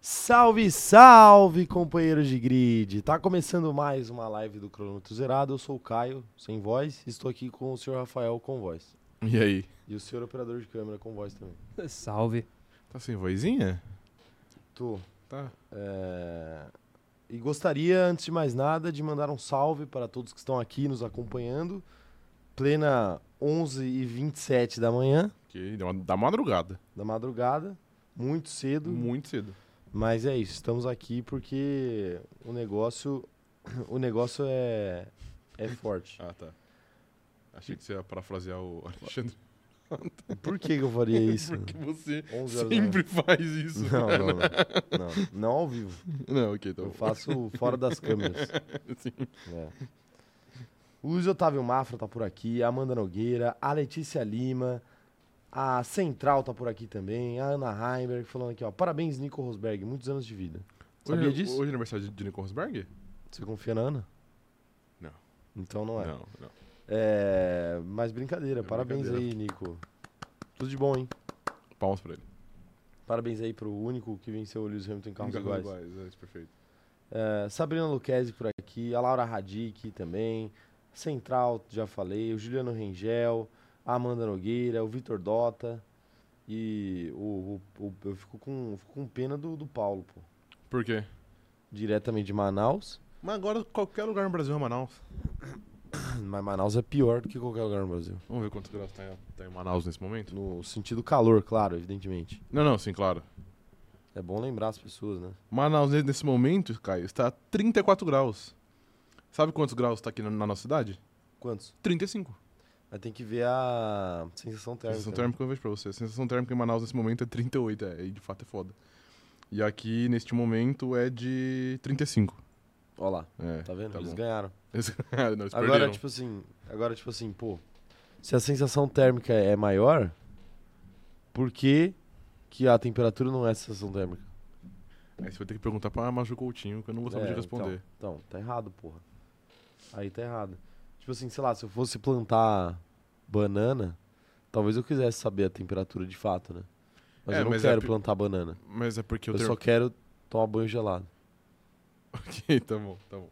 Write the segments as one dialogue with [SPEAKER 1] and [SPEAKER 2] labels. [SPEAKER 1] Salve, salve, companheiros de grid! Tá começando mais uma live do Cronômetro Zerado. Eu sou o Caio, sem voz. Estou aqui com o senhor Rafael com voz.
[SPEAKER 2] E aí?
[SPEAKER 1] E o senhor operador de câmera com voz também.
[SPEAKER 3] Salve.
[SPEAKER 2] Tá sem vozinha?
[SPEAKER 1] Tu.
[SPEAKER 2] Tá.
[SPEAKER 1] É, E gostaria, antes de mais nada, de mandar um salve para todos que estão aqui nos acompanhando. Plena 11h27 da manhã,
[SPEAKER 2] Que deu uma- da madrugada.
[SPEAKER 1] da madrugada. Muito cedo.
[SPEAKER 2] Muito cedo.
[SPEAKER 1] Mas é isso, estamos aqui porque o negócio, o negócio é, é forte.
[SPEAKER 2] Ah, tá. Achei que você ia parafrasear o Alexandre.
[SPEAKER 1] Por que, que eu faria isso?
[SPEAKER 2] Porque você
[SPEAKER 1] 11 horas da manhã.
[SPEAKER 2] sempre faz isso.
[SPEAKER 1] Não, não, não, não. Não ao vivo.
[SPEAKER 2] Não, ok, então.
[SPEAKER 1] Eu faço fora das câmeras.
[SPEAKER 2] Sim.
[SPEAKER 1] né? O Luiz Otávio Mafra tá por aqui, a Amanda Nogueira, a Letícia Lima, a Central tá por aqui também, a Ana Heimberg falando aqui, ó. Parabéns, Nico Rosberg, muitos anos de vida. Sabia
[SPEAKER 2] hoje,
[SPEAKER 1] disso?
[SPEAKER 2] Hoje é aniversário de Nico Rosberg?
[SPEAKER 1] Você confia na Ana?
[SPEAKER 2] Não.
[SPEAKER 1] Então não é.
[SPEAKER 2] Não, não.
[SPEAKER 1] É, mas brincadeira,
[SPEAKER 2] É
[SPEAKER 1] parabéns
[SPEAKER 2] brincadeira.
[SPEAKER 1] aí, Nico. Tudo de bom, hein?
[SPEAKER 2] Palmas pra ele.
[SPEAKER 1] Parabéns aí pro único que venceu o Lewis Hamilton em carros
[SPEAKER 2] Nunca
[SPEAKER 1] iguais.
[SPEAKER 2] iguais, É, isso, perfeito.
[SPEAKER 1] É, Sabrina Luquezzi por aqui, a Laura Radic também, Central, já falei, o Juliano Rengel, a Amanda Nogueira, o Vitor Dota e o, o- o- eu fico com, eu fico com pena do, do Paulo, pô.
[SPEAKER 2] Por quê?
[SPEAKER 1] Diretamente de Manaus,
[SPEAKER 2] Mas agora qualquer lugar no Brasil é Manaus.
[SPEAKER 1] mas Manaus é pior do que qualquer lugar no Brasil.
[SPEAKER 2] Vamos ver quantos graus tá em, tá em Manaus nesse momento?
[SPEAKER 1] No sentido calor, claro, evidentemente.
[SPEAKER 2] Não, não, sim, claro.
[SPEAKER 1] É bom lembrar as pessoas, né?
[SPEAKER 2] Manaus, ne- nesse momento, Caio, está a 34 graus. Sabe quantos graus tá aqui na, na nossa cidade?
[SPEAKER 1] Quantos?
[SPEAKER 2] 35.
[SPEAKER 1] Mas tem que ver a sensação térmica.
[SPEAKER 2] sensação
[SPEAKER 1] né?
[SPEAKER 2] térmica eu vejo pra você. A sensação térmica em Manaus nesse momento é 38, é, e de fato é foda. E aqui, neste momento, é de 35.
[SPEAKER 1] Ó lá,
[SPEAKER 2] É,
[SPEAKER 1] tá vendo?
[SPEAKER 2] Tá
[SPEAKER 1] Eles
[SPEAKER 2] bom.
[SPEAKER 1] ganharam.
[SPEAKER 2] Eles ganharam, não, eles
[SPEAKER 1] Agora,
[SPEAKER 2] perderam.
[SPEAKER 1] tipo assim, agora, tipo assim, pô, se a sensação térmica é maior, por que, que a temperatura não é a sensação térmica?
[SPEAKER 2] Aí você vai ter que perguntar pra Maju Coutinho, que eu não vou saber
[SPEAKER 1] É,
[SPEAKER 2] de responder.
[SPEAKER 1] Então, então, tá errado, porra. Aí tá errado. Tipo assim, sei lá, se eu fosse plantar banana, talvez eu quisesse saber a temperatura de fato, né? Mas
[SPEAKER 2] É,
[SPEAKER 1] eu não
[SPEAKER 2] mas é
[SPEAKER 1] quero
[SPEAKER 2] pi-
[SPEAKER 1] plantar banana.
[SPEAKER 2] Mas é porque
[SPEAKER 1] Eu,
[SPEAKER 2] o
[SPEAKER 1] só
[SPEAKER 2] termômetro...
[SPEAKER 1] quero tomar banho gelado.
[SPEAKER 2] Ok, tá bom, tá bom.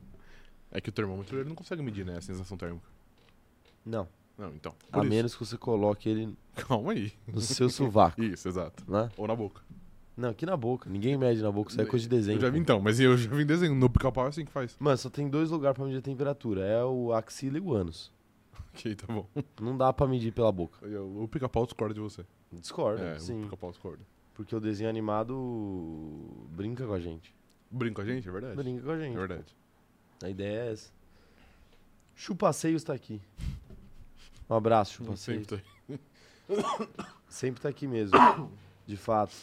[SPEAKER 2] É que o termômetro ele não consegue medir, né, a sensação térmica.
[SPEAKER 1] Não.
[SPEAKER 2] Não, então.
[SPEAKER 1] a
[SPEAKER 2] Por isso.
[SPEAKER 1] menos que você coloque ele
[SPEAKER 2] Calma aí.
[SPEAKER 1] no seu sovaco,
[SPEAKER 2] Isso, exato.
[SPEAKER 1] né?
[SPEAKER 2] Ou na boca.
[SPEAKER 1] Não, aqui na boca. Ninguém mede na boca, isso é coisa de desenho.
[SPEAKER 2] Eu já vi
[SPEAKER 1] pô.
[SPEAKER 2] então, mas eu já vi em desenho. No pica-pau é assim que faz.
[SPEAKER 1] Mano, só tem dois lugares pra medir a temperatura. É o axila e o ânus.
[SPEAKER 2] Ok, tá bom.
[SPEAKER 1] Não dá pra medir pela boca.
[SPEAKER 2] Eu- O pica-pau discorda de você.
[SPEAKER 1] Discordo,
[SPEAKER 2] é, o
[SPEAKER 1] sim.
[SPEAKER 2] pica-pau discorda.
[SPEAKER 1] Porque o desenho animado brinca com a gente.
[SPEAKER 2] Brinca com a gente, é verdade.
[SPEAKER 1] Brinca com a gente.
[SPEAKER 2] É verdade.
[SPEAKER 1] A ideia é essa. Chupaceios tá aqui. Um abraço,
[SPEAKER 2] Não,
[SPEAKER 1] Chupaceios.
[SPEAKER 2] Então, sempre
[SPEAKER 1] Sempre.
[SPEAKER 2] tô aí.
[SPEAKER 1] tá aqui mesmo. De fato.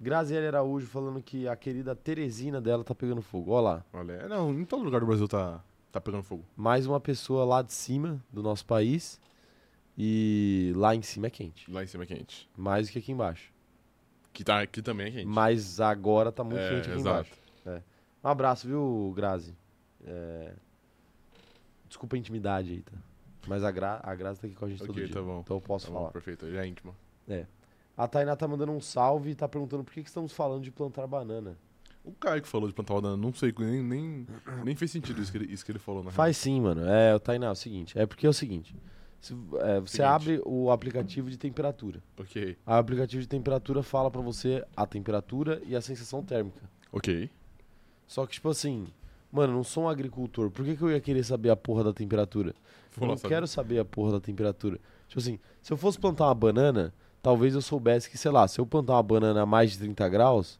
[SPEAKER 1] Graziele Araújo falando que a querida Teresina dela tá pegando fogo. Ó lá.
[SPEAKER 2] Olha, é, não, em todo lugar do Brasil tá, tá pegando fogo.
[SPEAKER 1] Mais uma pessoa lá de cima do nosso país. E lá em cima é quente.
[SPEAKER 2] Lá em cima é quente.
[SPEAKER 1] Mais do que aqui embaixo.
[SPEAKER 2] Que tá aqui também é quente.
[SPEAKER 1] Mas agora tá muito
[SPEAKER 2] É,
[SPEAKER 1] quente aqui
[SPEAKER 2] exato.
[SPEAKER 1] embaixo. É. Um abraço, viu, Grazi? É, Desculpa a intimidade aí, tá? Mas a, Gra... a Grazi tá aqui com a gente todo
[SPEAKER 2] Ok,
[SPEAKER 1] dia.
[SPEAKER 2] tá bom.
[SPEAKER 1] Então eu posso
[SPEAKER 2] Tá bom,
[SPEAKER 1] falar.
[SPEAKER 2] perfeito. Ele é íntimo.
[SPEAKER 1] A Tainá tá mandando um salve e tá perguntando por que, que estamos falando de plantar banana.
[SPEAKER 2] O Caio que falou de plantar banana, não sei, nem, nem, nem fez sentido isso que ele, isso que ele falou, na
[SPEAKER 1] Faz sim, mano. É, o Tainá, é o seguinte. É porque é o seguinte. Se- é, você
[SPEAKER 2] Seguinte.
[SPEAKER 1] abre o aplicativo de temperatura.
[SPEAKER 2] real. Ok,
[SPEAKER 1] Aí o aplicativo de temperatura fala pra você a temperatura e a sensação térmica.
[SPEAKER 2] ok.
[SPEAKER 1] Só que, tipo assim, mano, não sou um agricultor. Por que, que eu ia querer saber a porra da temperatura? Eu
[SPEAKER 2] lá
[SPEAKER 1] não
[SPEAKER 2] saber.
[SPEAKER 1] quero saber a porra da temperatura. Tipo assim, se eu fosse plantar uma banana, talvez eu soubesse que, sei lá, se eu plantar uma banana a mais de 30 graus,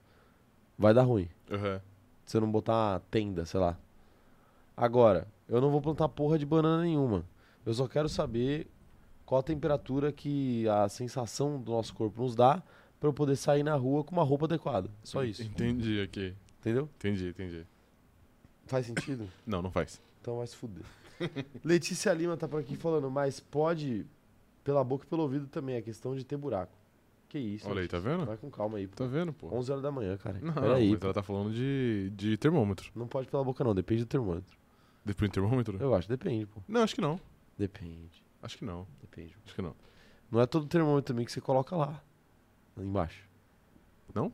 [SPEAKER 1] vai dar ruim.
[SPEAKER 2] Aham.
[SPEAKER 1] Se eu não botar uma tenda, sei lá. Agora, eu não vou plantar porra de banana nenhuma. Eu só quero saber qual a temperatura que a sensação do nosso corpo nos dá pra eu poder sair na rua com uma roupa adequada. Só isso.
[SPEAKER 2] Entendi, ok.
[SPEAKER 1] Entendeu?
[SPEAKER 2] Entendi, entendi.
[SPEAKER 1] Faz sentido?
[SPEAKER 2] Não, não faz.
[SPEAKER 1] Então vai se fuder. Letícia Lima tá por aqui falando, mas pode pela boca e pelo ouvido também, é questão de ter buraco. Que isso.
[SPEAKER 2] Olha aí, tá
[SPEAKER 1] Letícia?
[SPEAKER 2] vendo?
[SPEAKER 1] Vai com calma aí, pô.
[SPEAKER 2] Tá vendo, pô?
[SPEAKER 1] 11 horas da manhã, cara.
[SPEAKER 2] Não,
[SPEAKER 1] Peraí.
[SPEAKER 2] mas ela tá falando de, de termômetro.
[SPEAKER 1] Não pode pela boca não, depende do termômetro.
[SPEAKER 2] Depois do termômetro?
[SPEAKER 1] Eu acho, depende, pô.
[SPEAKER 2] Não, acho que não.
[SPEAKER 1] Depende,
[SPEAKER 2] Acho que não.
[SPEAKER 1] depende.
[SPEAKER 2] Acho que não.
[SPEAKER 1] Não é todo termômetro também que você coloca lá, lá embaixo.
[SPEAKER 2] Não?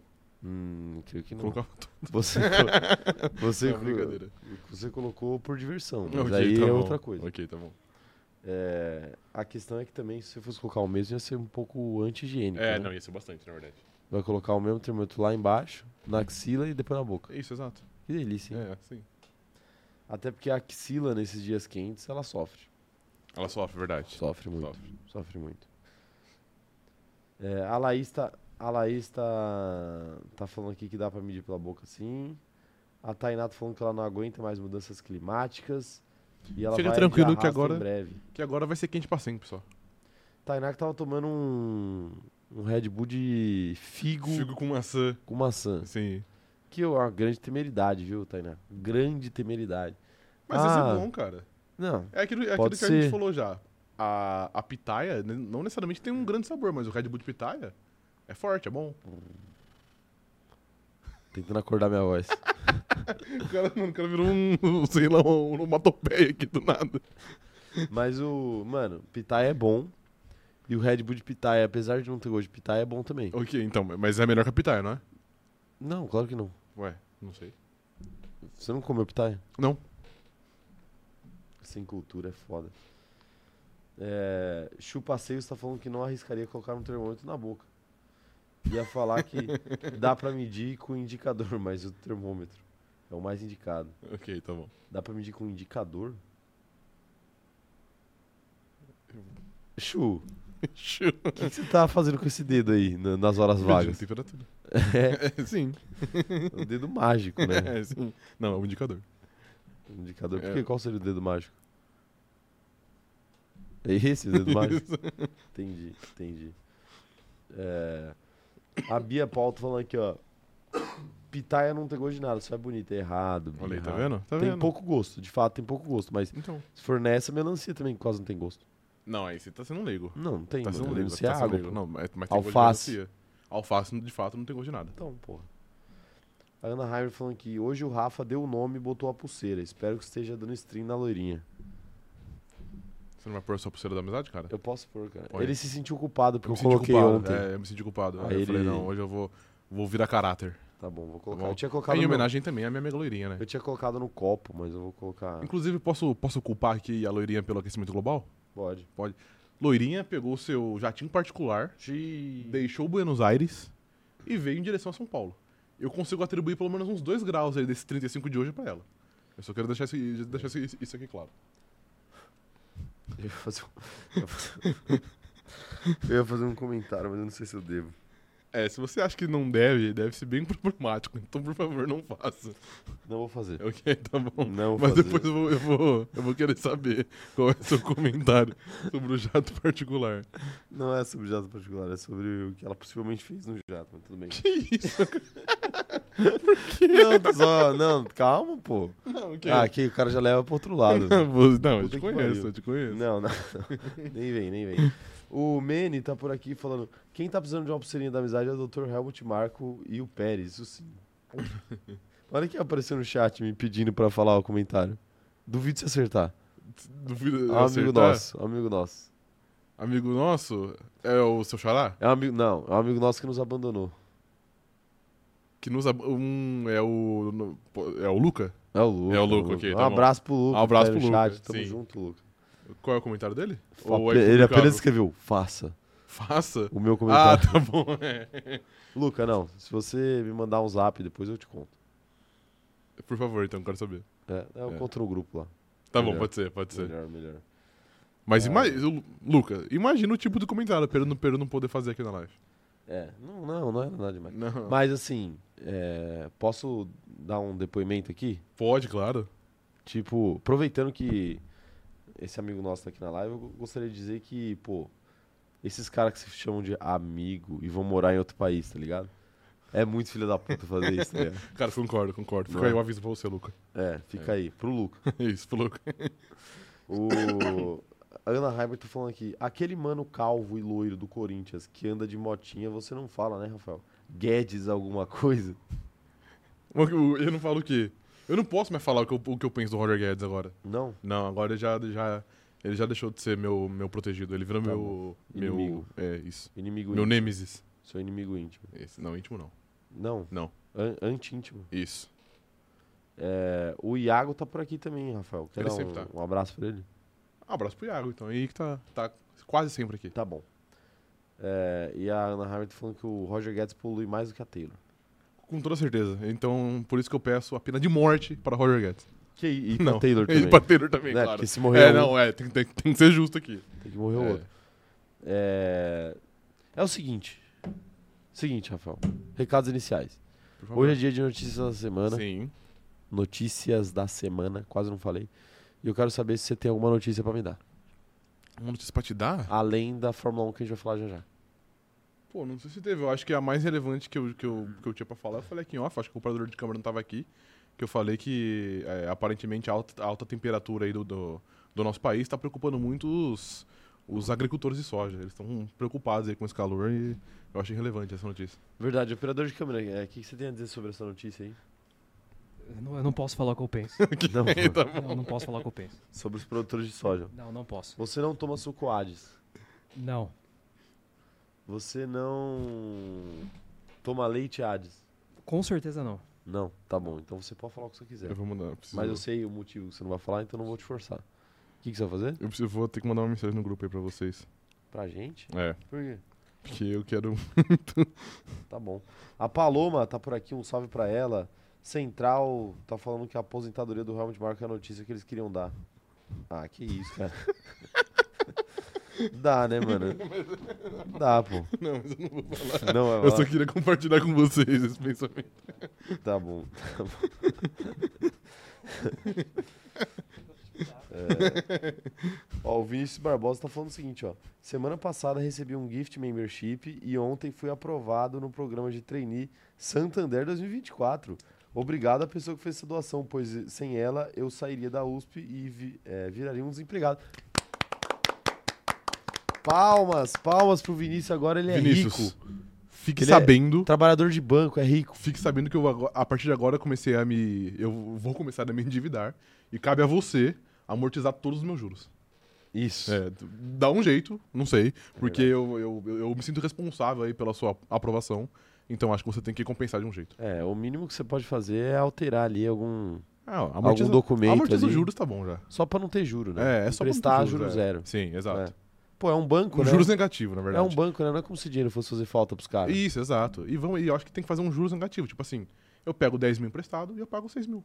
[SPEAKER 1] Hum, creio que não.
[SPEAKER 2] Colocava tudo.
[SPEAKER 1] Você, co- você,
[SPEAKER 2] Não,
[SPEAKER 1] co-
[SPEAKER 2] brincadeira.
[SPEAKER 1] você colocou por diversão, mas
[SPEAKER 2] Ok,
[SPEAKER 1] aí
[SPEAKER 2] tá
[SPEAKER 1] é
[SPEAKER 2] bom.
[SPEAKER 1] outra coisa.
[SPEAKER 2] Ok, tá bom.
[SPEAKER 1] É, a questão é que também, se você fosse colocar o mesmo, ia ser um pouco anti-higiênico.
[SPEAKER 2] É,
[SPEAKER 1] né?
[SPEAKER 2] não, ia ser bastante, na verdade.
[SPEAKER 1] Vai colocar o mesmo termômetro lá embaixo, na axila e depois na boca.
[SPEAKER 2] Isso, exato.
[SPEAKER 1] Que delícia, hein?
[SPEAKER 2] É, sim.
[SPEAKER 1] Até porque a axila, nesses dias quentes, ela sofre.
[SPEAKER 2] Ela sofre, verdade.
[SPEAKER 1] Sofre muito.
[SPEAKER 2] Sofre.
[SPEAKER 1] Sofre muito. É, a Laís, tá, a Laís tá, tá falando aqui que dá pra medir pela boca, sim. A Tainá tá falando que ela não aguenta mais mudanças climáticas. E ela
[SPEAKER 2] Fica
[SPEAKER 1] vai de
[SPEAKER 2] tranquilo que
[SPEAKER 1] arrasta
[SPEAKER 2] agora-
[SPEAKER 1] em breve.
[SPEAKER 2] Que agora vai ser quente pra sempre só.
[SPEAKER 1] Tainá que tava tomando um, um Red Bull de figo,
[SPEAKER 2] Fico com maçã,
[SPEAKER 1] com maçã.
[SPEAKER 2] assim.
[SPEAKER 1] Que é uma grande temeridade, viu, Tainá? Grande temeridade.
[SPEAKER 2] Mas
[SPEAKER 1] Ah.
[SPEAKER 2] isso é bom, cara.
[SPEAKER 1] Não,
[SPEAKER 2] É aquilo, é aquilo
[SPEAKER 1] Pode
[SPEAKER 2] que a gente
[SPEAKER 1] ser.
[SPEAKER 2] falou já. A, a pitaia né, não necessariamente tem um grande sabor, mas o Red Bull de pitaia é forte, é bom.
[SPEAKER 1] tentando acordar minha voz.
[SPEAKER 2] O cara, mano, o cara virou um, sei lá, um onomatopeia aqui do nada.
[SPEAKER 1] Mas o. Mano, pitaia é bom. E o Red Bull de pitaia, apesar de não ter gosto de pitaia, é bom também.
[SPEAKER 2] Ok, então, mas é melhor que a pitaia, não é?
[SPEAKER 1] Não, claro que não.
[SPEAKER 2] Ué, não sei.
[SPEAKER 1] Você não comeu pitaia?
[SPEAKER 2] Não.
[SPEAKER 1] Sem cultura é foda. É, Chupaceios tá falando que não arriscaria colocar um termômetro na boca. Ia falar que dá pra medir com indicador, mas o termômetro é o mais indicado.
[SPEAKER 2] Ok, tá bom.
[SPEAKER 1] Dá pra medir com indicador? Chu,
[SPEAKER 2] Show.
[SPEAKER 1] o que que você tá fazendo com esse dedo aí na- nas horas
[SPEAKER 2] Medindo
[SPEAKER 1] vagas?
[SPEAKER 2] temperatura.
[SPEAKER 1] É,
[SPEAKER 2] É, sim.
[SPEAKER 1] é o dedo mágico, né?
[SPEAKER 2] É, sim. Não, é um indicador.
[SPEAKER 1] O Indicador. Por
[SPEAKER 2] É.
[SPEAKER 1] quê? Qual seria o dedo mágico? É esse o dedo mágico? Entendi, entendi. É, A Bia Paulo tá falando aqui, ó. Pitaia não tem gosto de nada, só é bonito, é errado. Bia,
[SPEAKER 2] Olha aí, tá
[SPEAKER 1] errado.
[SPEAKER 2] vendo? Tá
[SPEAKER 1] tem
[SPEAKER 2] vendo?
[SPEAKER 1] pouco gosto, de fato tem pouco gosto, mas
[SPEAKER 2] Então.
[SPEAKER 1] se for nessa, é melancia também quase não tem gosto.
[SPEAKER 2] Não, aí você tá sendo um leigo.
[SPEAKER 1] Não, não tem.
[SPEAKER 2] Tá
[SPEAKER 1] mano.
[SPEAKER 2] sendo leigo.
[SPEAKER 1] Melancia
[SPEAKER 2] Tá
[SPEAKER 1] é
[SPEAKER 2] sendo
[SPEAKER 1] água.
[SPEAKER 2] leigo.
[SPEAKER 1] pô.
[SPEAKER 2] Não, mas, mas tem
[SPEAKER 1] Alface.
[SPEAKER 2] gosto de melancia. Alface, de fato, não tem gosto de nada.
[SPEAKER 1] Então, porra. A Ana Heimer falando que hoje o Rafa deu o nome e botou a pulseira. Espero que esteja dando stream na loirinha.
[SPEAKER 2] Você não vai pôr a sua pulseira da amizade, cara?
[SPEAKER 1] Eu posso pôr, cara.
[SPEAKER 2] Põe.
[SPEAKER 1] Ele se sentiu culpado porque eu,
[SPEAKER 2] me senti
[SPEAKER 1] coloquei
[SPEAKER 2] culpado.
[SPEAKER 1] ontem.
[SPEAKER 2] É, eu me senti culpado. Aí,
[SPEAKER 1] Aí
[SPEAKER 2] eu falei,
[SPEAKER 1] ele-
[SPEAKER 2] não, hoje eu vou, vou virar caráter.
[SPEAKER 1] Tá bom, vou colocar.
[SPEAKER 2] bom?
[SPEAKER 1] Eu tinha
[SPEAKER 2] É
[SPEAKER 1] colocado.
[SPEAKER 2] em
[SPEAKER 1] no-
[SPEAKER 2] homenagem também à minha amiga loirinha, né?
[SPEAKER 1] Eu tinha colocado no copo, mas eu vou colocar.
[SPEAKER 2] Inclusive, posso, posso culpar aqui a loirinha pelo aquecimento global?
[SPEAKER 1] Pode.
[SPEAKER 2] Loirinha pegou seu jatinho particular, deixou Buenos Aires e veio em direção a São Paulo. Eu consigo atribuir pelo menos uns 2 graus aí desses 35 de hoje pra ela. Eu só quero deixar, isso, deixar isso- isso aqui claro.
[SPEAKER 1] Eu ia fazer um- eu ia fazer um- Eu ia fazer um comentário, mas eu não sei se eu devo.
[SPEAKER 2] É, se você acha que não deve, deve ser bem problemático. Então, por favor, não faça.
[SPEAKER 1] Não vou fazer.
[SPEAKER 2] Ok, tá bom.
[SPEAKER 1] Não vou
[SPEAKER 2] Mas
[SPEAKER 1] fazer.
[SPEAKER 2] depois eu vou, eu, vou, eu vou querer saber qual é o seu comentário sobre o jato particular.
[SPEAKER 1] Não é sobre jato particular, é sobre o que ela possivelmente fez no jato, mas tudo bem.
[SPEAKER 2] Que isso?
[SPEAKER 1] não, só. Não, calma, pô.
[SPEAKER 2] Não, ok.
[SPEAKER 1] Ah, aqui o cara já leva pro outro lado.
[SPEAKER 2] Vou- Não, eu
[SPEAKER 1] Puta
[SPEAKER 2] te
[SPEAKER 1] que
[SPEAKER 2] conheço,
[SPEAKER 1] pariu.
[SPEAKER 2] eu te conheço.
[SPEAKER 1] Não, não, não. Nem vem, nem vem. O Mene tá por aqui falando: quem tá precisando de uma pulseirinha da amizade é o Dr. Helmut Marco e o Pérez, isso sim. Olha quem apareceu no chat me pedindo pra falar o comentário. Duvido se acertar.
[SPEAKER 2] Duvido
[SPEAKER 1] É
[SPEAKER 2] eu
[SPEAKER 1] um amigo
[SPEAKER 2] acertar.
[SPEAKER 1] nosso, um amigo nosso.
[SPEAKER 2] Amigo nosso é o seu xará?
[SPEAKER 1] É um amigo, não, é um amigo nosso que nos abandonou.
[SPEAKER 2] Que nos ab- um é o no- pô, é o Luca?
[SPEAKER 1] É o Luca.
[SPEAKER 2] É o Luca, ok,
[SPEAKER 1] Um
[SPEAKER 2] tá bom.
[SPEAKER 1] abraço pro Luca.
[SPEAKER 2] Um abraço
[SPEAKER 1] que tá aí
[SPEAKER 2] pro
[SPEAKER 1] no
[SPEAKER 2] Luca,
[SPEAKER 1] Chat. Tamo
[SPEAKER 2] sim.
[SPEAKER 1] junto, Luca.
[SPEAKER 2] Qual é o comentário dele?
[SPEAKER 1] Ape-
[SPEAKER 2] é
[SPEAKER 1] ele
[SPEAKER 2] publicável?
[SPEAKER 1] apenas escreveu: faça
[SPEAKER 2] faça.
[SPEAKER 1] o meu
[SPEAKER 2] Ah,
[SPEAKER 1] comentário.
[SPEAKER 2] tá bom. é.
[SPEAKER 1] Luca, não, se você me mandar um zap depois eu te conto.
[SPEAKER 2] Por favor, então quero saber.
[SPEAKER 1] É, eu
[SPEAKER 2] É.
[SPEAKER 1] conto no grupo lá.
[SPEAKER 2] Tá
[SPEAKER 1] Melhor.
[SPEAKER 2] bom, pode ser, pode ser.
[SPEAKER 1] Melhor, melhor.
[SPEAKER 2] Mas
[SPEAKER 1] É.
[SPEAKER 2] ima- o- Luca, imagina o tipo do comentário pelo não pelo não poder fazer aqui na live.
[SPEAKER 1] É, não, não, não é nada demais.
[SPEAKER 2] Não.
[SPEAKER 1] Mas assim, é, posso dar um depoimento aqui?
[SPEAKER 2] Pode, claro.
[SPEAKER 1] Tipo, aproveitando que esse amigo nosso tá aqui na live, eu gostaria de dizer que, pô, esses caras que se chamam de amigo e vão morar em outro país, tá ligado? É muito filho da puta fazer isso, tá ligado?
[SPEAKER 2] Cara, concordo, concordo. Fica
[SPEAKER 1] Não é?
[SPEAKER 2] aí o aviso pra você, Luca.
[SPEAKER 1] É, fica aí, pro Luca.
[SPEAKER 2] Isso, pro Luca.
[SPEAKER 1] O. A Ana Heibert tá falando aqui. Aquele mano calvo e loiro do Corinthians que anda de motinha, você não fala, né, Rafael? Guedes alguma coisa?
[SPEAKER 2] Mas Eu eu não falo o quê? Eu não posso mais falar o que eu, o que eu penso do Roger Guedes agora.
[SPEAKER 1] Não?
[SPEAKER 2] Não, agora ele já, já, ele já deixou de ser meu, meu protegido. Ele virou
[SPEAKER 1] Tá
[SPEAKER 2] meu.
[SPEAKER 1] bom.
[SPEAKER 2] Meu.
[SPEAKER 1] Inimigo.
[SPEAKER 2] É, isso.
[SPEAKER 1] Inimigo
[SPEAKER 2] Meu
[SPEAKER 1] íntimo.
[SPEAKER 2] nêmesis.
[SPEAKER 1] Sou inimigo íntimo.
[SPEAKER 2] Esse, não, íntimo não.
[SPEAKER 1] Não.
[SPEAKER 2] Não.
[SPEAKER 1] An- Anti-íntimo.
[SPEAKER 2] Isso.
[SPEAKER 1] É, o Iago tá por aqui também, Rafael. Quer
[SPEAKER 2] Ele
[SPEAKER 1] dar um,
[SPEAKER 2] sempre tá.
[SPEAKER 1] um abraço pra ele?
[SPEAKER 2] Ah, abraço pro Iago, então. Aí que tá, tá quase sempre aqui.
[SPEAKER 1] Tá bom. É, e a Ana Hamilton falando que o Roger Guedes polui mais do que a Taylor.
[SPEAKER 2] Com toda certeza. Então, por isso que eu peço a pena de morte para Roger Guedes.
[SPEAKER 1] Que, e pra
[SPEAKER 2] Não.
[SPEAKER 1] Taylor também.
[SPEAKER 2] E para Taylor também,
[SPEAKER 1] né?
[SPEAKER 2] claro.
[SPEAKER 1] Porque se
[SPEAKER 2] É,
[SPEAKER 1] morrer um,
[SPEAKER 2] não, é. Tem, tem- tem que ser justo aqui.
[SPEAKER 1] tem que morrer o
[SPEAKER 2] É.
[SPEAKER 1] outro. É... é o seguinte. Seguinte, Rafael. Recados iniciais.
[SPEAKER 2] Por favor.
[SPEAKER 1] Hoje é dia de notícias da semana.
[SPEAKER 2] Sim.
[SPEAKER 1] Notícias da semana, quase não falei. E eu quero saber se você tem alguma notícia pra me dar.
[SPEAKER 2] Uma notícia pra te dar?
[SPEAKER 1] Além da Fórmula 1 que a gente vai falar já já.
[SPEAKER 2] Pô, não sei se teve. Eu acho que a mais relevante que eu, que eu, que eu tinha pra falar, eu falei aqui em off, acho que o operador de câmera não tava aqui, que eu falei que é, aparentemente a alta, a alta temperatura aí do, do, do nosso país tá preocupando muito os, os agricultores de soja. Eles estão preocupados aí com esse calor e eu achei relevante essa notícia.
[SPEAKER 1] Verdade, operador de câmera, é, o que, que você tem a dizer sobre essa notícia aí?
[SPEAKER 3] Eu não, eu não posso falar o que eu penso.
[SPEAKER 1] Não,
[SPEAKER 2] Tá
[SPEAKER 3] não, eu não posso falar o que eu penso.
[SPEAKER 1] sobre os produtores de soja.
[SPEAKER 3] Não, não posso.
[SPEAKER 1] Você não toma suco Hades.
[SPEAKER 3] Não,
[SPEAKER 1] Você não toma leite Hades.
[SPEAKER 3] com certeza não.
[SPEAKER 1] Não, tá bom. Então você pode falar o que você quiser.
[SPEAKER 2] Eu vou mandar. Eu preciso,
[SPEAKER 1] Mas eu sei o motivo que você não vai falar, então não vou te forçar. O que, que você vai fazer?
[SPEAKER 2] eu preciso- vou ter que mandar uma mensagem no grupo aí pra vocês.
[SPEAKER 1] Pra gente?
[SPEAKER 2] É.
[SPEAKER 1] Por quê?
[SPEAKER 2] Porque eu quero.
[SPEAKER 1] Tá bom. A Paloma tá por aqui, um salve pra ela. Central tá falando que a aposentadoria do Helmut Marko é a notícia que eles queriam dar. Ah, que isso, cara. Dá, né, mano? Dá, pô.
[SPEAKER 2] Não, mas eu não vou falar.
[SPEAKER 1] Não, vai
[SPEAKER 2] Eu
[SPEAKER 1] lá.
[SPEAKER 2] só queria compartilhar com vocês esse pensamento.
[SPEAKER 1] Tá bom. Tá bom. É. Ó, o Vinícius Barbosa tá falando o seguinte, ó. Semana passada recebi um gift membership e ontem fui aprovado no programa de trainee Santander 2024. Obrigado à pessoa que fez essa doação, pois sem ela eu sairia da USP e vi- é, viraria um desempregado. Palmas, palmas pro Vinícius agora, ele é
[SPEAKER 2] Vinícius,
[SPEAKER 1] rico.
[SPEAKER 2] fique
[SPEAKER 1] Ele é-
[SPEAKER 2] sabendo.
[SPEAKER 1] Trabalhador de banco, é rico.
[SPEAKER 2] Fique sabendo que eu, ago- a partir de agora eu comecei a me. Eu vou começar a me endividar. E cabe a você amortizar todos os meus juros.
[SPEAKER 1] Isso.
[SPEAKER 2] É, d- dá um jeito, não sei.
[SPEAKER 1] É
[SPEAKER 2] Porque eu, eu, eu- eu me sinto responsável aí pela sua aprovação. Então acho que você tem que compensar de um jeito.
[SPEAKER 1] É, o mínimo que você pode fazer é alterar ali algum.
[SPEAKER 2] Ah, ó,
[SPEAKER 1] É, Algum documento
[SPEAKER 2] Amortiza os
[SPEAKER 1] ali.
[SPEAKER 2] juros, tá bom já.
[SPEAKER 1] Só pra não ter juro, né?
[SPEAKER 2] É, é só pra não ter
[SPEAKER 1] Prestar
[SPEAKER 2] juros,
[SPEAKER 1] juro
[SPEAKER 2] é.
[SPEAKER 1] zero.
[SPEAKER 2] Sim, exato.
[SPEAKER 1] É. Pô, é um banco,
[SPEAKER 2] Com
[SPEAKER 1] né?
[SPEAKER 2] juros negativos, na
[SPEAKER 1] é
[SPEAKER 2] verdade.
[SPEAKER 1] um banco, né? Não é como se dinheiro fosse fazer falta pros caras.
[SPEAKER 2] Isso, exato. E vamos, e eu acho que tem que fazer um juros negativo. Tipo assim, eu pego 10 mil emprestado e eu pago 6 mil.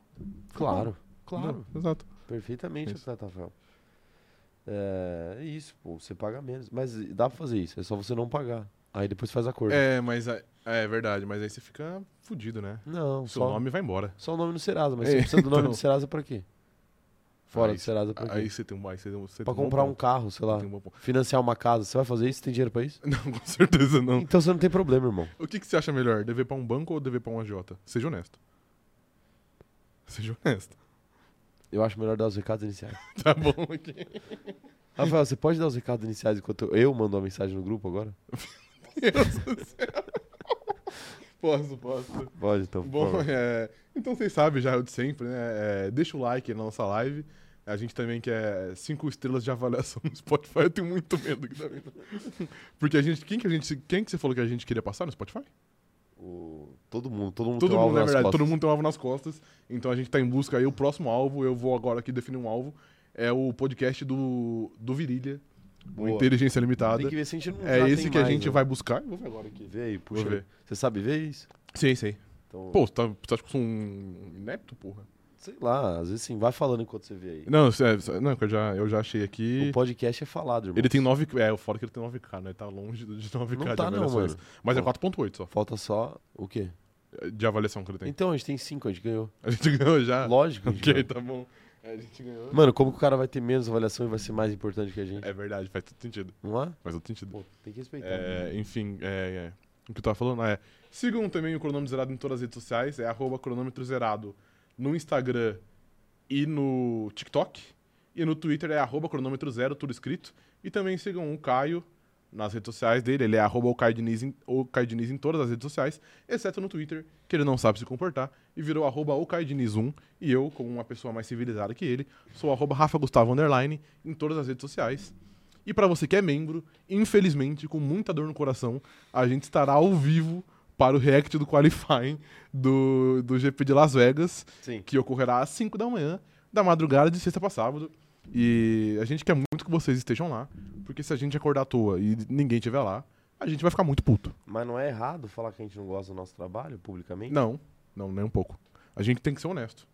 [SPEAKER 1] Claro, claro.
[SPEAKER 2] Entendeu? Exato.
[SPEAKER 1] Perfeitamente,
[SPEAKER 2] tá Isso.
[SPEAKER 1] atleta Rafael. É, é isso, pô. Você paga menos. Mas dá pra fazer isso. É só você não pagar. Aí depois faz acordo.
[SPEAKER 2] É, mas é, é verdade, mas aí você fica fudido, né?
[SPEAKER 1] Não,
[SPEAKER 2] Seu
[SPEAKER 1] só,
[SPEAKER 2] nome vai embora.
[SPEAKER 1] só o nome no Serasa. Mas
[SPEAKER 2] É,
[SPEAKER 1] você precisa do nome
[SPEAKER 2] então.
[SPEAKER 1] do Serasa pra quê? Fora
[SPEAKER 2] Aí
[SPEAKER 1] do Serasa pra quê?
[SPEAKER 2] Aí você tem um. Aí você tem um você
[SPEAKER 1] pra
[SPEAKER 2] tem
[SPEAKER 1] comprar
[SPEAKER 2] bom
[SPEAKER 1] um carro, sei lá.
[SPEAKER 2] ponto, tem um bom ponto.
[SPEAKER 1] Financiar uma casa. Você vai fazer isso? Tem dinheiro pra isso?
[SPEAKER 2] Não, com certeza não.
[SPEAKER 1] Então você não tem problema, irmão.
[SPEAKER 2] O que, que você acha melhor? Dever pra um banco ou dever pra um agiota? Seja honesto. Seja honesto.
[SPEAKER 1] Eu acho melhor dar os recados iniciais.
[SPEAKER 2] Tá bom aqui.
[SPEAKER 1] Rafael, você pode dar os recados iniciais enquanto eu- eu mando uma mensagem no grupo agora?
[SPEAKER 2] Posso, posso.
[SPEAKER 1] Pode, então. por
[SPEAKER 2] Bom,
[SPEAKER 1] favor.
[SPEAKER 2] é, então vocês sabem já é o de sempre, né? É, deixa o like na nossa live. A gente também quer cinco estrelas de avaliação no Spotify. Eu tenho muito medo que tá vindo. Porque a gente. Quem que a gente. Quem que você falou que a gente queria passar no Spotify?
[SPEAKER 1] O- Todo mundo, todo mundo
[SPEAKER 2] Todo
[SPEAKER 1] tem um
[SPEAKER 2] mundo,
[SPEAKER 1] alvo
[SPEAKER 2] na
[SPEAKER 1] nas
[SPEAKER 2] verdade,
[SPEAKER 1] costas.
[SPEAKER 2] todo mundo tem um alvo nas costas. Então a gente tá em busca aí. O próximo alvo, eu vou agora aqui definir um alvo. É o podcast do, do Virilha, o
[SPEAKER 1] Boa.
[SPEAKER 2] Inteligência
[SPEAKER 1] Tem
[SPEAKER 2] Limitada.
[SPEAKER 1] que ver se a gente não
[SPEAKER 2] É
[SPEAKER 1] já
[SPEAKER 2] esse
[SPEAKER 1] tem
[SPEAKER 2] que a
[SPEAKER 1] mais,
[SPEAKER 2] gente
[SPEAKER 1] né?
[SPEAKER 2] vai buscar. Vou ver agora aqui.
[SPEAKER 1] Vê aí, puxa.
[SPEAKER 2] ver.
[SPEAKER 1] aí. Você sabe ver isso?
[SPEAKER 2] Sim, sim.
[SPEAKER 1] Então,
[SPEAKER 2] Pô, você, tá, você acha que eu sou um inepto, porra?
[SPEAKER 1] sei lá, às vezes sim, vai falando enquanto você vê aí.
[SPEAKER 2] Não, é, não que eu, já, eu já achei aqui.
[SPEAKER 1] O podcast é falado, irmão.
[SPEAKER 2] Ele tem 9. É, o foda que ele tem 9K, né? Ele tá longe do- de 9K
[SPEAKER 1] Não
[SPEAKER 2] de
[SPEAKER 1] tá não,
[SPEAKER 2] avaliações.
[SPEAKER 1] mano.
[SPEAKER 2] Mas é
[SPEAKER 1] Pô.
[SPEAKER 2] 4,8 só
[SPEAKER 1] Falta só o quê?
[SPEAKER 2] de avaliação que ele tem.
[SPEAKER 1] Então, a gente tem cinco, a gente ganhou.
[SPEAKER 2] A gente ganhou já.
[SPEAKER 1] Lógico que a gente
[SPEAKER 2] Ok,
[SPEAKER 1] ganhou.
[SPEAKER 2] tá bom. É, A gente ganhou.
[SPEAKER 1] Mano, como que o cara vai ter menos avaliação e vai ser mais importante que a gente?
[SPEAKER 2] É verdade, faz todo sentido.
[SPEAKER 1] Não é?
[SPEAKER 2] Faz todo sentido.
[SPEAKER 1] Pô, tem que respeitar. né?
[SPEAKER 2] É, enfim, é, é, o que eu tava falando é. Sigam também o cronômetro zerado em todas as redes sociais, é arroba cronômetro zerado no Instagram e no TikTok. E no Twitter é arroba cronômetro zero, tudo escrito. E também sigam o Caio nas redes sociais dele, ele é arroba o Caio Diniz em, o Caio Diniz em todas as redes sociais, exceto no Twitter, que ele não sabe se comportar, e virou arroba o Caio Diniz 1. E eu, como uma pessoa mais civilizada que ele, sou arroba Rafa Gustavo Underline em todas as redes sociais. E pra você que é membro, infelizmente, com muita dor no coração, a gente estará ao vivo para o react do qualifying do, do GP de Las Vegas,
[SPEAKER 1] Sim.
[SPEAKER 2] que ocorrerá às 5 da manhã, da madrugada de sexta pra sábado. E a gente quer muito que vocês estejam lá, porque se a gente acordar à toa e ninguém estiver lá, a gente vai ficar muito puto.
[SPEAKER 1] Mas não é errado falar que a gente não gosta do nosso trabalho publicamente?
[SPEAKER 2] Não, não, nem um pouco. A gente tem que ser honesto.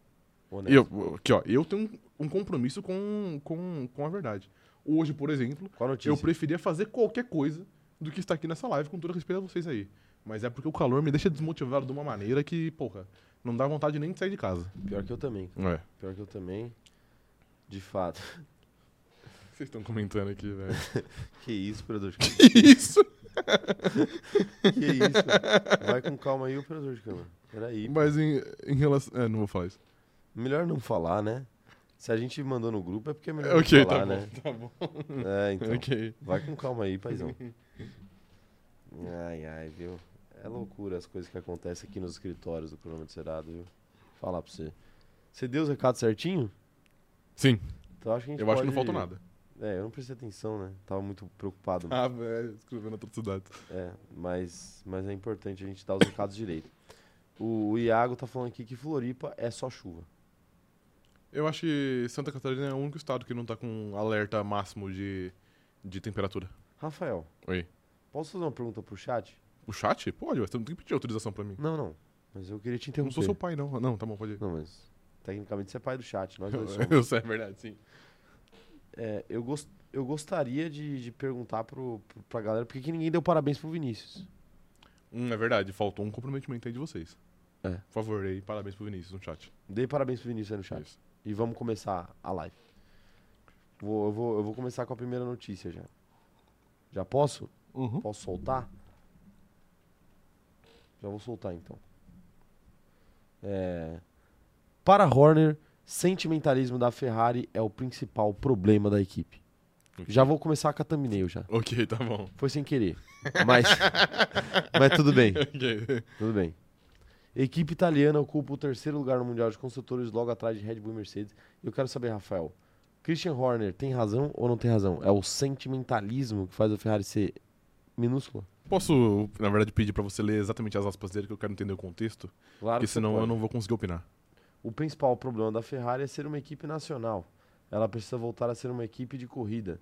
[SPEAKER 1] Honesto.
[SPEAKER 2] E eu, eu- aqui, ó, eu tenho um, um compromisso com, com, com a verdade. Hoje, por exemplo,
[SPEAKER 1] Qual a notícia?
[SPEAKER 2] eu preferia fazer qualquer coisa do que estar aqui nessa live, com todo respeito a vocês aí. Mas é porque o calor me deixa desmotivado de uma maneira que, porra, não dá vontade nem de sair de casa.
[SPEAKER 1] Pior que eu também.
[SPEAKER 2] É.
[SPEAKER 1] Pior que eu também. De fato.
[SPEAKER 2] Vocês estão comentando aqui, velho.
[SPEAKER 1] Que isso, produtor de
[SPEAKER 2] Que isso?
[SPEAKER 1] câmera. Que isso. Vai com calma aí, o produtor de câmera. Peraí.
[SPEAKER 2] Mas em, em relação. É, não vou falar isso.
[SPEAKER 1] Melhor não falar, né? Se a gente mandou no grupo é porque é melhor
[SPEAKER 2] ok,
[SPEAKER 1] não falar,
[SPEAKER 2] tá bom,
[SPEAKER 1] né?
[SPEAKER 2] tá bom.
[SPEAKER 1] É, então.
[SPEAKER 2] Ok.
[SPEAKER 1] Vai com calma aí, paizão. Ai, ai, viu? É loucura as coisas que acontecem aqui nos escritórios do programa de Cerado, viu? Falar pra você. Você deu os recados certinho?
[SPEAKER 2] Sim,
[SPEAKER 1] Então acho que a gente
[SPEAKER 2] eu acho que não
[SPEAKER 1] pode-
[SPEAKER 2] faltou nada.
[SPEAKER 1] É, eu não prestei atenção, né? Tava muito preocupado.
[SPEAKER 2] Ah, velho, escrevendo atrocidades.
[SPEAKER 1] É, mas, mas é importante a gente dar os recados direito. O, o Iago tá falando aqui que Floripa é só chuva.
[SPEAKER 2] Eu acho que Santa Catarina é o único estado que não tá com alerta máximo de, de temperatura.
[SPEAKER 1] Rafael,
[SPEAKER 2] Oi.
[SPEAKER 1] posso fazer uma pergunta pro chat?
[SPEAKER 2] O chat? Pode, ué, você não tem que pedir autorização pra mim.
[SPEAKER 1] Não, não. Mas eu queria te
[SPEAKER 2] Eu
[SPEAKER 1] interromper.
[SPEAKER 2] não sou seu pai, não. Não, tá bom, pode ir.
[SPEAKER 1] Não, mas tecnicamente você é pai do chat, nós dois somos.
[SPEAKER 2] Isso é verdade, sim.
[SPEAKER 1] É, eu, gos- eu gostaria de, de perguntar pro, pro, pra galera por que que ninguém deu parabéns pro Vinícius.
[SPEAKER 2] Hum, é verdade, faltou um comprometimento aí de vocês.
[SPEAKER 1] É.
[SPEAKER 2] Por favor, aí, parabéns pro Vinícius no chat.
[SPEAKER 1] Dei parabéns pro Vinícius aí no chat.
[SPEAKER 2] Isso.
[SPEAKER 1] E vamos começar a live. Vou- eu, vou, eu vou começar com a primeira notícia já. Já posso?
[SPEAKER 2] Uhum.
[SPEAKER 1] Posso soltar? Já vou soltar então. É, Para Horner, sentimentalismo da Ferrari é o principal problema da equipe.
[SPEAKER 2] Ok.
[SPEAKER 1] Já vou começar com a thumbnail já.
[SPEAKER 2] Ok, tá bom.
[SPEAKER 1] Foi sem querer. Mas, mas tudo bem.
[SPEAKER 2] Ok.
[SPEAKER 1] Tudo bem. Equipe italiana ocupa o terceiro lugar no Mundial de Construtores, logo atrás de Red Bull e Mercedes. Eu quero saber, Rafael, Christian Horner tem razão ou não tem razão? É o sentimentalismo que faz a Ferrari ser minúscula?
[SPEAKER 2] Posso, na verdade, pedir pra você ler exatamente as aspas dele, que eu quero entender o contexto,
[SPEAKER 1] Claro
[SPEAKER 2] porque
[SPEAKER 1] você
[SPEAKER 2] senão
[SPEAKER 1] pode.
[SPEAKER 2] eu não vou conseguir opinar.
[SPEAKER 1] O principal problema da Ferrari é ser uma equipe nacional. Ela precisa voltar a ser uma equipe de corrida.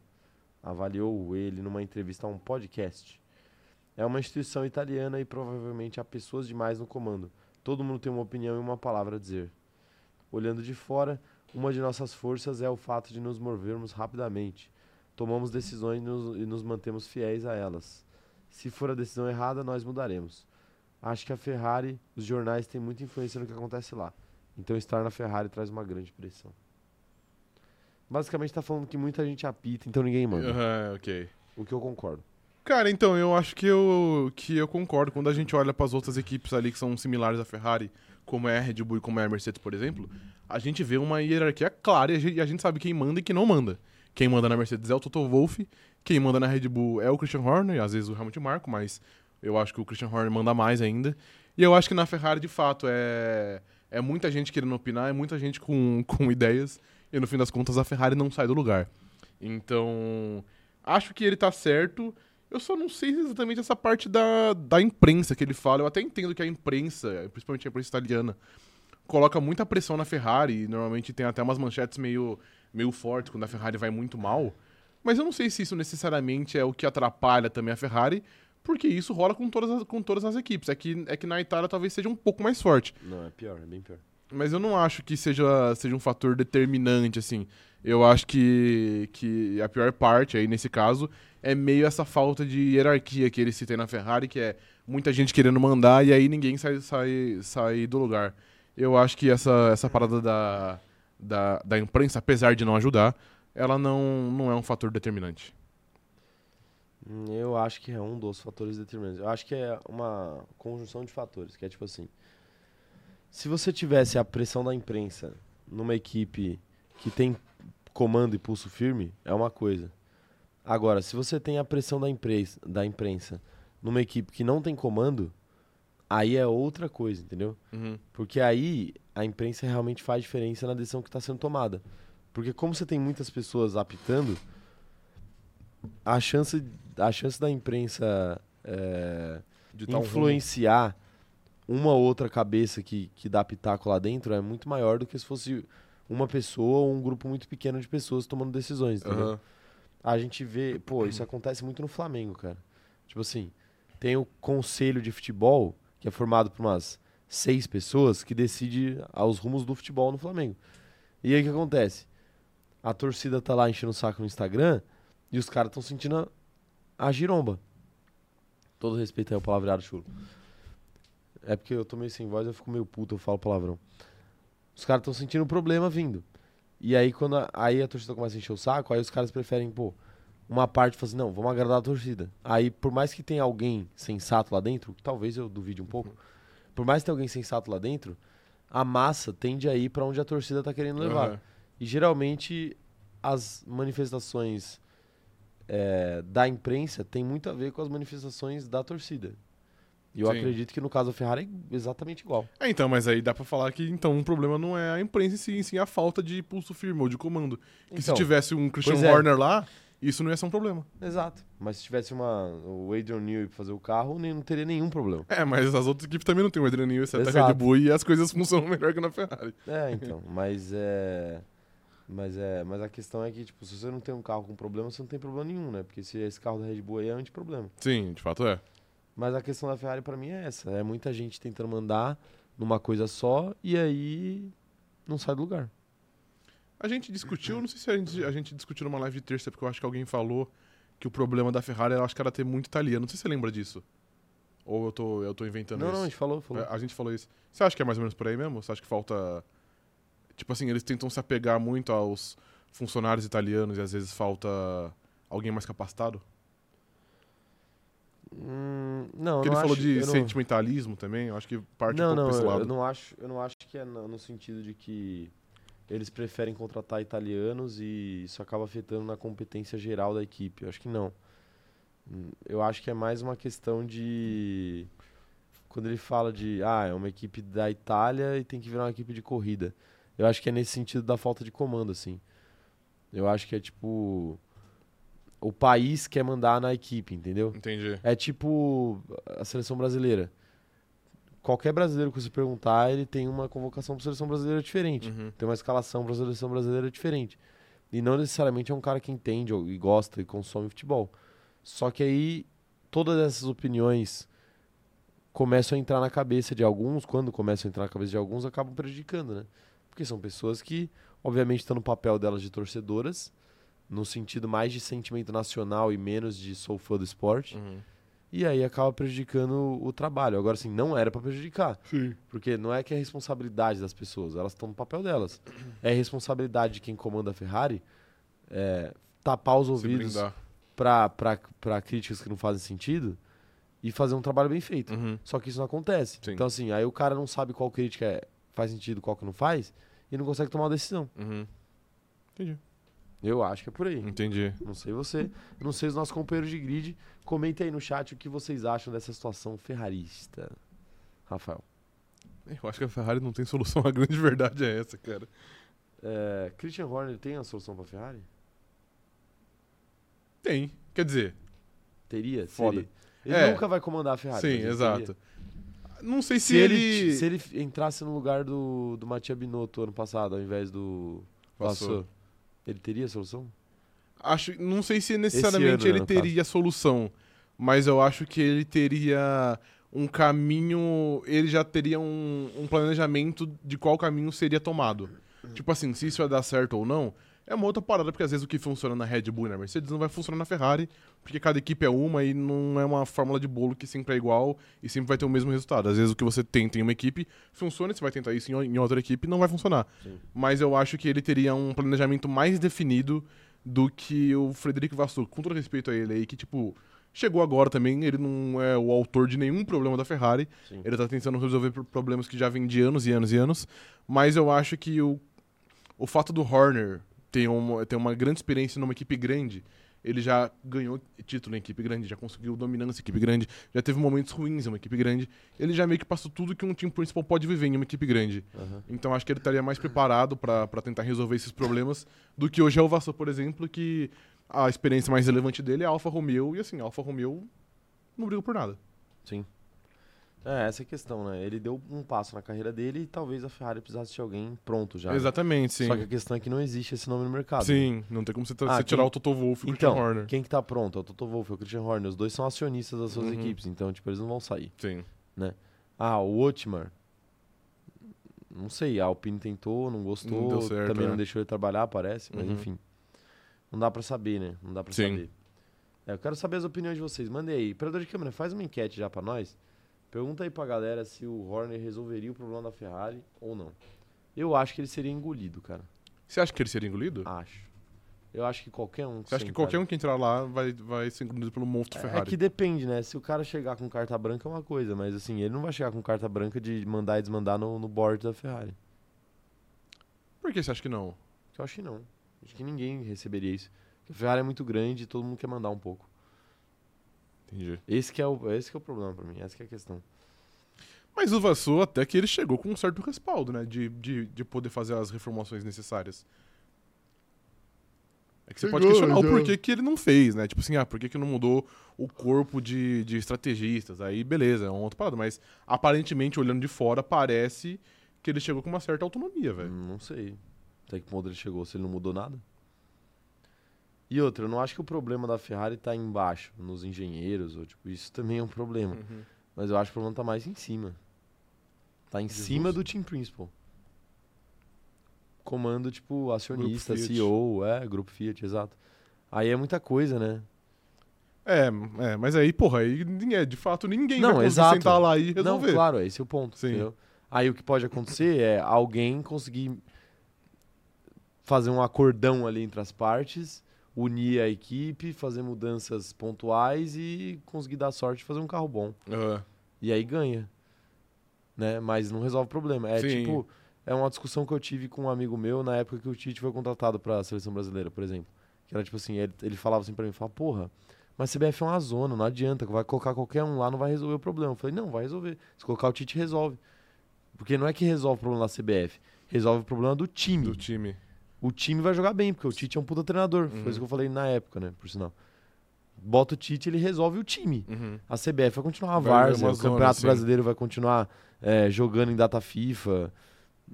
[SPEAKER 1] Avaliou ele numa entrevista a um podcast. É uma instituição italiana e provavelmente há pessoas demais no comando. Todo mundo tem uma opinião e uma palavra a dizer. Olhando de fora, uma de nossas forças é o fato de nos movermos rapidamente. Tomamos decisões e nos, e nos mantemos fiéis a elas. Se for a decisão errada, nós mudaremos. Acho que a Ferrari, os jornais têm muita influência no que acontece lá. Então estar na Ferrari traz uma grande pressão. Basicamente tá falando que muita gente apita, então ninguém manda.
[SPEAKER 2] Aham, ok.
[SPEAKER 1] O que eu concordo.
[SPEAKER 2] Cara, então, eu acho que eu, que eu concordo. Quando a gente olha para as outras equipes ali que são similares à Ferrari, como é a Red Bull e como é a Mercedes, por exemplo, a gente vê uma hierarquia clara e a gente, e a gente sabe quem manda e quem não manda. Quem manda na Mercedes é o Toto Wolff, quem manda na Red Bull é o Christian Horner, e às vezes o Hamilton Marco, mas eu acho que o Christian Horner manda mais ainda. E eu acho que na Ferrari, de fato, é, é muita gente querendo opinar, é muita gente com, com ideias, e no fim das contas a Ferrari não sai do lugar. Então, acho que ele tá certo. Eu só não sei exatamente essa parte da, da imprensa que ele fala. Eu até entendo que a imprensa, principalmente a imprensa italiana, coloca muita pressão na Ferrari. E normalmente tem até umas manchetes meio, meio fortes quando a Ferrari vai muito mal. Mas eu não sei se isso necessariamente é o que atrapalha também a Ferrari, porque isso rola com todas as, com todas as equipes. É que, é que na Itália talvez seja um pouco mais forte.
[SPEAKER 1] Não, é pior, é bem pior.
[SPEAKER 2] Mas eu não acho que seja, seja um fator determinante, assim. Eu acho que, que a pior parte aí, nesse caso, é meio essa falta de hierarquia que eles citam na Ferrari, que é muita gente querendo mandar e aí ninguém sai, sai, sai do lugar. Eu acho que essa, essa parada da, da, da imprensa, apesar de não ajudar, ela não, não é um fator determinante.
[SPEAKER 1] Hum, Eu acho que é um dos fatores determinantes. Eu acho que é uma conjunção de fatores, que é tipo assim. Se você tivesse a pressão da imprensa numa equipe que tem comando e pulso firme, é uma coisa. Agora, se você tem a pressão da imprensa, da imprensa numa equipe que não tem comando, aí é outra coisa, entendeu? Porque aí a imprensa realmente faz diferença na decisão que está sendo tomada. Porque como você tem muitas pessoas apitando, a chance, a chance da imprensa é,
[SPEAKER 2] De tal rumo.
[SPEAKER 1] influenciar uma outra cabeça que, que dá pitaco lá dentro é muito maior do que se fosse uma pessoa ou um grupo muito pequeno de pessoas tomando decisões, entendeu?
[SPEAKER 2] Aham.
[SPEAKER 1] A gente vê, pô, isso acontece muito no Flamengo, cara. Tipo assim, tem o conselho de futebol, que é formado por umas seis pessoas, que decide aos rumos do futebol no Flamengo. E aí o que acontece? A torcida tá lá enchendo o saco no Instagram e os caras estão sentindo a, a giromba. Todo respeito aí ao palavreado chulo. É porque eu tô meio sem voz, eu fico meio puto, eu falo palavrão. Os caras estão sentindo o problema vindo. E aí, quando a, aí a torcida começa a encher o saco, aí os caras preferem, pô, uma parte fala assim, não, vamos agradar a torcida. Aí, por mais que tenha alguém sensato lá dentro, que talvez eu duvide um pouco, por mais que tenha alguém sensato lá dentro, a massa tende a ir pra onde a torcida tá querendo levar.
[SPEAKER 2] Aham.
[SPEAKER 1] E geralmente as manifestações é, da imprensa tem muito a ver com as manifestações da torcida. E eu
[SPEAKER 2] Sim.
[SPEAKER 1] acredito que no caso da Ferrari é exatamente igual.
[SPEAKER 2] É, então, mas aí dá pra falar que então o problema não é a imprensa em si, e sim a falta de pulso firme ou de comando. Que se
[SPEAKER 1] Então,
[SPEAKER 2] tivesse um Christian
[SPEAKER 1] pois é.
[SPEAKER 2] Horner lá, isso não ia ser um problema.
[SPEAKER 1] Exato. Mas se tivesse uma, o Adrian Newey pra fazer o carro, nem- não teria nenhum problema.
[SPEAKER 2] É, mas as outras equipes também não um tem o Adriano, exceto a
[SPEAKER 1] Exato.
[SPEAKER 2] é Red Bull, e as coisas funcionam melhor que na Ferrari.
[SPEAKER 1] É, então, mas é. Mas é. Mas a questão é que, tipo, se você não tem um carro com problema, você não tem problema nenhum, né? Porque se esse carro da Red Bull aí é anti-problema.
[SPEAKER 2] Sim, de fato é.
[SPEAKER 1] Mas a questão da Ferrari pra mim é essa. É muita gente tentando mandar numa coisa só e aí não sai do lugar.
[SPEAKER 2] A gente discutiu, não sei se a gente, a gente discutiu numa live de terça, porque eu acho que alguém falou que o problema da Ferrari era, acho que era ter muito italiano. Não sei se você lembra disso. Ou eu tô, eu tô inventando
[SPEAKER 1] não,
[SPEAKER 2] isso.
[SPEAKER 1] não, a gente falou, falou.
[SPEAKER 2] É, A gente falou isso. Você acha que é mais ou menos por aí mesmo? Você acha que falta. Tipo assim, eles tentam se apegar muito aos funcionários italianos e às vezes falta alguém mais capacitado?
[SPEAKER 1] Hum, não,
[SPEAKER 2] Porque
[SPEAKER 1] eu não
[SPEAKER 2] ele falou
[SPEAKER 1] acho-
[SPEAKER 2] de
[SPEAKER 1] eu não-
[SPEAKER 2] sentimentalismo também, eu acho que parte
[SPEAKER 1] não,
[SPEAKER 2] um pouco
[SPEAKER 1] não,
[SPEAKER 2] pra esse
[SPEAKER 1] eu-
[SPEAKER 2] lado.
[SPEAKER 1] Eu não, acho, eu não acho que é no no sentido de que eles preferem contratar italianos e isso acaba afetando na competência geral da equipe. Eu acho que não. Hum, Eu acho que é mais uma questão de. Quando ele fala de. Ah, é uma equipe da Itália e tem que virar uma equipe de corrida. Eu acho que é nesse sentido da falta de comando, assim. Eu acho que é tipo. O país quer mandar na equipe, entendeu?
[SPEAKER 2] Entendi.
[SPEAKER 1] É tipo a seleção brasileira. Qualquer brasileiro que você perguntar, ele tem uma convocação para seleção brasileira diferente.
[SPEAKER 2] Uhum.
[SPEAKER 1] Tem uma escalação para seleção brasileira diferente. E não necessariamente é um cara que entende ou- e gosta e consome futebol. Só que aí todas essas opiniões começam a entrar na cabeça de alguns, quando começam a entrar na cabeça de alguns, acabam prejudicando, né? Porque são pessoas que, obviamente, estão no papel delas de torcedoras, no sentido mais de sentimento nacional e menos de sou fã do esporte.
[SPEAKER 2] Uhum.
[SPEAKER 1] E aí acaba prejudicando o trabalho. Agora, assim, não era pra prejudicar.
[SPEAKER 2] Sim.
[SPEAKER 1] Porque não é que é responsabilidade das pessoas, elas estão no papel delas. É responsabilidade de quem comanda a Ferrari é, tapar os
[SPEAKER 2] Se
[SPEAKER 1] ouvidos
[SPEAKER 2] brindar.
[SPEAKER 1] pra- pra pra críticas que não fazem sentido e fazer um trabalho bem feito.
[SPEAKER 2] Uhum.
[SPEAKER 1] Só que isso não acontece.
[SPEAKER 2] Sim.
[SPEAKER 1] Então, assim, aí o cara não sabe qual crítica é- faz sentido, qual que não faz, e não consegue tomar uma decisão.
[SPEAKER 2] Uhum. Entendi.
[SPEAKER 1] Eu acho que é por aí.
[SPEAKER 2] Entendi.
[SPEAKER 1] Não sei você, não sei os nossos companheiros de grid. Comentem aí no chat o que vocês acham dessa situação ferrarista. Rafael.
[SPEAKER 2] Eu acho que a Ferrari não tem solução, a grande verdade é essa, cara.
[SPEAKER 1] É, Christian Horner tem a solução pra Ferrari?
[SPEAKER 2] Tem. Quer dizer,
[SPEAKER 1] Teria?
[SPEAKER 2] Foda.
[SPEAKER 1] Seria. Ele
[SPEAKER 2] É.
[SPEAKER 1] nunca vai comandar a Ferrari.
[SPEAKER 2] sim,
[SPEAKER 1] mas ele
[SPEAKER 2] exato.
[SPEAKER 1] teria.
[SPEAKER 2] Não sei
[SPEAKER 1] Se, ele... se ele entrasse no lugar do, do Matia Binotto ano passado, ao invés do
[SPEAKER 2] Passou.
[SPEAKER 1] Passou, ele teria a solução?
[SPEAKER 2] Acho, não sei se necessariamente
[SPEAKER 1] ano, né,
[SPEAKER 2] ele
[SPEAKER 1] no
[SPEAKER 2] teria solução, mas eu acho que ele teria um caminho, ele já teria um, um planejamento de qual caminho seria tomado. Tipo assim, se isso vai dar certo ou não, é uma outra parada, porque às vezes o que funciona na Red Bull e na Mercedes não vai funcionar na Ferrari, porque cada equipe é uma e não é uma fórmula de bolo que sempre é igual e sempre vai ter o mesmo resultado. Às vezes o que você tenta em uma equipe funciona, e você vai tentar isso em em outra equipe e não vai funcionar.
[SPEAKER 1] Sim.
[SPEAKER 2] Mas eu acho que ele teria um planejamento mais definido do que o Frederico Vassour, com todo respeito a ele aí, que tipo, chegou agora também, ele não é o autor de nenhum problema da Ferrari,
[SPEAKER 1] Sim.
[SPEAKER 2] ele tá tentando resolver pro- problemas que já vêm de anos e anos e anos, mas eu acho que o, o fato do Horner ter uma, ter uma grande experiência numa equipe grande, ele já ganhou título em equipe grande, já conseguiu dominância em equipe grande, já teve momentos ruins em uma equipe grande, ele já meio que passou tudo que um time principal pode viver em uma equipe grande.
[SPEAKER 1] Aham.
[SPEAKER 2] Então acho que ele estaria mais preparado pra pra tentar resolver esses problemas do que hoje é o Vassour, por exemplo, que a experiência mais relevante dele é a Alfa Romeo, e assim, a Alfa Romeo não briga por nada.
[SPEAKER 1] É, essa é a questão, né? Ele deu um passo na carreira dele e talvez a Ferrari precisasse de alguém pronto já. né?
[SPEAKER 2] Exatamente, sim.
[SPEAKER 1] Só que a questão é que não existe esse nome no mercado. né?
[SPEAKER 2] Sim, não tem como você, tra-
[SPEAKER 1] Ah,
[SPEAKER 2] você tirar
[SPEAKER 1] quem-
[SPEAKER 2] o Toto Wolff e o Christian
[SPEAKER 1] Então,
[SPEAKER 2] Horner.
[SPEAKER 1] quem que tá pronto? É o Toto Wolff, é o Christian Horner. Os dois são acionistas das suas
[SPEAKER 2] Uhum.
[SPEAKER 1] equipes, então, tipo, eles não vão sair.
[SPEAKER 2] Sim.
[SPEAKER 1] Ah, o Otmar. Não sei, a Alpine tentou, não gostou.
[SPEAKER 2] Não deu certo,
[SPEAKER 1] também
[SPEAKER 2] né?
[SPEAKER 1] não deixou ele trabalhar, parece, mas
[SPEAKER 2] Uhum.
[SPEAKER 1] enfim. Não dá pra saber, né? Não dá pra
[SPEAKER 2] Sim.
[SPEAKER 1] saber. É, eu quero saber as opiniões de vocês. Mandei aí. Operador de câmera, faz uma enquete já pra nós. Pergunta aí pra galera se o Horner resolveria o problema da Ferrari ou não. Eu acho que ele seria engolido, cara.
[SPEAKER 2] Você acha que ele seria engolido?
[SPEAKER 1] Acho. Eu acho que qualquer um.
[SPEAKER 2] você acha
[SPEAKER 1] Ah, sim,
[SPEAKER 2] que qualquer
[SPEAKER 1] cara.
[SPEAKER 2] um que entrar lá vai, vai ser engolido pelo monstro
[SPEAKER 1] É
[SPEAKER 2] Ferrari?
[SPEAKER 1] que depende, né? Se o cara chegar com carta branca é uma coisa, mas assim, ele não vai chegar com carta branca de mandar e desmandar no, no board da Ferrari.
[SPEAKER 2] Por que você acha que não?
[SPEAKER 1] Eu acho que não. Acho que ninguém receberia isso. Porque a Ferrari é muito grande e todo mundo quer mandar um pouco.
[SPEAKER 2] Entendi.
[SPEAKER 1] Esse que é o, esse que é o problema pra mim, essa que é a questão.
[SPEAKER 2] Mas o Vassou até que ele chegou com um certo respaldo, né? De, de, de poder fazer as reformulações necessárias. É que você pode
[SPEAKER 1] Chegou,
[SPEAKER 2] questionar o
[SPEAKER 1] já.
[SPEAKER 2] porquê que ele não fez, né? Tipo assim, ah, por que, que não mudou o corpo de, de estrategistas? Aí, beleza, é uma outra parada. Mas aparentemente, olhando de fora, parece que ele chegou com uma certa autonomia, velho.
[SPEAKER 1] Não sei. Até que ponto ele chegou, se ele não mudou nada. E outra, eu não acho que o problema da Ferrari tá embaixo, nos engenheiros, ou tipo, isso também é um problema. Mas eu acho que o problema tá mais em cima. Tá em
[SPEAKER 2] Jesus.
[SPEAKER 1] cima do team principal. Comando, tipo, acionista,
[SPEAKER 2] Fiat.
[SPEAKER 1] CEO, é, grupo Fiat, exato. Aí é muita coisa, né?
[SPEAKER 2] É, é, mas aí, porra, aí ninguém- é, de fato ninguém
[SPEAKER 1] Não,
[SPEAKER 2] vai conseguir
[SPEAKER 1] exato.
[SPEAKER 2] sentar lá e resolver.
[SPEAKER 1] Não, claro, esse é o ponto,
[SPEAKER 2] Sim.
[SPEAKER 1] entendeu? Aí o que pode acontecer é alguém conseguir fazer um acordão ali entre as partes, unir a equipe, fazer mudanças pontuais e conseguir dar sorte de fazer um carro bom.
[SPEAKER 2] Aham.
[SPEAKER 1] E aí ganha. Né? Mas não resolve o problema. É
[SPEAKER 2] Sim.
[SPEAKER 1] tipo, é uma discussão que eu tive com um amigo meu na época que o Tite foi contratado pra seleção brasileira, por exemplo. Que era tipo assim, ele, ele falava assim pra mim, falava, porra, mas CBF é uma zona, não adianta, vai colocar qualquer um lá, não vai resolver o problema. Eu falei, não, vai resolver. Se colocar o Tite, resolve. Porque não é que resolve o problema da CBF, resolve o problema do time
[SPEAKER 2] Do time.
[SPEAKER 1] o time vai jogar bem, porque o Tite é um puta treinador.
[SPEAKER 2] Uhum.
[SPEAKER 1] Foi isso que eu falei na época, né? Por sinal. Bota o Tite, ele resolve o time.
[SPEAKER 2] Uhum.
[SPEAKER 1] A CBF vai continuar a
[SPEAKER 2] Vai virar
[SPEAKER 1] Várzea,
[SPEAKER 2] uma
[SPEAKER 1] o
[SPEAKER 2] zona,
[SPEAKER 1] Campeonato
[SPEAKER 2] sim.
[SPEAKER 1] Brasileiro vai continuar é, jogando em data FIFA.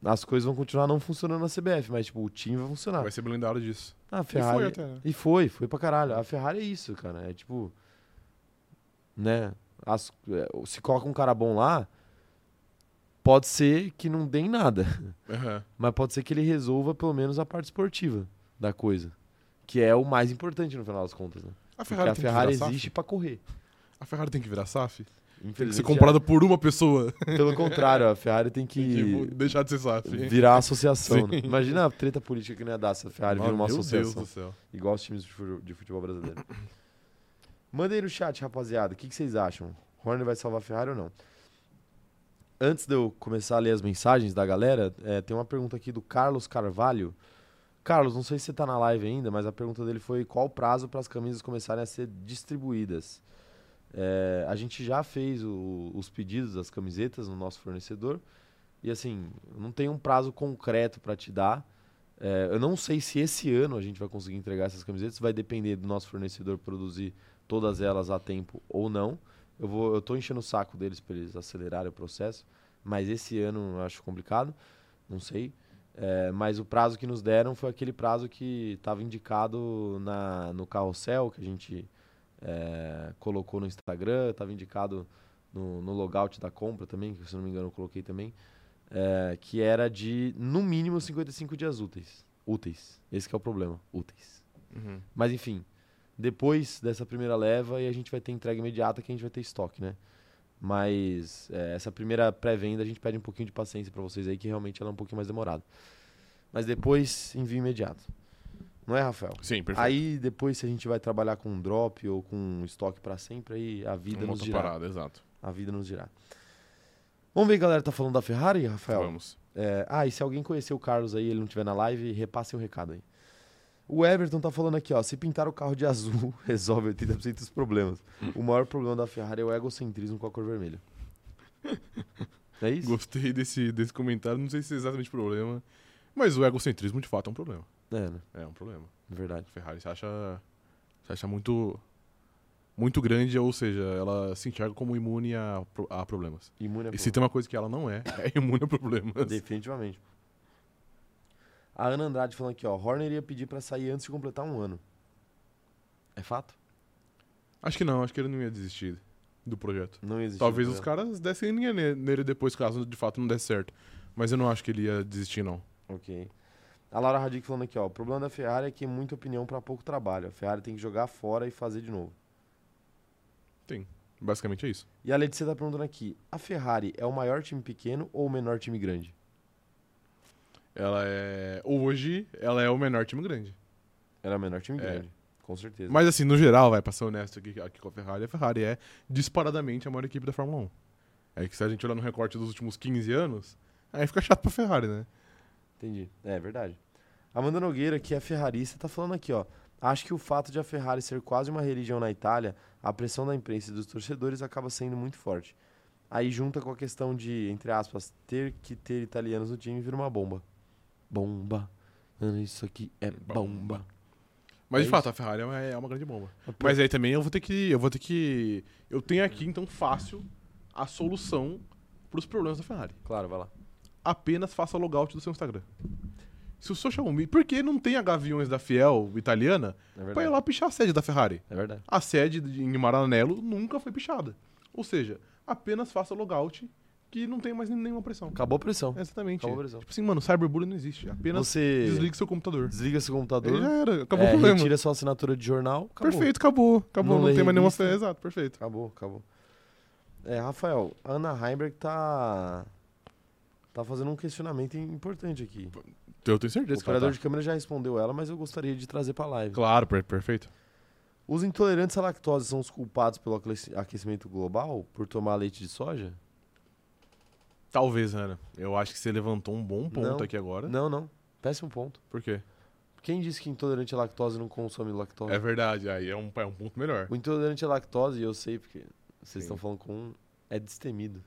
[SPEAKER 1] As coisas vão continuar não funcionando na CBF, mas tipo, o time vai funcionar. Ah,
[SPEAKER 2] Vai ser blindado disso.
[SPEAKER 1] A
[SPEAKER 2] E
[SPEAKER 1] Ferrari.
[SPEAKER 2] foi até, né?
[SPEAKER 1] E foi, foi pra caralho. A Ferrari é isso, cara. É tipo. Né? As- é, se coloca um cara bom lá, pode ser que não dê em nada.
[SPEAKER 2] Aham.
[SPEAKER 1] Mas pode ser que ele resolva pelo menos a parte esportiva da coisa. Que é o mais importante no final das contas, né?
[SPEAKER 2] A
[SPEAKER 1] Porque a
[SPEAKER 2] tem que
[SPEAKER 1] Ferrari
[SPEAKER 2] virar SAF?
[SPEAKER 1] existe pra correr.
[SPEAKER 2] A Ferrari tem que virar SAF? Tem que
[SPEAKER 1] Infelizmente.
[SPEAKER 2] ser comprada por uma pessoa.
[SPEAKER 1] já- Pelo contrário, a Ferrari tem
[SPEAKER 2] Tipo,
[SPEAKER 1] que
[SPEAKER 2] deixar de ser SAF.
[SPEAKER 1] virar associação. né?
[SPEAKER 2] Sim.
[SPEAKER 1] Imagina a treta política que não ia dar se a Ferrari vira
[SPEAKER 2] Ah,
[SPEAKER 1] uma
[SPEAKER 2] Meu Deus
[SPEAKER 1] associação.
[SPEAKER 2] do céu.
[SPEAKER 1] Igual os times de fu- de futebol brasileiro. Manda aí no chat, rapaziada. O que, que vocês acham? Horner vai salvar a Ferrari ou não? Antes de eu começar a ler as mensagens da galera, é, tem uma pergunta aqui do Carlos Carvalho. Carlos, não sei se você tá na live ainda, mas a pergunta dele foi qual o prazo para as camisas começarem a ser distribuídas. É, a gente já fez o- os pedidos das camisetas no nosso fornecedor e assim, não tem um prazo concreto para te dar. É, eu não sei se esse ano a gente vai conseguir entregar essas camisetas, vai depender do nosso fornecedor produzir todas elas a tempo ou não. Eu vou, eu tô enchendo o saco deles para eles acelerarem o processo, mas esse ano eu acho complicado, não sei. É, mas o prazo que nos deram foi aquele prazo que estava indicado na, no carrossel que a gente é, colocou no Instagram, estava indicado no, no logout da compra também, que se não me engano eu coloquei também, é, que era de no mínimo 55 dias úteis. Úteis. Esse que é o problema, úteis.
[SPEAKER 2] Uhum.
[SPEAKER 1] Mas enfim, depois dessa primeira leva, aí a gente vai ter entrega imediata que a gente vai ter estoque, né? Mas é, essa primeira pré-venda a gente pede um pouquinho de paciência pra vocês aí, que realmente ela é um pouquinho mais demorada. Mas depois, envio imediato. Não é, Rafael?
[SPEAKER 2] Sim, perfeito.
[SPEAKER 1] Aí depois, se a gente vai trabalhar com um drop ou com um estoque pra sempre, aí a vida
[SPEAKER 2] uma
[SPEAKER 1] nos
[SPEAKER 2] outra
[SPEAKER 1] dirá.
[SPEAKER 2] parada, exato.
[SPEAKER 1] A vida nos dirá. Vamos ver, galera, tá falando da Ferrari, Rafael?
[SPEAKER 2] Vamos.
[SPEAKER 1] É, ah, e se alguém conhecer o Carlos aí e ele não estiver na live, repasse o recado aí. O Everton tá falando aqui, ó. Se pintar o carro de azul, resolve 80% dos problemas. O maior problema da Ferrari é o egocentrismo com a cor vermelha. É isso?
[SPEAKER 2] Gostei desse, desse comentário, não sei se é exatamente problema. Mas o egocentrismo de fato é um problema.
[SPEAKER 1] É, né?
[SPEAKER 2] É um problema.
[SPEAKER 1] Verdade.
[SPEAKER 2] A Ferrari se acha. Se acha muito. muito grande, ou seja, ela se enxerga como imune a, pro- a problemas.
[SPEAKER 1] Imune a
[SPEAKER 2] E se tem uma coisa que ela não é, é imune a problemas.
[SPEAKER 1] Definitivamente. A Ana Andrade falando aqui, ó. Horner ia pedir pra sair antes de completar um ano. É fato?
[SPEAKER 2] Acho que não, acho que ele não ia desistir do projeto.
[SPEAKER 1] Não existe.
[SPEAKER 2] Talvez
[SPEAKER 1] né?
[SPEAKER 2] os caras dessem linha ne- nele depois, caso de fato não der certo. Mas eu não acho que ele ia desistir, não.
[SPEAKER 1] Ok. A Laura Radic falando aqui, ó. O problema da Ferrari é que é muita opinião pra pouco trabalho. A Ferrari tem que jogar fora e fazer de novo.
[SPEAKER 2] Basicamente é isso.
[SPEAKER 1] E a Letícia tá perguntando aqui: a Ferrari é o maior time pequeno ou o menor time grande?
[SPEAKER 2] Ela é. Hoje, ela é o menor time grande.
[SPEAKER 1] Ela é o menor time
[SPEAKER 2] É.
[SPEAKER 1] grande, com certeza.
[SPEAKER 2] Mas assim, no geral, vai, pra ser honesto aqui, aqui com a Ferrari, a Ferrari é disparadamente a maior equipe da Fórmula 1. É que se a gente olhar no recorte dos últimos 15 anos, aí fica chato pra Ferrari, né?
[SPEAKER 1] Entendi. É verdade. Amanda Nogueira, que é ferrarista, tá falando aqui, ó. Acho que o fato de a Ferrari ser quase uma religião na Itália, a pressão da imprensa e dos torcedores acaba sendo muito forte. Aí junta com a questão de, entre aspas, ter que ter italianos no time vira uma bomba. Bomba. Mano, Isso aqui é bomba.
[SPEAKER 2] Mas
[SPEAKER 1] É
[SPEAKER 2] de
[SPEAKER 1] isso.
[SPEAKER 2] fato, a Ferrari é uma, é uma grande bomba. Mas aí também eu vou ter que. Eu vou ter que. Eu tenho aqui, então, fácil, a solução pros problemas da Ferrari.
[SPEAKER 1] Claro, vai lá.
[SPEAKER 2] Apenas faça logout do seu Instagram. Se o social media. Por que não tem a Gaviões da Fiel italiana
[SPEAKER 1] É
[SPEAKER 2] pra ir
[SPEAKER 1] verdade.
[SPEAKER 2] lá pichar a sede da Ferrari?
[SPEAKER 1] É verdade.
[SPEAKER 2] A sede de- em Maranello nunca foi pichada. Ou seja, apenas faça logout que não tem mais nenhuma pressão.
[SPEAKER 1] Acabou a pressão.
[SPEAKER 2] Exatamente.
[SPEAKER 1] Acabou a pressão.
[SPEAKER 2] Tipo assim, mano, cyberbullying não existe. É, Apenas
[SPEAKER 1] Você
[SPEAKER 2] desliga seu computador.
[SPEAKER 1] desliga seu
[SPEAKER 2] Aí já
[SPEAKER 1] computador,
[SPEAKER 2] era, acabou o
[SPEAKER 1] é,
[SPEAKER 2] problema.
[SPEAKER 1] retira sua assinatura de jornal, acabou.
[SPEAKER 2] Perfeito, acabou. Acabou,
[SPEAKER 1] Não
[SPEAKER 2] não,
[SPEAKER 1] lê
[SPEAKER 2] tem mais nenhuma
[SPEAKER 1] revista.
[SPEAKER 2] fé. Exato, perfeito.
[SPEAKER 1] Acabou, acabou. É, Rafael, a Ana Heimberg tá. tá fazendo um questionamento im- importante aqui.
[SPEAKER 2] Eu tenho certeza
[SPEAKER 1] o operador de câmera já respondeu ela, mas eu gostaria de trazer pra live.
[SPEAKER 2] Claro, per- perfeito.
[SPEAKER 1] Os intolerantes à lactose são os culpados pelo aquece- aquecimento global por tomar leite de soja?
[SPEAKER 2] Talvez, Ana. Eu acho que você levantou um bom ponto
[SPEAKER 1] Não.
[SPEAKER 2] aqui agora.
[SPEAKER 1] Não, não. Péssimo ponto.
[SPEAKER 2] Por quê?
[SPEAKER 1] Quem disse que intolerante à lactose não consome lactose?
[SPEAKER 2] É verdade, aí é um, é um ponto melhor.
[SPEAKER 1] O intolerante à lactose, eu sei porque vocês
[SPEAKER 2] Sim.
[SPEAKER 1] estão falando com um, é destemido.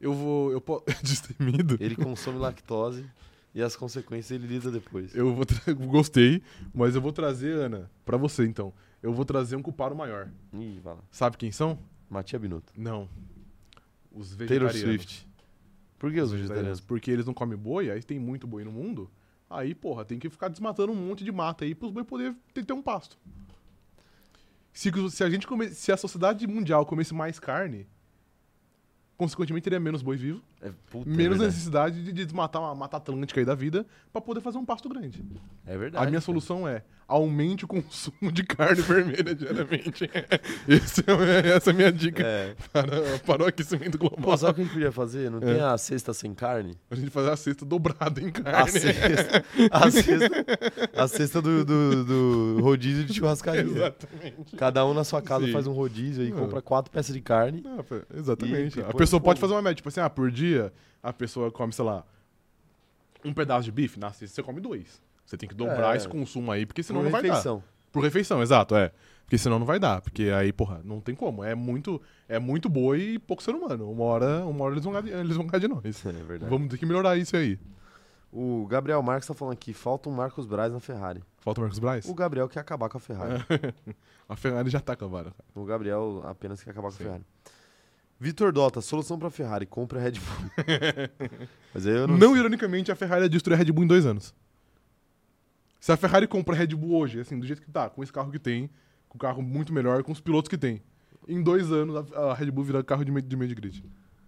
[SPEAKER 2] Eu vou. Eu posso. Destemido.
[SPEAKER 1] Ele consome lactose e as consequências ele lida depois.
[SPEAKER 2] Eu vou tra- gostei, mas eu vou trazer, Ana, pra você então. Eu vou trazer um culpado maior.
[SPEAKER 1] Ih, vai lá.
[SPEAKER 2] Sabe quem são?
[SPEAKER 1] Matia Binotto.
[SPEAKER 2] Não. Os
[SPEAKER 1] Taylor
[SPEAKER 2] vegetarianos.
[SPEAKER 1] Swift. Por que os
[SPEAKER 2] Vegetarianos.
[SPEAKER 1] vegetarianos?
[SPEAKER 2] Porque eles não comem boi, aí tem muito boi no mundo. Aí, porra, tem que ficar desmatando um monte de mata aí pros boi poder ter, ter um pasto. Se, se a gente come, se a sociedade mundial comesse mais carne, consequentemente teria menos boi vivo,
[SPEAKER 1] É, puta,
[SPEAKER 2] menos
[SPEAKER 1] é verdade.
[SPEAKER 2] necessidade de desmatar uma mata atlântica aí da vida pra poder fazer um pasto grande.
[SPEAKER 1] É verdade.
[SPEAKER 2] A
[SPEAKER 1] cara.
[SPEAKER 2] minha solução é aumente o consumo de carne vermelha diariamente. Esse é- essa é a minha dica
[SPEAKER 1] É.
[SPEAKER 2] para, para o aquecimento global.
[SPEAKER 1] Pô, sabe o que a gente podia fazer?
[SPEAKER 2] É.
[SPEAKER 1] Não tem a cesta sem carne?
[SPEAKER 2] A gente fazer a cesta dobrada em
[SPEAKER 1] A
[SPEAKER 2] carne.
[SPEAKER 1] cesta. A cesta, a cesta do, do, do rodízio de churrascaria.
[SPEAKER 2] Exatamente.
[SPEAKER 1] Cada um na sua casa
[SPEAKER 2] Sim. É.
[SPEAKER 1] faz um rodízio aí,
[SPEAKER 2] Não.
[SPEAKER 1] compra quatro peças de carne.
[SPEAKER 2] Não, pô, exatamente.
[SPEAKER 1] E
[SPEAKER 2] a
[SPEAKER 1] põe
[SPEAKER 2] pessoa
[SPEAKER 1] no
[SPEAKER 2] pode
[SPEAKER 1] fogo.
[SPEAKER 2] fazer uma média, tipo assim, ah, por dia a pessoa come, sei lá, um pedaço de bife, na cesta você come dois. Você tem que dobrar
[SPEAKER 1] É.
[SPEAKER 2] esse consumo aí, porque senão
[SPEAKER 1] Uma
[SPEAKER 2] não vai dar.
[SPEAKER 1] refeição.
[SPEAKER 2] Por refeição, exato, é. Porque senão não vai dar, porque aí, porra, não tem como. É muito, é muito boi e pouco ser humano. Uma hora, uma hora eles vão ganhar de- eles vão ganhar de nós.
[SPEAKER 1] É verdade.
[SPEAKER 2] Vamos ter que melhorar isso aí.
[SPEAKER 1] O Gabriel Marques tá falando aqui, falta um Marcos Braz na Ferrari.
[SPEAKER 2] Falta o Marcos Braz?
[SPEAKER 1] O Gabriel quer acabar com a Ferrari.
[SPEAKER 2] A Ferrari já tá acabada. cara.
[SPEAKER 1] O Gabriel apenas quer acabar com
[SPEAKER 2] Sim.
[SPEAKER 1] a Ferrari. Vitor Dota, solução pra Ferrari, compra a Red Bull. Mas aí eu não,
[SPEAKER 2] Não, ironicamente, a Ferrari ia destruir a Red Bull em dois anos. Se a Ferrari compra a Red Bull hoje, assim, do jeito que tá, com esse carro que tem, com o carro muito melhor, com os pilotos que tem, em dois anos a, a Red Bull vira carro de meio de, meio de grid.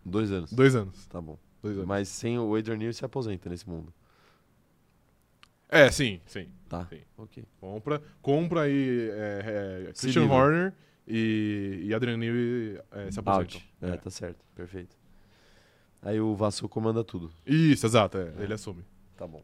[SPEAKER 1] Dois anos.
[SPEAKER 2] Dois anos.
[SPEAKER 1] Tá bom.
[SPEAKER 2] Dois anos.
[SPEAKER 1] Mas sem o Adrian Newey se aposenta nesse mundo.
[SPEAKER 2] É, sim, sim.
[SPEAKER 1] Tá.
[SPEAKER 2] Sim.
[SPEAKER 1] Ok.
[SPEAKER 2] Compra, compra aí é, é,
[SPEAKER 1] Se
[SPEAKER 2] Christian
[SPEAKER 1] livra.
[SPEAKER 2] Horner e, e Adrian Newey é, se aposentam.
[SPEAKER 1] Out. É, tá certo. Perfeito. Aí o Vasco comanda tudo.
[SPEAKER 2] Isso, exato, é,
[SPEAKER 1] É.
[SPEAKER 2] ele assume.
[SPEAKER 1] Tá bom.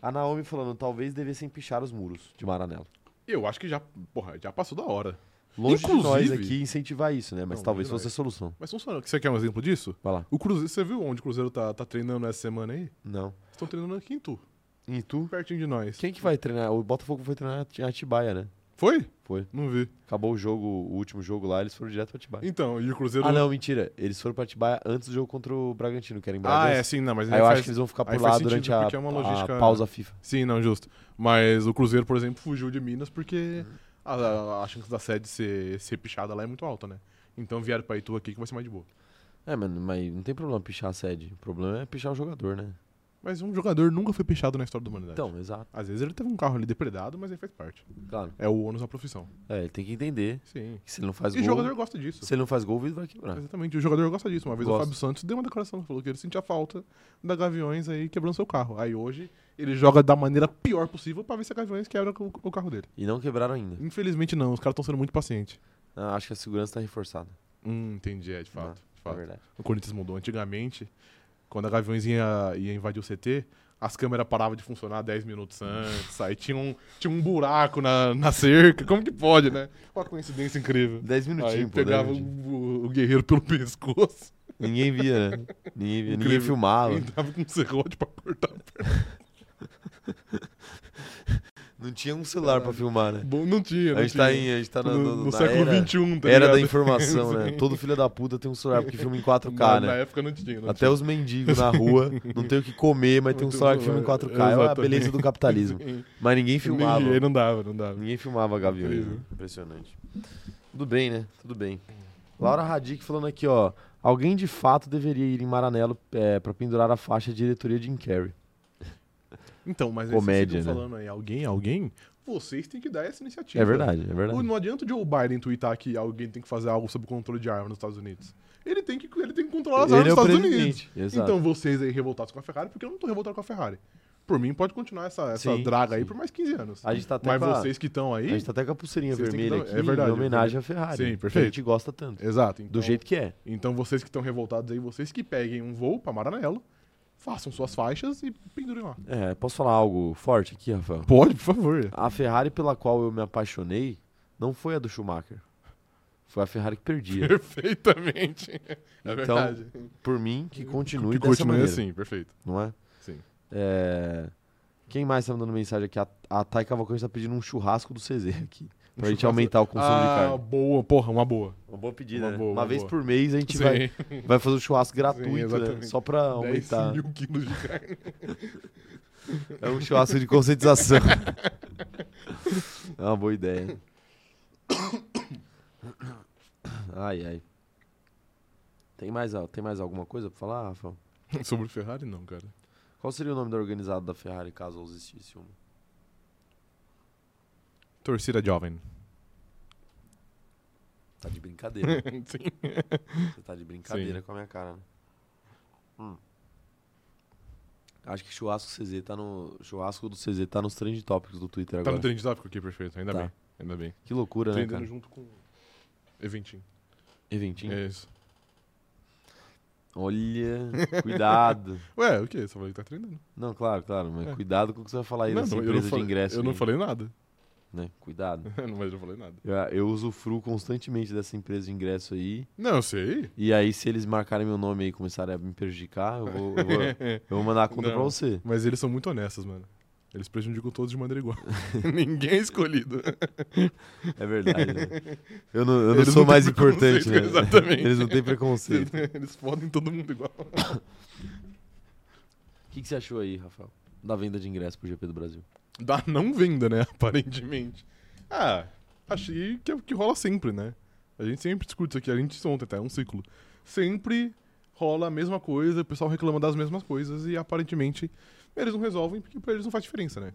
[SPEAKER 1] A Naomi falando, talvez devessem pichar os muros de Maranello.
[SPEAKER 2] Eu acho que já, porra, já passou da hora.
[SPEAKER 1] Longe de nós
[SPEAKER 2] Inclusive-
[SPEAKER 1] aqui incentivar isso, né? Mas
[SPEAKER 2] Não,
[SPEAKER 1] talvez
[SPEAKER 2] longe de
[SPEAKER 1] fosse a solução.
[SPEAKER 2] Mas funciona. Você quer um exemplo disso?
[SPEAKER 1] Vai lá.
[SPEAKER 2] O Cruzeiro, você viu onde o Cruzeiro tá, tá treinando essa semana aí?
[SPEAKER 1] Não.
[SPEAKER 2] Estão treinando aqui em Tu,
[SPEAKER 1] E tu?
[SPEAKER 2] pertinho de nós.
[SPEAKER 1] Quem que vai treinar? O Botafogo foi treinar em Atibaia, né?
[SPEAKER 2] Foi?
[SPEAKER 1] Foi.
[SPEAKER 2] Não vi.
[SPEAKER 1] Acabou o jogo, o último jogo lá, eles foram direto pra Atibaia.
[SPEAKER 2] Então, e o Cruzeiro.
[SPEAKER 1] Ah, não, mentira. Eles foram pra Atibaia antes do jogo contra o Bragantino, que era em
[SPEAKER 2] Ah, é,
[SPEAKER 1] Bragança.
[SPEAKER 2] sim, não, mas
[SPEAKER 1] Aí
[SPEAKER 2] ele
[SPEAKER 1] eu
[SPEAKER 2] faz-
[SPEAKER 1] acho que eles vão ficar
[SPEAKER 2] aí
[SPEAKER 1] por
[SPEAKER 2] faz
[SPEAKER 1] lá
[SPEAKER 2] sentido,
[SPEAKER 1] durante a,
[SPEAKER 2] porque é uma logística-
[SPEAKER 1] a pausa FIFA.
[SPEAKER 2] Sim, não, justo. Mas o Cruzeiro, por exemplo, fugiu de Minas porque a, a, a chance da sede ser, ser pichada lá é muito alta, né? Então vieram pra Itu aqui que vai ser mais de boa.
[SPEAKER 1] É, mano, mas não tem problema pichar a sede. O problema é pichar o jogador, né?
[SPEAKER 2] Mas um jogador nunca foi pichado na história da humanidade.
[SPEAKER 1] Então, exato.
[SPEAKER 2] Às vezes ele teve um carro ali depredado, mas aí faz parte.
[SPEAKER 1] Claro.
[SPEAKER 2] É o ônus da profissão.
[SPEAKER 1] É, ele tem que entender
[SPEAKER 2] Sim.
[SPEAKER 1] que se ele não faz
[SPEAKER 2] e o
[SPEAKER 1] gol.
[SPEAKER 2] jogador é gosta disso.
[SPEAKER 1] Se ele não faz gol, o vidro vai quebrar.
[SPEAKER 2] Exatamente, o jogador gosta disso. Uma vez
[SPEAKER 1] Gosta.
[SPEAKER 2] o Fábio Santos deu uma declaração, falou que ele sentia falta da Gaviões aí quebrando seu carro. Aí hoje ele joga da maneira pior possível pra ver se a Gaviões quebra o, o carro dele.
[SPEAKER 1] E não quebraram ainda.
[SPEAKER 2] Infelizmente não, os caras estão sendo muito pacientes.
[SPEAKER 1] Ah, acho que a segurança tá reforçada.
[SPEAKER 2] Hum, entendi, é de fato. de
[SPEAKER 1] É
[SPEAKER 2] fato.
[SPEAKER 1] verdade.
[SPEAKER 2] O Corinthians mudou. Antigamente, quando a Gaviões ia, ia invadir o CT, as câmeras paravam de funcionar 10 minutos antes, aí tinha um, tinha um buraco na, na cerca. Como que pode, né? Uma coincidência incrível.
[SPEAKER 1] 10
[SPEAKER 2] Aí
[SPEAKER 1] minutinhos, pô.
[SPEAKER 2] pegava
[SPEAKER 1] dez minutinhos.
[SPEAKER 2] o, o guerreiro pelo pescoço,
[SPEAKER 1] Ninguém via, né? Ninguém via. Ninguém
[SPEAKER 2] Incrível.
[SPEAKER 1] filmava.
[SPEAKER 2] entrava com um serrote pra cortar.
[SPEAKER 1] Não tinha um celular pra filmar, né?
[SPEAKER 2] Bom, não tinha, não
[SPEAKER 1] A gente
[SPEAKER 2] tinha.
[SPEAKER 1] tá, em, a gente tá na,
[SPEAKER 2] no,
[SPEAKER 1] no-
[SPEAKER 2] no
[SPEAKER 1] na
[SPEAKER 2] século
[SPEAKER 1] era,
[SPEAKER 2] XXI, tá
[SPEAKER 1] era
[SPEAKER 2] ligado?
[SPEAKER 1] da informação, né?
[SPEAKER 2] Sim.
[SPEAKER 1] Todo filho da puta tem um celular porque filma em
[SPEAKER 2] na,
[SPEAKER 1] 4K,
[SPEAKER 2] na
[SPEAKER 1] né?
[SPEAKER 2] época não tinha. Não
[SPEAKER 1] Até os mendigos na rua não tem o que comer, mas tem um
[SPEAKER 2] Muito
[SPEAKER 1] celular que filma em 4K. É a
[SPEAKER 2] exatamente.
[SPEAKER 1] beleza do capitalismo.
[SPEAKER 2] tinha.
[SPEAKER 1] Mas ninguém filmava.
[SPEAKER 2] Filmava. Não dava, não dava.
[SPEAKER 1] Ninguém filmava Gaviões.
[SPEAKER 2] Incrível.
[SPEAKER 1] né? Impressionante. Tudo bem, né? Tudo bem. Laura Radic falando aqui, ó. Alguém de fato deveria ir em Maranello é, para pendurar a faixa de diretoria de Jim Carrey.
[SPEAKER 2] Então, mas
[SPEAKER 1] Comédia,
[SPEAKER 2] aí vocês ficam
[SPEAKER 1] né?
[SPEAKER 2] falando aí, alguém, alguém, vocês têm que dar essa iniciativa.
[SPEAKER 1] É verdade, é
[SPEAKER 2] então. O-
[SPEAKER 1] verdade.
[SPEAKER 2] Não adianta o Joe Biden twittar que alguém tem que fazer algo sob controle de arma nos Estados Unidos. Ele tem que, ele tem que controlar as armas
[SPEAKER 1] Ele é
[SPEAKER 2] nos
[SPEAKER 1] o
[SPEAKER 2] Estados Unidos.
[SPEAKER 1] presidente. Exato.
[SPEAKER 2] Então vocês aí revoltados com a Ferrari, porque eu não tô revoltado com a Ferrari. Por mim, pode continuar essa, essa
[SPEAKER 1] Sim,
[SPEAKER 2] draga aí
[SPEAKER 1] sim.
[SPEAKER 2] por mais 15 anos.
[SPEAKER 1] a gente tá até
[SPEAKER 2] Mas
[SPEAKER 1] com a-
[SPEAKER 2] vocês que estão
[SPEAKER 1] a
[SPEAKER 2] aí.
[SPEAKER 1] gente tá até com a pulseirinha
[SPEAKER 2] Vocês têm que
[SPEAKER 1] vermelha
[SPEAKER 2] dar-
[SPEAKER 1] aqui,
[SPEAKER 2] é verdade,
[SPEAKER 1] em homenagem à Ferrari.
[SPEAKER 2] Sim,
[SPEAKER 1] que
[SPEAKER 2] perfeito.
[SPEAKER 1] A gente gosta tanto.
[SPEAKER 2] Exato. Então,
[SPEAKER 1] Do jeito que é.
[SPEAKER 2] então vocês que estão revoltados aí, vocês que peguem um voo pra Maranello, façam suas faixas e pendurem lá.
[SPEAKER 1] É, posso falar algo forte aqui, Rafael?
[SPEAKER 2] Pode, por favor.
[SPEAKER 1] A Ferrari pela qual eu me apaixonei não foi a do Schumacher. Foi a Ferrari que perdia.
[SPEAKER 2] Perfeitamente. É
[SPEAKER 1] Então,
[SPEAKER 2] verdade.
[SPEAKER 1] Por mim, que continue
[SPEAKER 2] que
[SPEAKER 1] dessa
[SPEAKER 2] continue
[SPEAKER 1] maneira,
[SPEAKER 2] assim, perfeito.
[SPEAKER 1] não é?
[SPEAKER 2] Sim.
[SPEAKER 1] É, Quem mais tá mandando mensagem aqui? A, a Thay Cavalcante tá pedindo um churrasco do CZ aqui. Pra gente aumentar o consumo
[SPEAKER 2] ah,
[SPEAKER 1] de carne.
[SPEAKER 2] boa, porra, uma boa.
[SPEAKER 1] Um Uma boa pedida,
[SPEAKER 2] uma
[SPEAKER 1] né?
[SPEAKER 2] boa,
[SPEAKER 1] uma
[SPEAKER 2] uma
[SPEAKER 1] vez
[SPEAKER 2] boa.
[SPEAKER 1] por mês a gente vai, tá. vai fazer um churrasco gratuito, né?
[SPEAKER 2] exatamente.
[SPEAKER 1] Só pra
[SPEAKER 2] 10
[SPEAKER 1] aumentar.
[SPEAKER 2] mil quilos de carne.
[SPEAKER 1] É um churrasco de conscientização. é uma boa ideia. Ai, ai. Tem mais, al- tem mais alguma coisa pra falar, Rafa?
[SPEAKER 2] Sobre o Ferrari, não, cara.
[SPEAKER 1] Qual seria o nome da organizada da Ferrari caso existisse um? uma?
[SPEAKER 2] Torcida jovem.
[SPEAKER 1] Tá de brincadeira.
[SPEAKER 2] Sim.
[SPEAKER 1] Você tá de brincadeira com a minha cara, né? Hum. Acho que churrasco CZ tá no. Churrasco do CZ tá nos trend topics do Twitter
[SPEAKER 2] Tá
[SPEAKER 1] agora.
[SPEAKER 2] no trend tópico aqui, perfeito. Ainda
[SPEAKER 1] Tá.
[SPEAKER 2] bem. Ainda bem.
[SPEAKER 1] que loucura, né,
[SPEAKER 2] Trendando
[SPEAKER 1] cara?
[SPEAKER 2] junto com eventinho.
[SPEAKER 1] Eventinho.
[SPEAKER 2] É isso.
[SPEAKER 1] Olha, cuidado.
[SPEAKER 2] Ué, o que? Só falei que tá treinando.
[SPEAKER 1] Não, claro, claro, mas
[SPEAKER 2] É.
[SPEAKER 1] cuidado com o que você vai falar aí dessa
[SPEAKER 2] eu não
[SPEAKER 1] empresa de
[SPEAKER 2] falei,
[SPEAKER 1] ingresso.
[SPEAKER 2] eu não
[SPEAKER 1] aí,
[SPEAKER 2] falei nada.
[SPEAKER 1] né? Cuidado.
[SPEAKER 2] Não, mas eu não falei nada.
[SPEAKER 1] Eu, eu usufruo constantemente dessa empresa de ingresso aí.
[SPEAKER 2] Não, eu sei.
[SPEAKER 1] E aí, se eles marcarem meu nome aí e começarem a me prejudicar, eu vou, eu vou, eu vou mandar a conta
[SPEAKER 2] Não.
[SPEAKER 1] pra você.
[SPEAKER 2] Mas eles são muito honestos, mano. Eles prejudicam todos de maneira igual. Ninguém é escolhido.
[SPEAKER 1] É verdade. Né? Eu não, eu não
[SPEAKER 2] Eles
[SPEAKER 1] sou
[SPEAKER 2] não têm
[SPEAKER 1] mais importante, né?
[SPEAKER 2] preconceito, exatamente.
[SPEAKER 1] Eles não têm preconceito.
[SPEAKER 2] Eles fodem todo mundo igual.
[SPEAKER 1] O que, que você achou aí, Rafael? Da venda de ingresso pro GP do Brasil.
[SPEAKER 2] da não venda, né? Aparentemente. Ah, achei que é o que rola sempre, né? A gente sempre discute isso aqui, a gente diz ontem até, é um ciclo. Sempre rola a mesma coisa, o pessoal reclama das mesmas coisas e aparentemente eles não resolvem porque pra eles não faz diferença, né?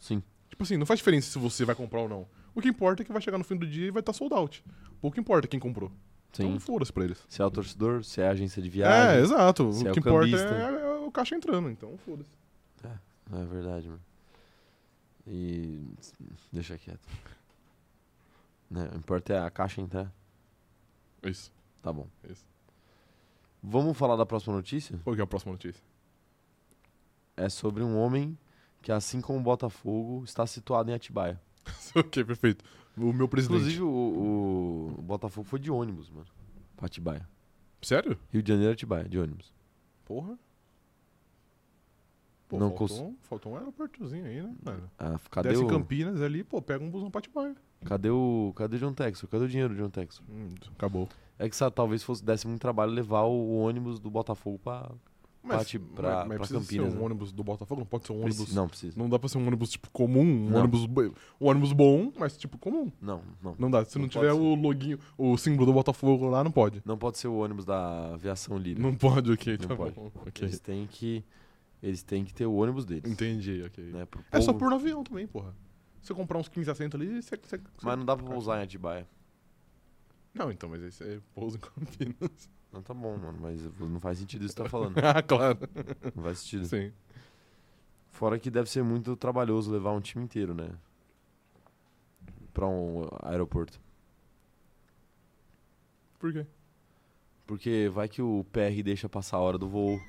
[SPEAKER 1] Sim.
[SPEAKER 2] Tipo assim, não faz diferença se você vai comprar ou não. O que importa é que vai chegar no fim do dia e vai estar sold out. Pouco importa quem comprou.
[SPEAKER 1] Sim.
[SPEAKER 2] Então foda-se pra eles.
[SPEAKER 1] Se é o torcedor, se é a agência de
[SPEAKER 2] É,
[SPEAKER 1] viagem.
[SPEAKER 2] exato. O
[SPEAKER 1] se
[SPEAKER 2] que
[SPEAKER 1] é o
[SPEAKER 2] importa
[SPEAKER 1] cambista.
[SPEAKER 2] é, é o caixa entrando, então foda-se.
[SPEAKER 1] É, é verdade, mano. E. Deixa quieto. Né, o importante é a caixa entrar.
[SPEAKER 2] É isso.
[SPEAKER 1] Tá bom.
[SPEAKER 2] Isso.
[SPEAKER 1] Vamos falar da próxima notícia?
[SPEAKER 2] Qual que é a próxima notícia?
[SPEAKER 1] É sobre um homem que, assim como o Botafogo, está situado em Atibaia.
[SPEAKER 2] ok, é perfeito. O meu presidente.
[SPEAKER 1] Inclusive, o, o Botafogo foi de ônibus, mano. Pra Atibaia.
[SPEAKER 2] Sério?
[SPEAKER 1] Rio de Janeiro, Atibaia, de ônibus.
[SPEAKER 2] Porra. Pô,
[SPEAKER 1] Não
[SPEAKER 2] faltou,
[SPEAKER 1] cons-
[SPEAKER 2] um, faltou um aeroportozinho aí, né, mano?
[SPEAKER 1] Ah, cadê
[SPEAKER 2] Desce em
[SPEAKER 1] o-
[SPEAKER 2] Campinas ali, pô, pega um busão pra Atibaia.
[SPEAKER 1] Cadê o. Cadê o John Texor? Cadê o dinheiro do John Texor?
[SPEAKER 2] Hum, acabou.
[SPEAKER 1] É que sa- talvez fosse, desse muito trabalho levar o, o ônibus do Botafogo pra, parte pra- pra
[SPEAKER 2] precisa
[SPEAKER 1] Campinas,
[SPEAKER 2] ser um
[SPEAKER 1] né?
[SPEAKER 2] ônibus do Botafogo? Não pode ser um
[SPEAKER 1] Preci-
[SPEAKER 2] ônibus.
[SPEAKER 1] Não precisa.
[SPEAKER 2] Não dá pra ser um ônibus, tipo, comum. Um
[SPEAKER 1] Não.
[SPEAKER 2] ônibus, bo- um ônibus bom, mas, tipo, comum.
[SPEAKER 1] Não, não.
[SPEAKER 2] Não dá. Se não,
[SPEAKER 1] Não
[SPEAKER 2] tiver
[SPEAKER 1] pode
[SPEAKER 2] o loginho, o símbolo do Botafogo lá, não pode.
[SPEAKER 1] Não pode ser o ônibus da aviação livre.
[SPEAKER 2] Não pode, ok.
[SPEAKER 1] Não
[SPEAKER 2] tá
[SPEAKER 1] pode.
[SPEAKER 2] bom, ok.
[SPEAKER 1] Eles têm que. Eles têm que ter o ônibus deles.
[SPEAKER 2] Entendi, ok.
[SPEAKER 1] né, pro
[SPEAKER 2] É só
[SPEAKER 1] povo.
[SPEAKER 2] pôr no avião também, porra. Se você comprar uns 15 assentos ali, você. você-
[SPEAKER 1] Mas
[SPEAKER 2] você-
[SPEAKER 1] não dá pra pousar em Atibaia.
[SPEAKER 2] Não, então, mas aí você pousa em Campinas.
[SPEAKER 1] Não tá bom, mano. Mas não faz sentido isso que você tá falando.
[SPEAKER 2] ah, claro.
[SPEAKER 1] Não faz sentido.
[SPEAKER 2] Sim.
[SPEAKER 1] Fora que deve ser muito trabalhoso levar um time inteiro, né? Pra um aeroporto.
[SPEAKER 2] Por quê?
[SPEAKER 1] Porque vai que o PR deixa passar a hora do voo.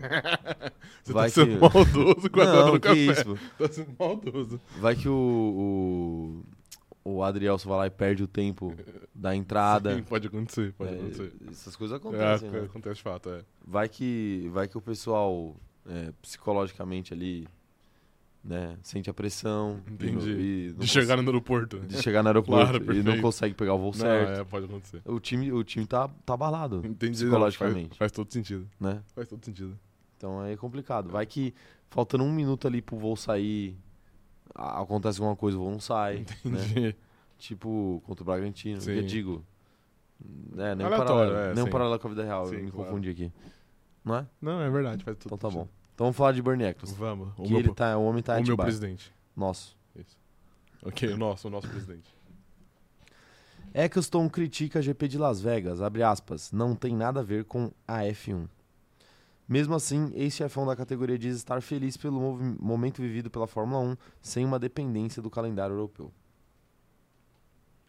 [SPEAKER 2] Você
[SPEAKER 1] Vai
[SPEAKER 2] tá sendo
[SPEAKER 1] que-
[SPEAKER 2] maldoso É, com a dona
[SPEAKER 1] Não,
[SPEAKER 2] do
[SPEAKER 1] que
[SPEAKER 2] café.
[SPEAKER 1] isso. pô.
[SPEAKER 2] Tá sendo maldoso.
[SPEAKER 1] Vai que o, o, o Adrielson vai lá e perde o tempo da entrada.
[SPEAKER 2] Sim, pode acontecer, pode
[SPEAKER 1] É,
[SPEAKER 2] acontecer.
[SPEAKER 1] essas coisas
[SPEAKER 2] é,
[SPEAKER 1] acontecem, né?
[SPEAKER 2] acontece de fato, é.
[SPEAKER 1] Vai que, vai que o pessoal é, psicologicamente ali, né, sente a pressão. e
[SPEAKER 2] Entendi.
[SPEAKER 1] não- e não
[SPEAKER 2] De chegar no aeroporto.
[SPEAKER 1] cons- de chegar no aeroporto
[SPEAKER 2] Claro,
[SPEAKER 1] e não
[SPEAKER 2] perfeito.
[SPEAKER 1] consegue pegar o voo
[SPEAKER 2] Não,
[SPEAKER 1] certo.
[SPEAKER 2] é, pode acontecer.
[SPEAKER 1] O time, o time tá, tá abalado,
[SPEAKER 2] Entendi. não,
[SPEAKER 1] Psicologicamente.
[SPEAKER 2] faz, faz todo sentido.
[SPEAKER 1] né?
[SPEAKER 2] Faz todo sentido.
[SPEAKER 1] Então aí é complicado. Vai que faltando um minuto ali pro voo sair, a- acontece alguma coisa, o voo não sai. Né?
[SPEAKER 2] Entendi.
[SPEAKER 1] Tipo, contra o Bragantino.
[SPEAKER 2] Sim.
[SPEAKER 1] Que eu digo. É, nem um
[SPEAKER 2] Aleatório,
[SPEAKER 1] paralelo,
[SPEAKER 2] é,
[SPEAKER 1] nem um
[SPEAKER 2] sim.
[SPEAKER 1] paralelo com a vida real. eu
[SPEAKER 2] Sim,
[SPEAKER 1] me
[SPEAKER 2] claro.
[SPEAKER 1] confundi aqui. Não é?
[SPEAKER 2] Não, é verdade, faz todo
[SPEAKER 1] Então tá bom.
[SPEAKER 2] sentido.
[SPEAKER 1] Então vamos falar de Bernie Eccleston.
[SPEAKER 2] Vamos. O
[SPEAKER 1] Que
[SPEAKER 2] meu,
[SPEAKER 1] ele
[SPEAKER 2] pro-
[SPEAKER 1] tá, o homem tá
[SPEAKER 2] o meu
[SPEAKER 1] ativado.
[SPEAKER 2] presidente.
[SPEAKER 1] Nosso.
[SPEAKER 2] Isso. Ok, o nosso, o nosso presidente.
[SPEAKER 1] Eccleston critica a GP de Las Vegas, abre aspas, não tem nada a ver com a F1. Mesmo assim, ex-chefão da categoria diz estar feliz pelo movi- momento vivido pela Fórmula 1 sem uma dependência do calendário europeu.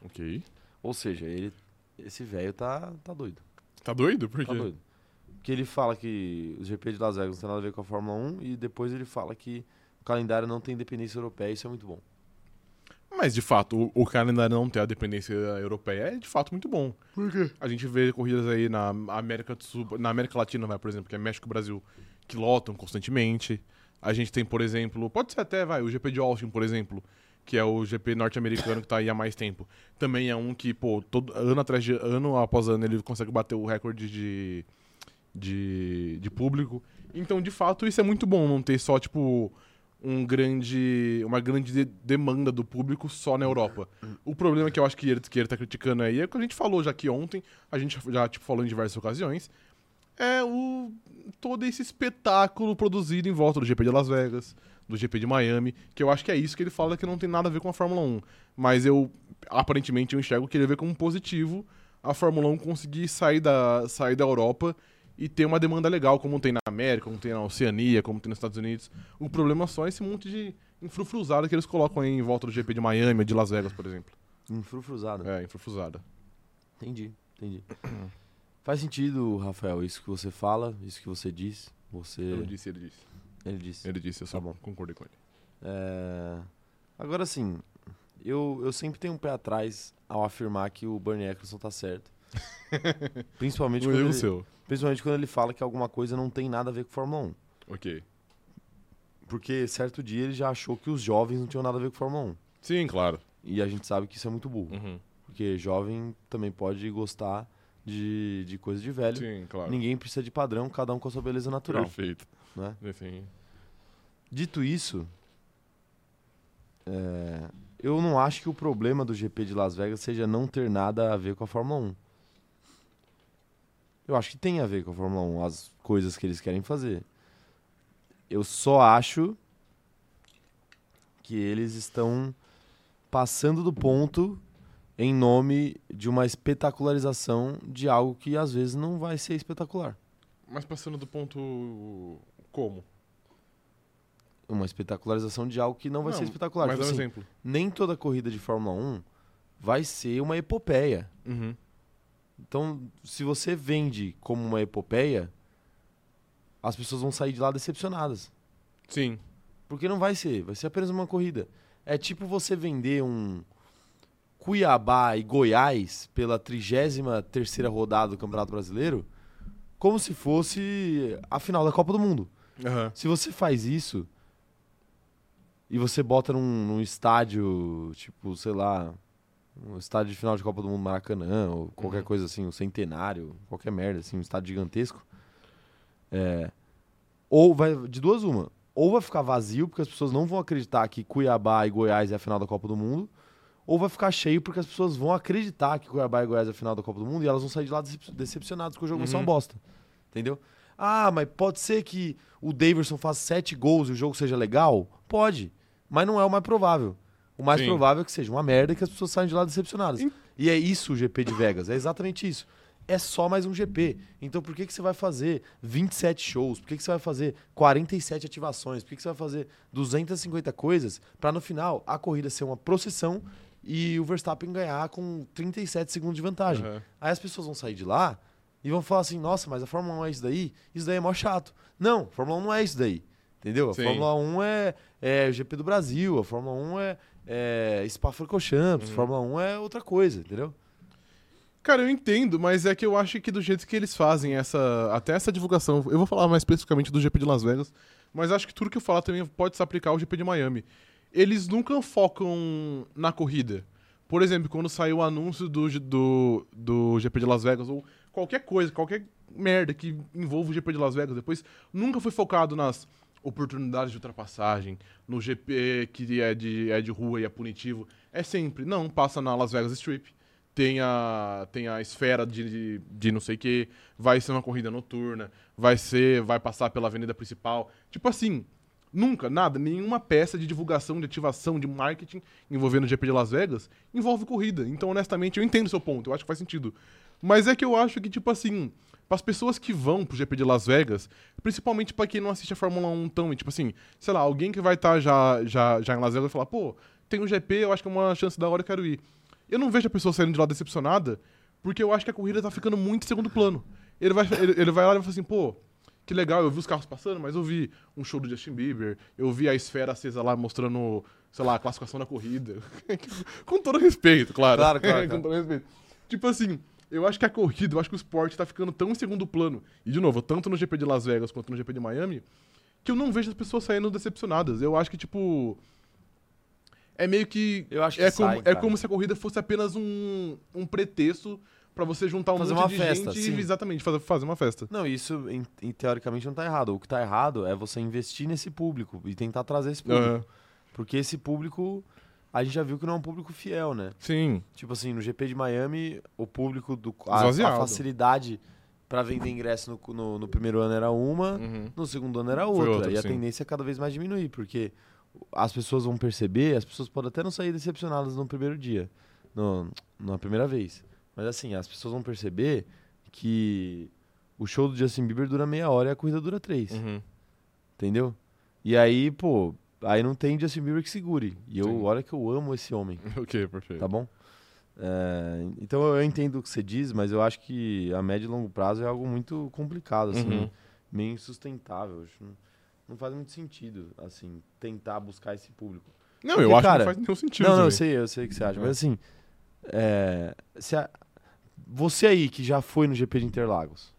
[SPEAKER 2] Ok.
[SPEAKER 1] Ou seja, ele, esse velho tá, tá doido.
[SPEAKER 2] Tá doido? Por quê?
[SPEAKER 1] Tá doido. Porque ele fala que o GP de Las Vegas não tem nada a ver com a Fórmula 1 e depois ele fala que o calendário não tem independência europeia, isso é muito bom.
[SPEAKER 2] Mas, de fato, o, o calendário não ter a dependência europeia é, de fato, muito bom. Por quê? A gente vê corridas aí na América do Sul, na América Latina, vai, por exemplo, que é México e Brasil, que lotam constantemente. A gente tem, por exemplo, pode ser até, vai, o GP de Austin, por exemplo, que é o GP norte-americano que tá aí há mais tempo. Também é um que, pô, todo, ano atrás de ano após ano, ele consegue bater o recorde de, de, de público. Então, de fato, isso é muito bom, não ter só, tipo, um grande, uma grande de- demanda do público só na Europa. O problema que eu acho que ele, que ele tá criticando aí é o que a gente falou já aqui ontem, a gente já, já, tipo, falou em diversas ocasiões, é o todo esse espetáculo produzido em volta do GP de Las Vegas, do GP de Miami, que eu acho que é isso que ele fala que não tem nada a ver com a Fórmula 1. Mas eu, aparentemente, eu enxergo que ele vê como positivo a Fórmula 1 conseguir sair da, sair da Europa e ter uma demanda legal, como tem na América, como tem na Oceania, como tem nos Estados Unidos. O problema só é esse monte de infrufruzada que eles colocam aí em volta do GP de Miami ou de Las Vegas, por exemplo.
[SPEAKER 1] Infrufruzado.
[SPEAKER 2] É, infrufruzada.
[SPEAKER 1] Entendi, entendi. Faz sentido, Rafael, isso que você fala, isso que você diz. Você.
[SPEAKER 2] Eu não disse, ele disse.
[SPEAKER 1] Ele disse.
[SPEAKER 2] Ele disse, eu só
[SPEAKER 1] Tá bom.
[SPEAKER 2] concordei com ele.
[SPEAKER 1] É, Agora sim, eu, eu sempre tenho um pé atrás ao afirmar que o Bernie Eccleston tá certo. principalmente,
[SPEAKER 2] Um
[SPEAKER 1] quando
[SPEAKER 2] erro
[SPEAKER 1] ele,
[SPEAKER 2] seu.
[SPEAKER 1] principalmente quando ele fala que alguma coisa não tem nada a ver com Fórmula 1.
[SPEAKER 2] Ok.
[SPEAKER 1] Porque certo dia ele já achou que os jovens não tinham nada a ver com Fórmula 1.
[SPEAKER 2] Sim, claro.
[SPEAKER 1] E a gente sabe que isso é muito burro.
[SPEAKER 2] Uhum.
[SPEAKER 1] Porque jovem também pode gostar de, de coisa de velho.
[SPEAKER 2] Sim, claro.
[SPEAKER 1] Ninguém precisa de padrão, cada um com a sua beleza natural.
[SPEAKER 2] Perfeito.
[SPEAKER 1] Né?
[SPEAKER 2] Enfim.
[SPEAKER 1] Dito isso, é, eu não acho que o problema do GP de Las Vegas seja não ter nada a ver com a Fórmula 1. Eu acho que tem a ver com a Fórmula 1, as coisas que eles querem fazer. Eu só acho que eles estão passando do ponto em nome de uma espetacularização de algo que às vezes não vai ser espetacular.
[SPEAKER 2] Mas passando do ponto. Como?
[SPEAKER 1] Uma espetacularização de algo que não vai
[SPEAKER 2] Não,
[SPEAKER 1] ser espetacular.
[SPEAKER 2] Mas
[SPEAKER 1] Tipo
[SPEAKER 2] dá um
[SPEAKER 1] assim,
[SPEAKER 2] exemplo.
[SPEAKER 1] nem toda corrida de Fórmula 1 vai ser uma epopeia.
[SPEAKER 2] Uhum.
[SPEAKER 1] Então, se você vende como uma epopeia, as pessoas vão sair de lá decepcionadas.
[SPEAKER 2] Sim.
[SPEAKER 1] Porque não vai ser, vai ser apenas uma corrida. É tipo você vender um Cuiabá e Goiás pela 33ª rodada do Campeonato Brasileiro como se fosse a final da Copa do Mundo.
[SPEAKER 2] Aham.
[SPEAKER 1] Se você faz isso e você bota num, num estádio, tipo, sei lá, um estádio de final de Copa do Mundo Maracanã, ou qualquer
[SPEAKER 2] Uhum.
[SPEAKER 1] coisa assim, um centenário, qualquer merda, assim, um estádio gigantesco, é, Ou vai de duas uma. Ou vai ficar vazio, porque as pessoas não vão acreditar que Cuiabá e Goiás é a final da Copa do Mundo. Ou vai ficar cheio porque as pessoas vão acreditar que Cuiabá e Goiás é a final da Copa do Mundo e elas vão sair de lá decep- decepcionadas porque o jogo vai ser uma
[SPEAKER 2] Uhum.
[SPEAKER 1] bosta. Entendeu? Ah, mas pode ser que o Davidson faça sete gols e o jogo seja legal? Pode. Mas não é o mais provável. O mais
[SPEAKER 2] Sim.
[SPEAKER 1] provável é que seja uma merda e que as pessoas saiam de lá decepcionadas. E é isso o GP de Vegas, é exatamente isso. É só mais um GP. Então por que, que você vai fazer 27 shows? Por que, que você vai fazer 47 ativações? Por que, que você vai fazer 250 coisas para no final a corrida ser uma procissão e o Verstappen ganhar com 37 segundos de vantagem?
[SPEAKER 2] Aham.
[SPEAKER 1] Aí as pessoas vão sair de lá e vão falar assim: nossa, mas a Fórmula 1 é isso daí? Isso daí é mó chato. Não, Fórmula 1 não é isso daí. Entendeu? A
[SPEAKER 2] Sim.
[SPEAKER 1] Fórmula 1 é, é o GP do Brasil, a Fórmula 1 é, é Spa-Francorchamps,
[SPEAKER 2] Uhum.
[SPEAKER 1] Fórmula 1 é outra coisa, entendeu?
[SPEAKER 2] Cara, eu entendo, mas é que eu acho que do jeito que eles fazem essa. Até essa divulgação. Eu vou falar mais especificamente do GP de Las Vegas, mas acho que tudo que eu falar também pode se aplicar ao GP de Miami. Eles nunca focam na corrida. Por exemplo, quando saiu o anúncio do, G- do, do GP de Las Vegas, ou qualquer coisa, qualquer merda que envolva o GP de Las Vegas depois, nunca foi focado nas oportunidades de ultrapassagem, no GP que é de, é de rua e é punitivo. É sempre, não, passa na Las Vegas Strip tem a, tem a esfera de, de, de não sei o que, vai ser uma corrida noturna, vai ser, vai passar pela avenida principal. Tipo assim, nunca, nada, nenhuma peça de divulgação, de ativação, de marketing envolvendo o GP de Las Vegas envolve corrida. Então, honestamente, eu entendo seu ponto, eu acho que faz sentido. Mas é que eu acho que, tipo assim, para as pessoas que vão pro GP de Las Vegas, principalmente para quem não assiste a Fórmula 1 tão, e, tipo assim, sei lá, alguém que vai estar já, já, já em Las Vegas vai falar, pô, tem um GP, eu acho que é uma chance da hora, eu quero ir. Eu não vejo a pessoa saindo de lá decepcionada, porque eu acho que a corrida tá ficando muito em segundo plano. Ele vai, ele, ele vai lá e vai falar assim, pô, que legal, eu vi os carros passando, mas eu vi um show do Justin Bieber, eu vi a esfera acesa lá mostrando, sei lá, a classificação da corrida. Com todo respeito, claro.
[SPEAKER 1] Claro, claro,
[SPEAKER 2] Com
[SPEAKER 1] claro.
[SPEAKER 2] todo respeito. Tipo assim, eu acho que a corrida, eu acho que o esporte tá ficando tão em segundo plano, e de novo, tanto no GP de Las Vegas quanto no GP de Miami, que eu não vejo as pessoas saindo decepcionadas. Eu acho que, tipo. É meio que.
[SPEAKER 1] Eu acho que
[SPEAKER 2] é, como,
[SPEAKER 1] saem,
[SPEAKER 2] é
[SPEAKER 1] cara.
[SPEAKER 2] como se a corrida fosse apenas um, um pretexto pra você juntar um
[SPEAKER 1] Fazer
[SPEAKER 2] monte
[SPEAKER 1] uma
[SPEAKER 2] de
[SPEAKER 1] festa,
[SPEAKER 2] gente
[SPEAKER 1] sim.
[SPEAKER 2] e exatamente fazer, fazer uma festa.
[SPEAKER 1] Não, isso em- em- teoricamente não tá errado. O que tá errado é você investir nesse público e tentar trazer esse público.
[SPEAKER 2] Aham.
[SPEAKER 1] Porque esse público, a gente já viu que não é um público fiel, né?
[SPEAKER 2] Sim.
[SPEAKER 1] Tipo assim, no GP de Miami, o público, do, a, a
[SPEAKER 2] Esvaziado.
[SPEAKER 1] facilidade pra vender ingresso no, no- no primeiro ano era uma, no segundo ano era
[SPEAKER 2] Hum. Foi
[SPEAKER 1] outra.
[SPEAKER 2] outra,
[SPEAKER 1] e a
[SPEAKER 2] sim.
[SPEAKER 1] tendência é cada vez mais diminuir, porque as pessoas vão perceber, as pessoas podem até não sair decepcionadas no primeiro dia, no, na primeira vez. Mas assim, as pessoas vão perceber que o show do Justin Bieber dura meia hora e a corrida dura três.
[SPEAKER 2] Uhum.
[SPEAKER 1] Entendeu? E aí, pô, aí não tem Justin Bieber que segure. E eu,
[SPEAKER 2] Sim.
[SPEAKER 1] olha que eu amo esse homem
[SPEAKER 2] ok, perfeito.
[SPEAKER 1] tá bom? É, então eu entendo o que você diz, mas eu acho que a médio e longo prazo é algo muito complicado, assim,
[SPEAKER 2] Uhum.
[SPEAKER 1] meio insustentável. Acho que Não, não faz muito sentido, assim, tentar buscar esse público.
[SPEAKER 2] Não,
[SPEAKER 1] Porque,
[SPEAKER 2] eu acho que
[SPEAKER 1] cara,
[SPEAKER 2] não faz nenhum sentido.
[SPEAKER 1] Não, não, eu
[SPEAKER 2] Tipo também.
[SPEAKER 1] sei, eu sei o que você acha,
[SPEAKER 2] É.
[SPEAKER 1] mas assim, é, se a- você aí que já foi no GP de Interlagos,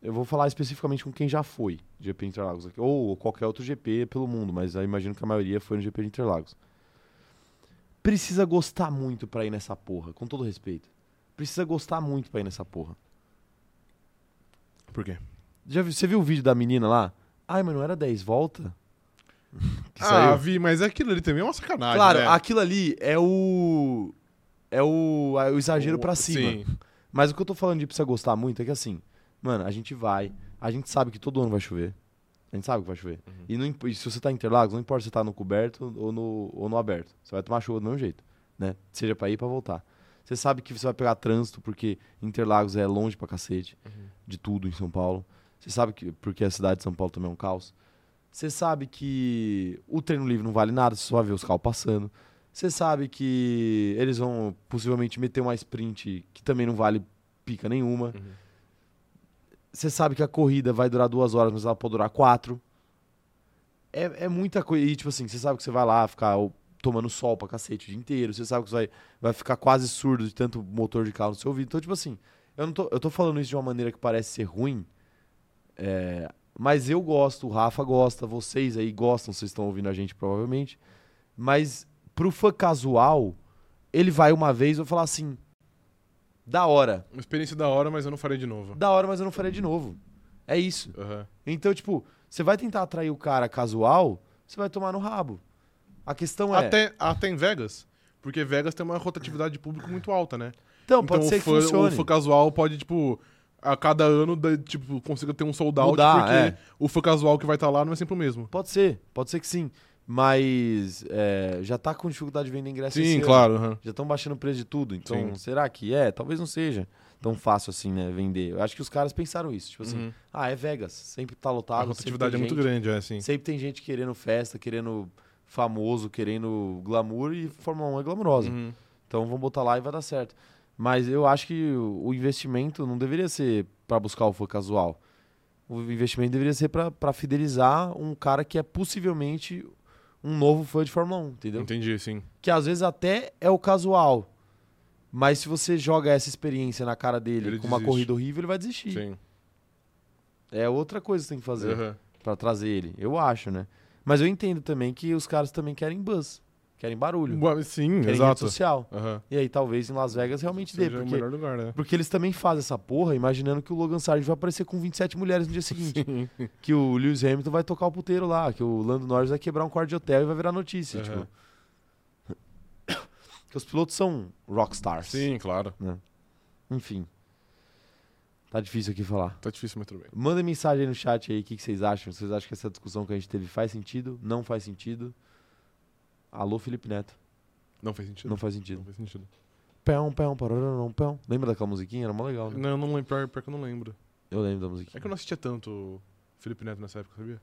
[SPEAKER 1] eu vou falar especificamente com quem já foi GP de Interlagos aqui, ou qualquer outro GP pelo mundo, mas eu imagino que a maioria foi no GP de Interlagos. Precisa gostar muito pra ir nessa porra, com todo respeito. Precisa gostar muito pra ir nessa porra.
[SPEAKER 2] Por quê?
[SPEAKER 1] Já vi- você viu o vídeo da menina lá? Ai, mas não era 10 volta? Que
[SPEAKER 2] Ah,
[SPEAKER 1] saiu?
[SPEAKER 2] Vi, mas aquilo ali também é uma sacanagem.
[SPEAKER 1] Claro,
[SPEAKER 2] né?
[SPEAKER 1] aquilo ali é o. É o, é o exagero pra cima.
[SPEAKER 2] Sim.
[SPEAKER 1] Mas o que eu tô falando de precisa gostar muito é que assim, mano, a gente vai, a gente sabe que todo ano vai chover. A gente sabe que vai chover. E, não, imp- e se você tá em Interlagos, não importa se você tá no coberto ou no, ou no aberto. Você vai tomar chuva do mesmo jeito, né? Seja pra ir e pra voltar. Você sabe que você vai pegar trânsito porque Interlagos é longe pra cacete de tudo em São Paulo. Você sabe que porque a cidade de São Paulo também é um caos. Você sabe que o treino livre não vale nada, você só vai ver os carros passando. Você sabe que eles vão possivelmente meter uma sprint que também não vale pica nenhuma.
[SPEAKER 2] Uhum.
[SPEAKER 1] Você sabe que a corrida vai durar duas horas, mas ela pode durar quatro. É, é muita coisa. E, tipo assim, você sabe que você vai lá ficar ó, tomando sol pra cacete o dia inteiro. Você sabe que você vai, vai ficar quase surdo de tanto motor de carro no seu ouvido. Então, tipo assim, eu, não tô, eu tô falando isso de uma maneira que parece ser ruim. é, mas eu gosto, o Rafa gosta, vocês aí gostam, vocês estão ouvindo a gente provavelmente. Mas pro fã casual, ele vai uma vez e vai falar assim: da hora.
[SPEAKER 2] Uma experiência da hora, mas eu não farei de novo.
[SPEAKER 1] Da hora, mas eu não faria de novo. É isso.
[SPEAKER 2] Aham.
[SPEAKER 1] Então, tipo, você vai tentar atrair o cara casual, você vai tomar no rabo. A questão é.
[SPEAKER 2] Até, até em Vegas, porque Vegas tem uma rotatividade de público muito alta, né?
[SPEAKER 1] então, pode
[SPEAKER 2] então,
[SPEAKER 1] ser que
[SPEAKER 2] o fã,
[SPEAKER 1] funcione.
[SPEAKER 2] O fã casual pode, tipo, a cada ano, da- tipo, consiga ter um sold out,
[SPEAKER 1] Mudar,
[SPEAKER 2] porque o fã casual que vai estar lá não é sempre o mesmo.
[SPEAKER 1] Pode ser, pode ser que sim. Mas é, já tá com dificuldade de vender ingresso esse
[SPEAKER 2] Sim,
[SPEAKER 1] ano.
[SPEAKER 2] claro. aham.
[SPEAKER 1] Já estão baixando o preço de tudo. Então,
[SPEAKER 2] Sim.
[SPEAKER 1] será que é? Talvez não seja tão fácil assim, né? Vender. Eu acho que os caras pensaram isso. Tipo assim,
[SPEAKER 2] Uhum.
[SPEAKER 1] ah, é Vegas. Sempre tá
[SPEAKER 2] A
[SPEAKER 1] lotado. sempre
[SPEAKER 2] rotatividade é
[SPEAKER 1] tem
[SPEAKER 2] muito
[SPEAKER 1] gente,
[SPEAKER 2] grande, é assim.
[SPEAKER 1] Sempre tem gente querendo festa, querendo famoso, querendo glamour. E Fórmula 1 é glamourosa.
[SPEAKER 2] Uhum.
[SPEAKER 1] Então vamos botar lá e vai dar certo. Mas eu acho que o o investimento não deveria ser para buscar o fã casual. O investimento deveria ser para fidelizar um cara que é possivelmente um novo fã de Fórmula 1, entendeu?
[SPEAKER 2] Entendi, sim.
[SPEAKER 1] Que às vezes até é o casual. Mas se você joga essa experiência na cara dele
[SPEAKER 2] Ele
[SPEAKER 1] com uma
[SPEAKER 2] desiste.
[SPEAKER 1] corrida horrível, ele vai desistir.
[SPEAKER 2] Sim.
[SPEAKER 1] É outra coisa que você tem que fazer
[SPEAKER 2] Aham.
[SPEAKER 1] para trazer ele, eu acho, né? Mas eu entendo também que os caras também querem buzz, querem barulho,
[SPEAKER 2] Boa- Sim,
[SPEAKER 1] querem rede
[SPEAKER 2] exato.
[SPEAKER 1] social.
[SPEAKER 2] Aham.
[SPEAKER 1] E aí talvez em Las Vegas realmente dê,
[SPEAKER 2] Seja o
[SPEAKER 1] porque
[SPEAKER 2] melhor lugar, né?
[SPEAKER 1] Porque eles também fazem essa porra, imaginando que o Logan Sargent vai aparecer com 27 mulheres no dia seguinte. Que o Lewis Hamilton vai tocar o puteiro lá, que o Lando Norris vai quebrar um quarto de hotel e vai virar notícia.
[SPEAKER 2] Aham.
[SPEAKER 1] Tipo. que os pilotos são rockstars.
[SPEAKER 2] Sim, claro.
[SPEAKER 1] Enfim. Tá difícil aqui falar.
[SPEAKER 2] Tá difícil, mas tudo bem.
[SPEAKER 1] Mandem mensagem aí no chat aí, o que, que vocês acham? Vocês acham que essa discussão que a gente teve faz sentido? Não faz sentido? Alô, Felipe Neto.
[SPEAKER 2] Não fez sentido.
[SPEAKER 1] Não faz
[SPEAKER 2] Não
[SPEAKER 1] sentido.
[SPEAKER 2] fez sentido.
[SPEAKER 1] Pão, pão, pararão, pão. Lembra daquela musiquinha? Era mó legal, né?
[SPEAKER 2] Não, eu não lembro, pior, pior que eu não lembro.
[SPEAKER 1] Eu lembro da musiquinha.
[SPEAKER 2] É que eu não assistia tanto Felipe Neto nessa época, sabia?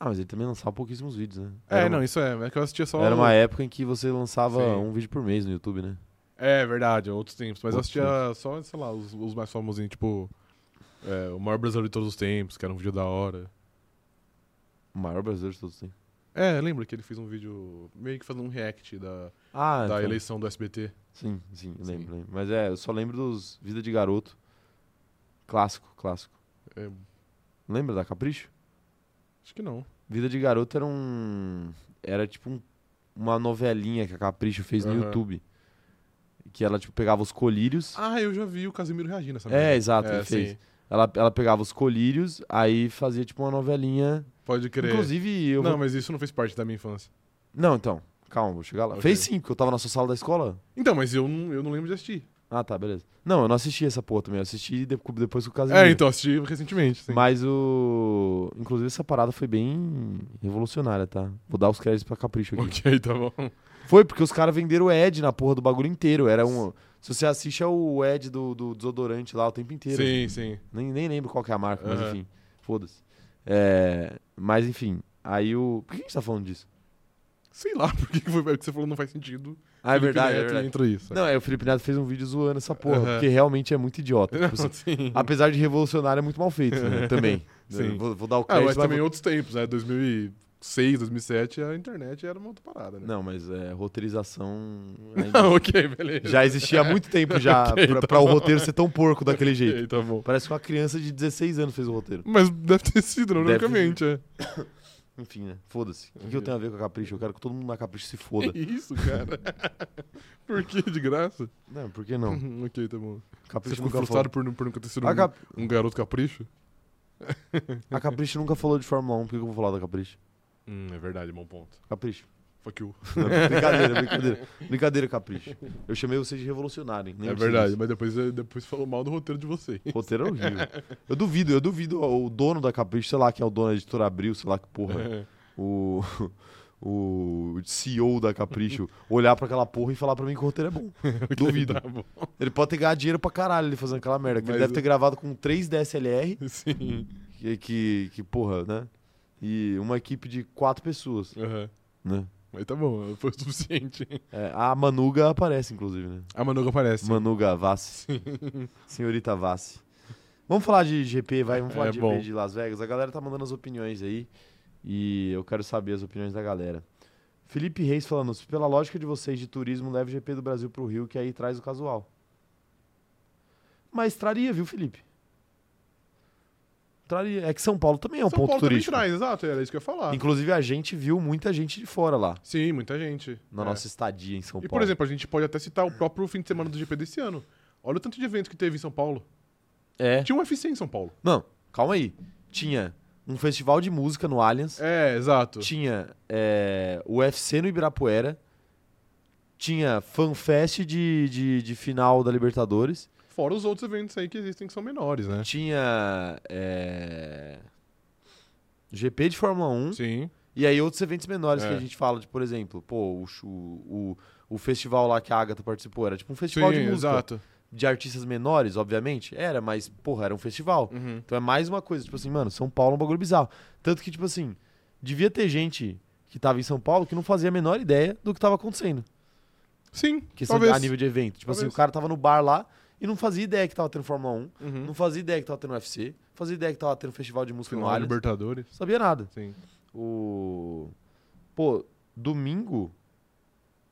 [SPEAKER 1] Ah, mas ele também lançava pouquíssimos vídeos, né?
[SPEAKER 2] É,
[SPEAKER 1] Era uma-
[SPEAKER 2] não, isso é. É que eu assistia só.
[SPEAKER 1] Era uma época em que você lançava
[SPEAKER 2] Sim.
[SPEAKER 1] um vídeo por mês no YouTube, né?
[SPEAKER 2] É, verdade, outros tempos. Mas eu
[SPEAKER 1] Outros
[SPEAKER 2] assistia só, sei lá, os, os mais famosinhos, tipo. é, o maior brasileiro de todos os tempos, que era um vídeo da hora.
[SPEAKER 1] O maior brasileiro de todos os tempos.
[SPEAKER 2] É, lembra que ele fez um vídeo meio que fazendo um react da,
[SPEAKER 1] Ah,
[SPEAKER 2] da
[SPEAKER 1] então.
[SPEAKER 2] eleição do SBT?
[SPEAKER 1] Sim, sim, eu
[SPEAKER 2] Sim.
[SPEAKER 1] lembro, lembro. Mas é, eu só lembro dos Vida de Garoto. Clássico, clássico.
[SPEAKER 2] É,
[SPEAKER 1] Lembra da Capricho?
[SPEAKER 2] acho que não.
[SPEAKER 1] Vida de Garoto era um. Era tipo um- uma novelinha que a Capricho fez no
[SPEAKER 2] Aham.
[SPEAKER 1] YouTube. Que ela, tipo, pegava os colírios.
[SPEAKER 2] Ah, eu já vi o Casimiro reagindo essa
[SPEAKER 1] é,
[SPEAKER 2] merda.
[SPEAKER 1] exato, ele fez.
[SPEAKER 2] sim.
[SPEAKER 1] Ela, ela pegava os colírios, aí fazia, tipo, uma novelinha.
[SPEAKER 2] Pode crer.
[SPEAKER 1] Inclusive, eu
[SPEAKER 2] não,
[SPEAKER 1] vou-
[SPEAKER 2] mas isso não fez parte da minha infância.
[SPEAKER 1] Não, então. Calma, vou chegar lá.
[SPEAKER 2] Ok.
[SPEAKER 1] Fez sim, porque eu tava na sua sala da escola.
[SPEAKER 2] Então, mas eu não, eu não lembro de assistir.
[SPEAKER 1] Ah, tá, beleza. Não, eu não assisti essa porra também. Eu assisti de- depois que o Casimiro.
[SPEAKER 2] É, então, assisti recentemente. Sim.
[SPEAKER 1] Mas o. Inclusive, essa parada foi bem revolucionária, tá? Vou dar os créditos pra Capricho aqui.
[SPEAKER 2] Ok, tá bom.
[SPEAKER 1] foi porque os caras venderam o Ed na porra do bagulho inteiro. Era um. Se você assiste, é o Ed do, do desodorante lá o tempo inteiro.
[SPEAKER 2] Sim, sim.
[SPEAKER 1] Nem, nem lembro qual que é a marca, mas
[SPEAKER 2] Aham.
[SPEAKER 1] enfim. Foda-se. É, Mas enfim. Aí o. Por que a gente tá falando disso?
[SPEAKER 2] Sei lá, porque que foi o que você falou não faz sentido.
[SPEAKER 1] Ah, é
[SPEAKER 2] Felipe
[SPEAKER 1] verdade, é
[SPEAKER 2] Neto
[SPEAKER 1] verdade.
[SPEAKER 2] entra isso.
[SPEAKER 1] Não, é, o Felipe Neto fez um vídeo zoando essa porra,
[SPEAKER 2] Aham.
[SPEAKER 1] porque realmente é muito idiota. Tipo, assim,
[SPEAKER 2] Não, sim.
[SPEAKER 1] apesar de revolucionário, é muito mal feito né, também.
[SPEAKER 2] Sim.
[SPEAKER 1] Eu Vou, vou dar o
[SPEAKER 2] Ah,
[SPEAKER 1] crédito.
[SPEAKER 2] mas
[SPEAKER 1] vai-
[SPEAKER 2] também outros tempos, né? 2006, 2007, a internet era uma outra parada, né?
[SPEAKER 1] Não, mas é, roteirização ainda
[SPEAKER 2] Ah, ok, beleza.
[SPEAKER 1] já existia há muito tempo já,
[SPEAKER 2] Ok,
[SPEAKER 1] pra,
[SPEAKER 2] tá
[SPEAKER 1] pra o
[SPEAKER 2] bom.
[SPEAKER 1] roteiro ser tão porco daquele jeito.
[SPEAKER 2] Ok, tá bom.
[SPEAKER 1] Parece que uma criança de 16 anos fez o roteiro.
[SPEAKER 2] Mas deve ter sido,
[SPEAKER 1] Deve ter
[SPEAKER 2] ironicamente. É.
[SPEAKER 1] Enfim, né? Foda-se. O que, que eu tenho a ver com a Capricho? Eu quero que todo mundo na Capricho se foda.
[SPEAKER 2] Que Isso, cara. Por que de graça?
[SPEAKER 1] Não, por que não?
[SPEAKER 2] ok, tá bom. Você
[SPEAKER 1] Capricho
[SPEAKER 2] ficou
[SPEAKER 1] nunca
[SPEAKER 2] frustrado por, nu- por nunca ter sido
[SPEAKER 1] falou... a,
[SPEAKER 2] um,
[SPEAKER 1] Cap-
[SPEAKER 2] um garoto capricho?
[SPEAKER 1] a Capricho nunca falou de Fórmula 1, por que que eu vou falar da Capricho?
[SPEAKER 2] Hum, é verdade, bom ponto.
[SPEAKER 1] Capricho.
[SPEAKER 2] Fuck you.
[SPEAKER 1] Não, brincadeira, brincadeira. Brincadeira, Capricho. Eu chamei você de revolucionário, hein? Nem
[SPEAKER 2] é
[SPEAKER 1] precisa
[SPEAKER 2] verdade, mas depois, depois falou mal do roteiro de você.
[SPEAKER 1] O roteiro é horrível. Eu duvido, eu duvido o dono da Capricho, sei lá quem é o dono da editora Abril, sei lá que porra.
[SPEAKER 2] É.
[SPEAKER 1] o, o CEO da Capricho olhar pra aquela porra e falar pra mim que o roteiro é bom. Duvido.
[SPEAKER 2] Tá bom.
[SPEAKER 1] Ele pode ter ganhado dinheiro pra caralho ele fazendo aquela merda. que ele
[SPEAKER 2] Mas
[SPEAKER 1] deve
[SPEAKER 2] o-
[SPEAKER 1] ter gravado com 3 DSLR,
[SPEAKER 2] Sim.
[SPEAKER 1] que, que, que porra, né? E uma equipe de quatro pessoas,
[SPEAKER 2] Aham.
[SPEAKER 1] né?
[SPEAKER 2] Mas tá bom, foi o suficiente.
[SPEAKER 1] É, a Manuga aparece, inclusive, né?
[SPEAKER 2] A Manuga é aparece.
[SPEAKER 1] Manuga Vassi. Senhorita Vassi. Vamos falar de GP, vai. Vamos falar
[SPEAKER 2] É
[SPEAKER 1] de
[SPEAKER 2] bom.
[SPEAKER 1] GP de Las Vegas. A galera tá mandando as opiniões aí. E eu quero saber as opiniões da galera. Felipe Reis falando, "Se pela lógica de vocês de turismo, leva o GP do Brasil pro Rio, que aí traz o casual. Mas traria, viu, Felipe? Traria. É que São Paulo também é um
[SPEAKER 2] São
[SPEAKER 1] ponto
[SPEAKER 2] Paulo também
[SPEAKER 1] turístico.
[SPEAKER 2] traz, tá. exato, era isso que eu ia falar.
[SPEAKER 1] Inclusive, a gente viu muita gente de fora lá,
[SPEAKER 2] Sim, muita gente.
[SPEAKER 1] na
[SPEAKER 2] É.
[SPEAKER 1] nossa estadia em São Paulo.
[SPEAKER 2] E, por exemplo, a gente pode até citar o próprio fim de semana do GP desse ano. Olha o tanto de evento que teve em São Paulo.
[SPEAKER 1] É.
[SPEAKER 2] Tinha um UFC em São Paulo.
[SPEAKER 1] Não, calma aí. Tinha um festival de música no Allianz.
[SPEAKER 2] É, exato.
[SPEAKER 1] Tinha é, o UFC no Ibirapuera. Tinha fanfest de, de, de final da Libertadores.
[SPEAKER 2] Fora os outros eventos aí que existem que são menores, né?
[SPEAKER 1] Tinha. é, GP de Fórmula 1.
[SPEAKER 2] Sim.
[SPEAKER 1] E aí outros eventos menores
[SPEAKER 2] É.
[SPEAKER 1] que a gente fala, de, por exemplo, pô, o, chu- o, o festival lá que a Agatha participou era tipo um festival
[SPEAKER 2] Sim,
[SPEAKER 1] de música.
[SPEAKER 2] exato.
[SPEAKER 1] De artistas menores, obviamente, era, mas, porra, era um festival.
[SPEAKER 2] Uhum.
[SPEAKER 1] Então é mais uma coisa, tipo assim, mano, São Paulo é um bagulho bizarro. Tanto que, tipo assim, devia ter gente que tava em São Paulo que não fazia a menor ideia do que tava acontecendo.
[SPEAKER 2] Sim,
[SPEAKER 1] Que são-
[SPEAKER 2] talvez.
[SPEAKER 1] a nível de evento. Tipo assim,
[SPEAKER 2] Talvez.
[SPEAKER 1] o cara tava no bar lá e não fazia ideia que tava tendo Fórmula 1,
[SPEAKER 2] Uhum.
[SPEAKER 1] não fazia ideia que tava tendo UFC, não fazia ideia que tava tendo festival de música no
[SPEAKER 2] Final da
[SPEAKER 1] Allianz,
[SPEAKER 2] Libertadores.
[SPEAKER 1] não sabia nada.
[SPEAKER 2] Sim.
[SPEAKER 1] O. Pô, domingo.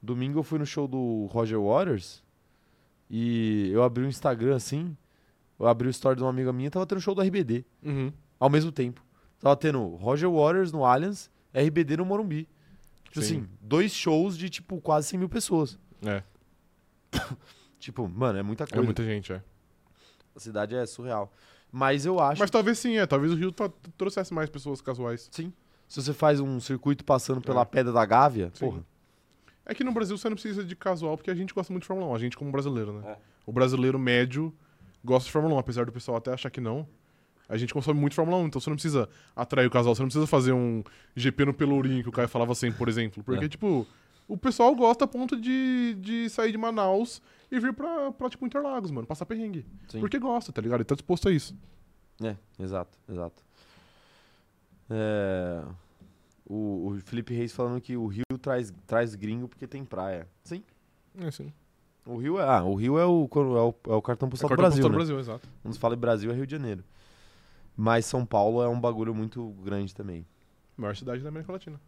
[SPEAKER 1] Domingo eu fui no show do Roger Waters. E eu abri o Instagram assim. Eu abri o story de uma amiga minha tava tendo show do RBD
[SPEAKER 2] Uhum.
[SPEAKER 1] ao mesmo tempo. Tava tendo Roger Waters no Allianz, RBD no Morumbi. Tipo
[SPEAKER 2] Sim.
[SPEAKER 1] assim, dois shows de tipo quase 100 mil pessoas.
[SPEAKER 2] É,
[SPEAKER 1] Tipo, mano, é muita
[SPEAKER 2] é
[SPEAKER 1] coisa.
[SPEAKER 2] muita gente, é.
[SPEAKER 1] A cidade é surreal. Mas eu acho.
[SPEAKER 2] Mas talvez sim, é. Talvez o Rio tá- trouxesse mais pessoas casuais.
[SPEAKER 1] Se você faz um circuito passando pela
[SPEAKER 2] É.
[SPEAKER 1] pedra da Gávea,
[SPEAKER 2] Sim.
[SPEAKER 1] porra.
[SPEAKER 2] É que no Brasil você não precisa de casual, porque a gente gosta muito de Fórmula 1, a gente como brasileiro,
[SPEAKER 1] É.
[SPEAKER 2] né? O brasileiro médio gosta de Fórmula 1, apesar do pessoal até achar que não. A gente consome muito Fórmula 1, então você não precisa atrair o casual, você não precisa fazer um GP no Pelourinho, que o Caio falava assim, por exemplo. Porque,
[SPEAKER 1] É.
[SPEAKER 2] tipo, o pessoal gosta a ponto de, de sair de Manaus e vir pra, pra, tipo, Interlagos, mano, passar perrengue.
[SPEAKER 1] Sim.
[SPEAKER 2] Porque gosta, tá ligado? Ele tá disposto a isso.
[SPEAKER 1] É, exato, exato. É, o, o Felipe Reis falando que o Rio traz, traz gringo porque tem praia. Sim.
[SPEAKER 2] É, sim.
[SPEAKER 1] O Rio é, ah, o Rio é o, quando- é o, é o cartão postal do
[SPEAKER 2] cartão
[SPEAKER 1] Brasil.
[SPEAKER 2] postal
[SPEAKER 1] né?
[SPEAKER 2] do Brasil, exato.
[SPEAKER 1] Quando se fala em Brasil é Rio de Janeiro. Mas São Paulo é um bagulho muito grande também.
[SPEAKER 2] Maior cidade da América Latina.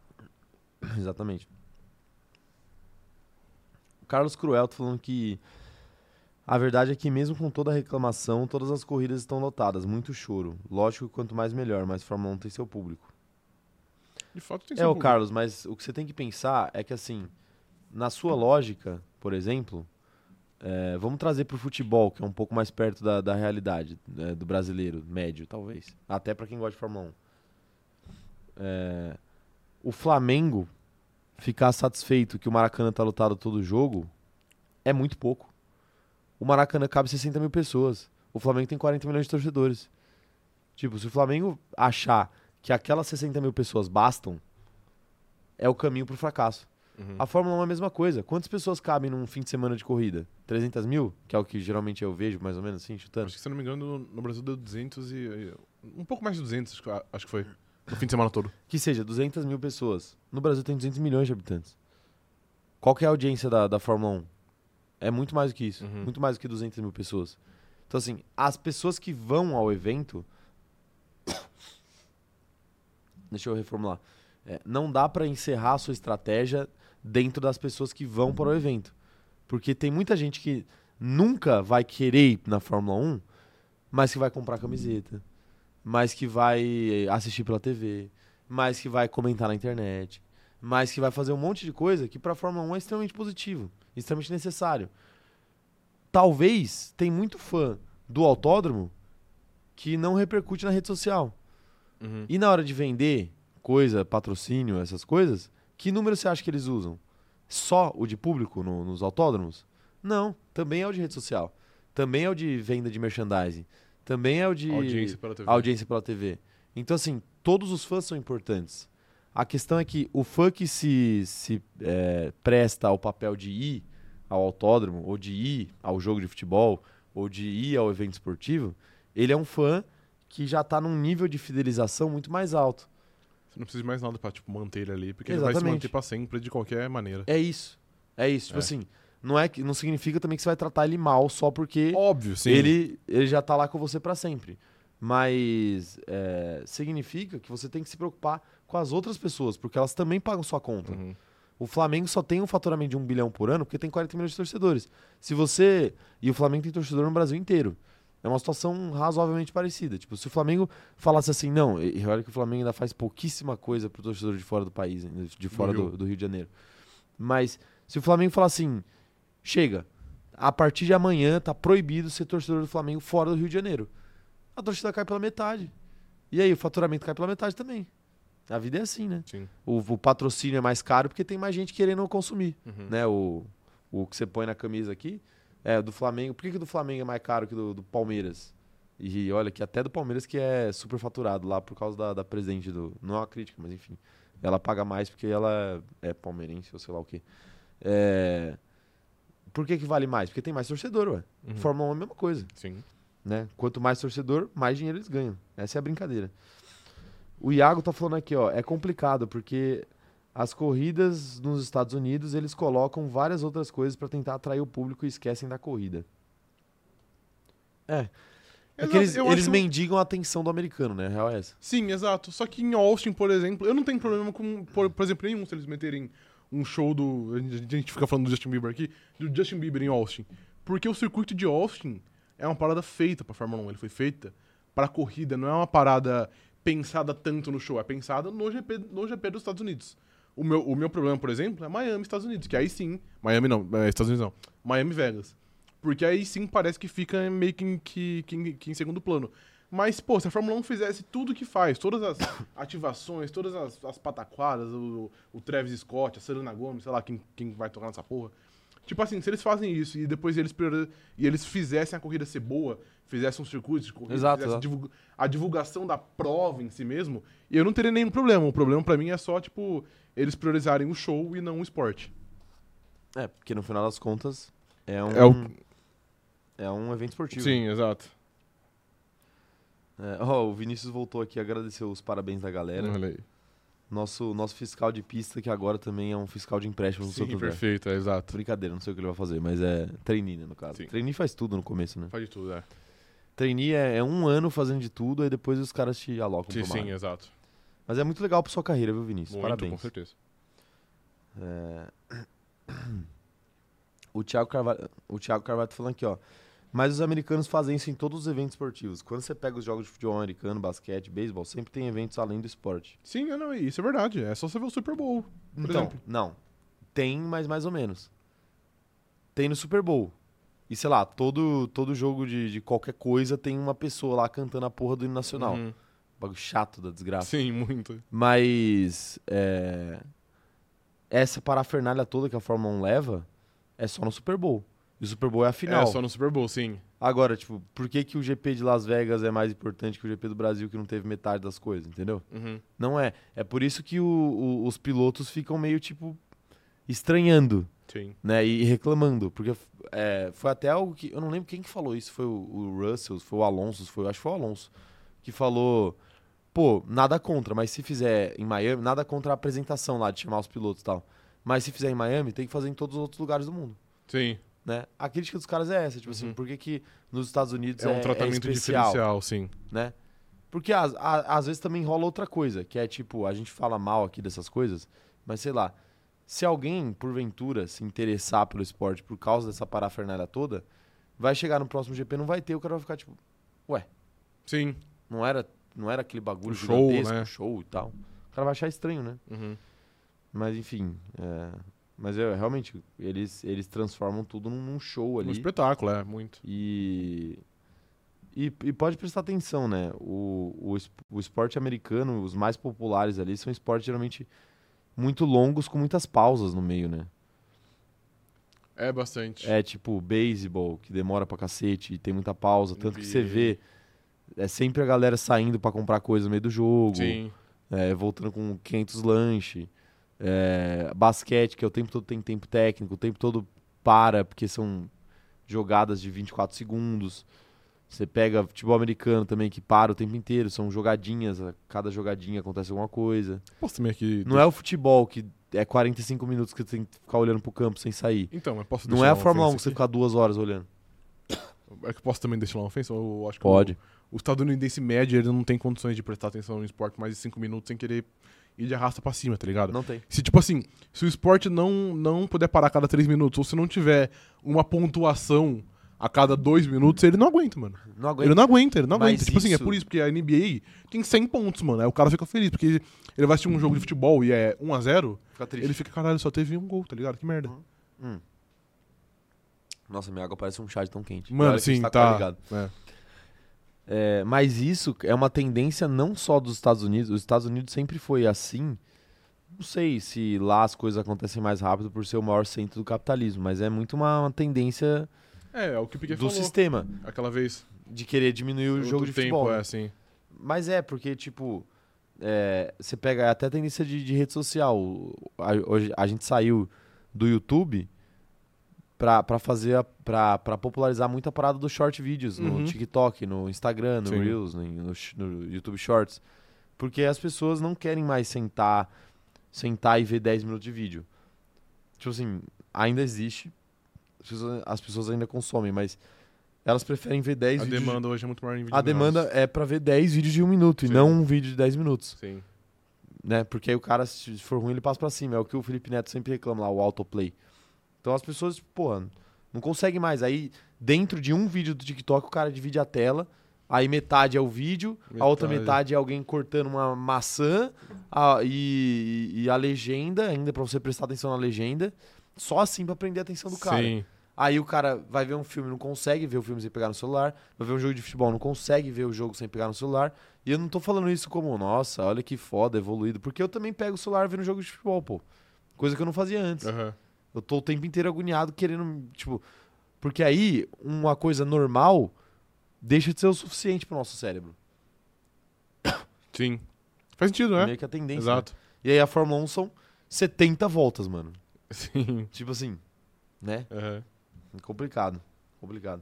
[SPEAKER 1] Exatamente. O Carlos Cruel tá falando que a verdade é que mesmo com toda a reclamação, todas as corridas estão lotadas, muito choro. Lógico que quanto mais melhor, mas Fórmula 1 tem seu público.
[SPEAKER 2] De fato, tem
[SPEAKER 1] É, o
[SPEAKER 2] São Paulo.
[SPEAKER 1] Carlos, mas o que você tem que pensar é que, assim, na sua lógica, por exemplo, é, vamos trazer para o futebol, que é um pouco mais perto da, da realidade né, do brasileiro médio, talvez. Até para quem gosta de Fórmula 1. É, o Flamengo ficar satisfeito que o Maracanã tá lotado todo jogo é muito pouco. O Maracanã cabe 60 mil pessoas. O Flamengo tem 40 milhões de torcedores. Tipo, se o Flamengo achar que aquelas 60 mil pessoas bastam, é o caminho pro fracasso.
[SPEAKER 2] Uhum.
[SPEAKER 1] A Fórmula 1 é a mesma coisa. Quantas pessoas cabem num fim de semana de corrida? 300 mil? Que é o que geralmente eu vejo, mais ou menos assim, chutando.
[SPEAKER 2] Acho que, se eu não me engano, no Brasil deu 200 e... e- Um pouco mais de 200, acho que- a- acho que foi. No fim de semana todo.
[SPEAKER 1] Que seja, 200 mil pessoas. No Brasil tem 200 milhões de habitantes. Qual que é a audiência da, da Fórmula 1? É muito mais do que isso.
[SPEAKER 2] Uhum.
[SPEAKER 1] Muito mais do que 200 mil pessoas. Então, assim, as pessoas que vão ao evento. Deixa eu reformular. É, não dá pra encerrar a sua estratégia dentro das pessoas que vão para o evento. Porque tem muita gente que nunca vai querer ir na Fórmula 1, mas que vai comprar camiseta, mas que vai assistir pela TV, mas que vai comentar na internet, mas que vai fazer um monte de coisa que para a Fórmula 1 é extremamente positivo, extremamente necessário. Talvez tem muito fã do autódromo que não repercute na rede social.
[SPEAKER 2] Uhum.
[SPEAKER 1] E na hora de vender coisa, patrocínio, essas coisas, que número você acha que eles usam? Só o de público no- nos autódromos? Não, também é o de rede social. Também é o de venda de merchandising. Também é o de
[SPEAKER 2] Audiência pela TV.
[SPEAKER 1] audiência pela TV. Então, assim, todos os fãs são importantes. A questão é que o fã que se, se eh, presta ao papel de ir ao autódromo, ou de ir ao jogo de futebol, ou de ir ao evento esportivo, ele é um fã que já está num nível de fidelização muito mais alto.
[SPEAKER 2] Você não precisa de mais nada pra, tipo, manter ele ali, porque ele vai se
[SPEAKER 1] Exatamente.
[SPEAKER 2] manter pra sempre de qualquer maneira.
[SPEAKER 1] É isso. É isso. Tipo
[SPEAKER 2] É.
[SPEAKER 1] assim, não, é que, não significa também que você vai tratar ele mal só porque
[SPEAKER 2] Óbvio, sim.
[SPEAKER 1] Ele, ele já tá lá com você pra sempre. Mas é, significa que você tem que se preocupar com as outras pessoas, porque elas também pagam sua conta.
[SPEAKER 2] Uhum.
[SPEAKER 1] O Flamengo só tem um faturamento de um bilhão por ano porque tem 40 milhões de torcedores. Se você. E o Flamengo tem torcedor no Brasil inteiro. É uma situação razoavelmente parecida. Tipo, se o Flamengo falasse assim, não, e e olha que o Flamengo ainda faz pouquíssima coisa pro torcedor de fora do país, hein, de fora do
[SPEAKER 2] Rio.
[SPEAKER 1] do Rio de Janeiro. Mas se o Flamengo falar assim, chega, a partir de amanhã tá proibido ser torcedor do Flamengo fora do Rio de Janeiro. A torcida cai pela metade. E aí o faturamento cai pela metade também. A vida é assim, né?
[SPEAKER 2] Sim.
[SPEAKER 1] O, o patrocínio é mais caro porque tem mais gente querendo consumir,
[SPEAKER 2] Uhum.
[SPEAKER 1] né? O, o que você põe na camisa aqui é do Flamengo. Por que, que o do Flamengo é mais caro que o do, do Palmeiras? E olha que até do Palmeiras que é super faturado lá por causa da, da presidente do. Não é uma crítica, mas enfim. Ela paga mais porque ela é palmeirense ou sei lá o quê. É, Por que, que vale mais? Porque tem mais torcedor, ué.
[SPEAKER 2] Uhum.
[SPEAKER 1] Fórmula 1 é a mesma coisa
[SPEAKER 2] Sim.
[SPEAKER 1] né? Quanto mais torcedor, mais dinheiro eles ganham. Essa é a brincadeira. O Iago tá falando aqui, ó, é complicado porque as corridas nos Estados Unidos, eles colocam várias outras coisas pra tentar atrair o público e esquecem da corrida. É. É que
[SPEAKER 2] Exato,
[SPEAKER 1] eles,
[SPEAKER 2] eu
[SPEAKER 1] eles
[SPEAKER 2] acho- um
[SPEAKER 1] mendigam a atenção do americano, né? A real é essa.
[SPEAKER 2] Sim, exato. Só que em Austin, por exemplo, eu não tenho problema com, por, por exemplo, nenhum se eles meterem um show do. A gente a gente fica falando do Justin Bieber aqui, do Justin Bieber em Austin. Porque o circuito de Austin é uma parada feita pra Fórmula 1. Ele foi feita pra corrida, não é uma parada pensada tanto no show, é pensada no GP, no GP dos Estados Unidos. O meu, o meu problema, por exemplo, é Miami, Estados Unidos, que aí sim. Miami não, é, Estados Unidos não. Miami e Vegas. Porque aí sim parece que fica meio que em, que, que em- que em segundo plano. Mas, pô, se a Fórmula 1 fizesse tudo que faz, todas as ativações, todas as, as pataquadas, o, o Travis Scott, a Selena Gomez, sei lá quem, quem vai tocar nessa porra. Tipo assim, se eles fazem isso e depois eles, priori- e eles fizessem a corrida ser boa, fizessem um circuito de corrida,
[SPEAKER 1] Exato,
[SPEAKER 2] fizessem
[SPEAKER 1] exato.
[SPEAKER 2] divulga- a divulgação da prova em si mesmo, eu não teria nenhum problema. O problema pra mim é só, tipo, eles priorizarem o show e não o esporte.
[SPEAKER 1] É, porque no final das contas é um
[SPEAKER 2] É o-
[SPEAKER 1] é um evento esportivo.
[SPEAKER 2] Sim, exato.
[SPEAKER 1] É, ó, o Vinícius voltou aqui, agradeceu os parabéns da galera.
[SPEAKER 2] Olha aí.
[SPEAKER 1] Nosso nosso fiscal de pista que agora também é um fiscal de empréstimo no
[SPEAKER 2] Sim,
[SPEAKER 1] Santo André.
[SPEAKER 2] perfeito, é, exato.
[SPEAKER 1] Brincadeira, não sei o que ele vai fazer, mas é trainee, né, no caso.
[SPEAKER 2] Sim.
[SPEAKER 1] Trainee faz tudo no começo, né?
[SPEAKER 2] Faz de tudo, é.
[SPEAKER 1] Trainee é, é um ano fazendo de tudo, aí depois os caras te alocam
[SPEAKER 2] Sim,
[SPEAKER 1] pro mar.
[SPEAKER 2] sim, exato.
[SPEAKER 1] Mas é muito legal pra sua carreira, viu, Vinícius?
[SPEAKER 2] Muito, com
[SPEAKER 1] Parabéns.
[SPEAKER 2] certeza.
[SPEAKER 1] É, O Thiago Carvalho, o Thiago Carvalho tá falando aqui, ó. Mas os americanos fazem isso em todos os eventos esportivos. Quando você pega os jogos de futebol americano, basquete, beisebol, sempre tem eventos além do esporte.
[SPEAKER 2] Sim, não, não, isso é verdade. É só você ver o Super Bowl. Por
[SPEAKER 1] então,
[SPEAKER 2] exemplo.
[SPEAKER 1] não. Tem, mas mais ou menos. Tem no Super Bowl. E sei lá, todo, todo jogo de, de qualquer coisa tem uma pessoa lá cantando a porra do hino nacional.
[SPEAKER 2] Uhum.
[SPEAKER 1] Bagulho chato da desgraça.
[SPEAKER 2] Sim, muito.
[SPEAKER 1] Mas é, essa parafernália toda que a Fórmula 1 leva é só no Super Bowl. E o Super Bowl é a final.
[SPEAKER 2] É só no Super Bowl, sim.
[SPEAKER 1] Agora, tipo, por que, que o GP de Las Vegas é mais importante que o GP do Brasil que não teve metade das coisas, entendeu?
[SPEAKER 2] Uhum.
[SPEAKER 1] Não é. É por isso que o- o- os pilotos ficam meio, tipo, estranhando,
[SPEAKER 2] Sim.
[SPEAKER 1] né? E reclamando. Porque é, foi até algo que. Eu não lembro quem que falou isso. Foi o, o Russell, foi o Alonso, foi, eu acho que foi o Alonso. Que falou. Pô, nada contra, mas se fizer em Miami, nada contra a apresentação lá de chamar os pilotos e tal. Mas se fizer em Miami, tem que fazer em todos os outros lugares do mundo.
[SPEAKER 2] Sim.
[SPEAKER 1] Né? A crítica dos caras é essa, tipo assim, por que, que nos Estados Unidos
[SPEAKER 2] Uhum. É um tratamento
[SPEAKER 1] especial?
[SPEAKER 2] diferencial, sim.
[SPEAKER 1] né? Porque às, a- às vezes também rola outra coisa, que é tipo, a gente fala mal aqui dessas coisas, mas sei lá, se alguém, porventura, se interessar pelo esporte por causa dessa parafernália toda, vai chegar no próximo GP, não vai ter, o cara vai ficar tipo,
[SPEAKER 2] Sim.
[SPEAKER 1] não era, não era aquele bagulho
[SPEAKER 2] O show,
[SPEAKER 1] gigantesco,
[SPEAKER 2] né?
[SPEAKER 1] show e tal. O cara vai achar estranho, né?
[SPEAKER 2] Uhum.
[SPEAKER 1] Mas enfim, é, mas eu, realmente, eles, eles transformam tudo num, num show
[SPEAKER 2] Um
[SPEAKER 1] ali.
[SPEAKER 2] espetáculo, é, muito.
[SPEAKER 1] E, e, e pode prestar atenção, né? O, o, es- o esporte americano, os mais populares ali, são esportes geralmente muito longos, com muitas pausas no meio, né?
[SPEAKER 2] É bastante.
[SPEAKER 1] É tipo beisebol, que demora pra cacete e tem muita pausa. Tanto que você
[SPEAKER 2] NBA.
[SPEAKER 1] vê, é sempre a galera saindo pra comprar coisa no meio do jogo,
[SPEAKER 2] Sim.
[SPEAKER 1] é, voltando com 500 lanche. é, basquete, que é o tempo todo tem tempo técnico, o tempo todo para, porque são jogadas de 24 segundos. Você pega futebol americano também, que para o tempo inteiro, são jogadinhas, a cada jogadinha acontece alguma coisa.
[SPEAKER 2] Posso também aqui.
[SPEAKER 1] Não é o futebol que é 45 minutos que você tem que ficar olhando pro campo sem sair.
[SPEAKER 2] Então, mas posso
[SPEAKER 1] Não
[SPEAKER 2] deixar
[SPEAKER 1] é a
[SPEAKER 2] uma
[SPEAKER 1] Fórmula 1 que
[SPEAKER 2] ofensa
[SPEAKER 1] você ficar duas horas olhando.
[SPEAKER 2] aqui? É que eu posso também deixar uma ofensa? Eu acho que
[SPEAKER 1] Pode.
[SPEAKER 2] O, o estadunidense médio, ele não tem condições de prestar atenção no esporte mais de cinco minutos sem querer ir de arrasta pra cima, tá ligado?
[SPEAKER 1] Não tem.
[SPEAKER 2] Se, tipo assim, se o esporte não, não puder parar a cada três minutos, ou se não tiver uma pontuação a cada dois minutos, ele não aguenta, mano.
[SPEAKER 1] Não aguento.
[SPEAKER 2] Ele não aguenta, ele não
[SPEAKER 1] Mas
[SPEAKER 2] aguenta. Tipo assim, é
[SPEAKER 1] isso-
[SPEAKER 2] por isso, porque a NBA tem 100 pontos, mano. Aí o cara fica feliz, porque ele vai assistir um jogo de futebol e é 1x0,
[SPEAKER 1] Fica triste.
[SPEAKER 2] ele fica, caralho, só teve um gol, tá ligado? Que merda.
[SPEAKER 1] Nossa, minha água parece um chá de tão quente.
[SPEAKER 2] Mano,
[SPEAKER 1] Olha que a gente
[SPEAKER 2] sim,
[SPEAKER 1] com a
[SPEAKER 2] tá.
[SPEAKER 1] ligada.
[SPEAKER 2] é.
[SPEAKER 1] É, mas isso é uma tendência não só dos Estados Unidos. Os Estados Unidos sempre foi assim. Não sei se lá as coisas acontecem mais rápido por ser o maior centro do capitalismo, mas é muito uma, uma tendência
[SPEAKER 2] É, é o que o Piquet
[SPEAKER 1] do
[SPEAKER 2] falou
[SPEAKER 1] sistema
[SPEAKER 2] aquela vez.
[SPEAKER 1] de querer diminuir o
[SPEAKER 2] do
[SPEAKER 1] jogo de
[SPEAKER 2] tempo,
[SPEAKER 1] futebol. né?
[SPEAKER 2] é assim.
[SPEAKER 1] Mas é, porque, tipo, é, você pega até a tendência de, de rede social. A, hoje, a gente saiu do YouTube pra, pra fazer, a, pra, pra popularizar muito a parada dos short videos
[SPEAKER 2] Uhum.
[SPEAKER 1] no TikTok, no Instagram, no
[SPEAKER 2] Sim.
[SPEAKER 1] Reels, no, no sh- no YouTube Shorts. Porque as pessoas não querem mais sentar, sentar e ver 10 minutos de vídeo. Tipo assim, ainda existe. As pessoas, as pessoas ainda consomem, mas elas preferem ver 10
[SPEAKER 2] A
[SPEAKER 1] vídeos. de-
[SPEAKER 2] demanda hoje é muito maior em vídeo
[SPEAKER 1] a demanda é pra ver 10 vídeos de um minuto
[SPEAKER 2] Sim.
[SPEAKER 1] e não um vídeo de 10 minutos,
[SPEAKER 2] Sim.
[SPEAKER 1] né? Porque aí o cara, se for ruim, ele passa pra cima. É o que o Felipe Neto sempre reclama lá, o autoplay. Então as pessoas, tipo, porra, não conseguem mais. Aí dentro de um vídeo do TikTok o cara divide a tela. Aí metade é o vídeo, a outra
[SPEAKER 2] Metade.
[SPEAKER 1] metade é alguém cortando uma maçã a- e, e a legenda, ainda pra você prestar atenção na legenda. Só assim pra prender a atenção do cara.
[SPEAKER 2] Sim.
[SPEAKER 1] Aí o cara vai ver um filme, não consegue ver o filme sem pegar no celular. Vai ver um jogo de futebol, não consegue ver o jogo sem pegar no celular. E eu não tô falando isso como, nossa, olha que foda, evoluído. Porque eu também pego o celular vendo jogo de futebol, pô. Coisa que eu não fazia antes.
[SPEAKER 2] Aham.
[SPEAKER 1] Eu tô o tempo inteiro agoniado querendo, tipo. Porque aí, uma coisa normal deixa de ser o suficiente pro nosso cérebro.
[SPEAKER 2] Sim. Faz sentido, né?
[SPEAKER 1] É Meio que a tendência.
[SPEAKER 2] Exato.
[SPEAKER 1] né? E aí a Fórmula 1 são 70 voltas, mano.
[SPEAKER 2] Sim.
[SPEAKER 1] Tipo assim, né?
[SPEAKER 2] Aham.
[SPEAKER 1] Complicado, complicado.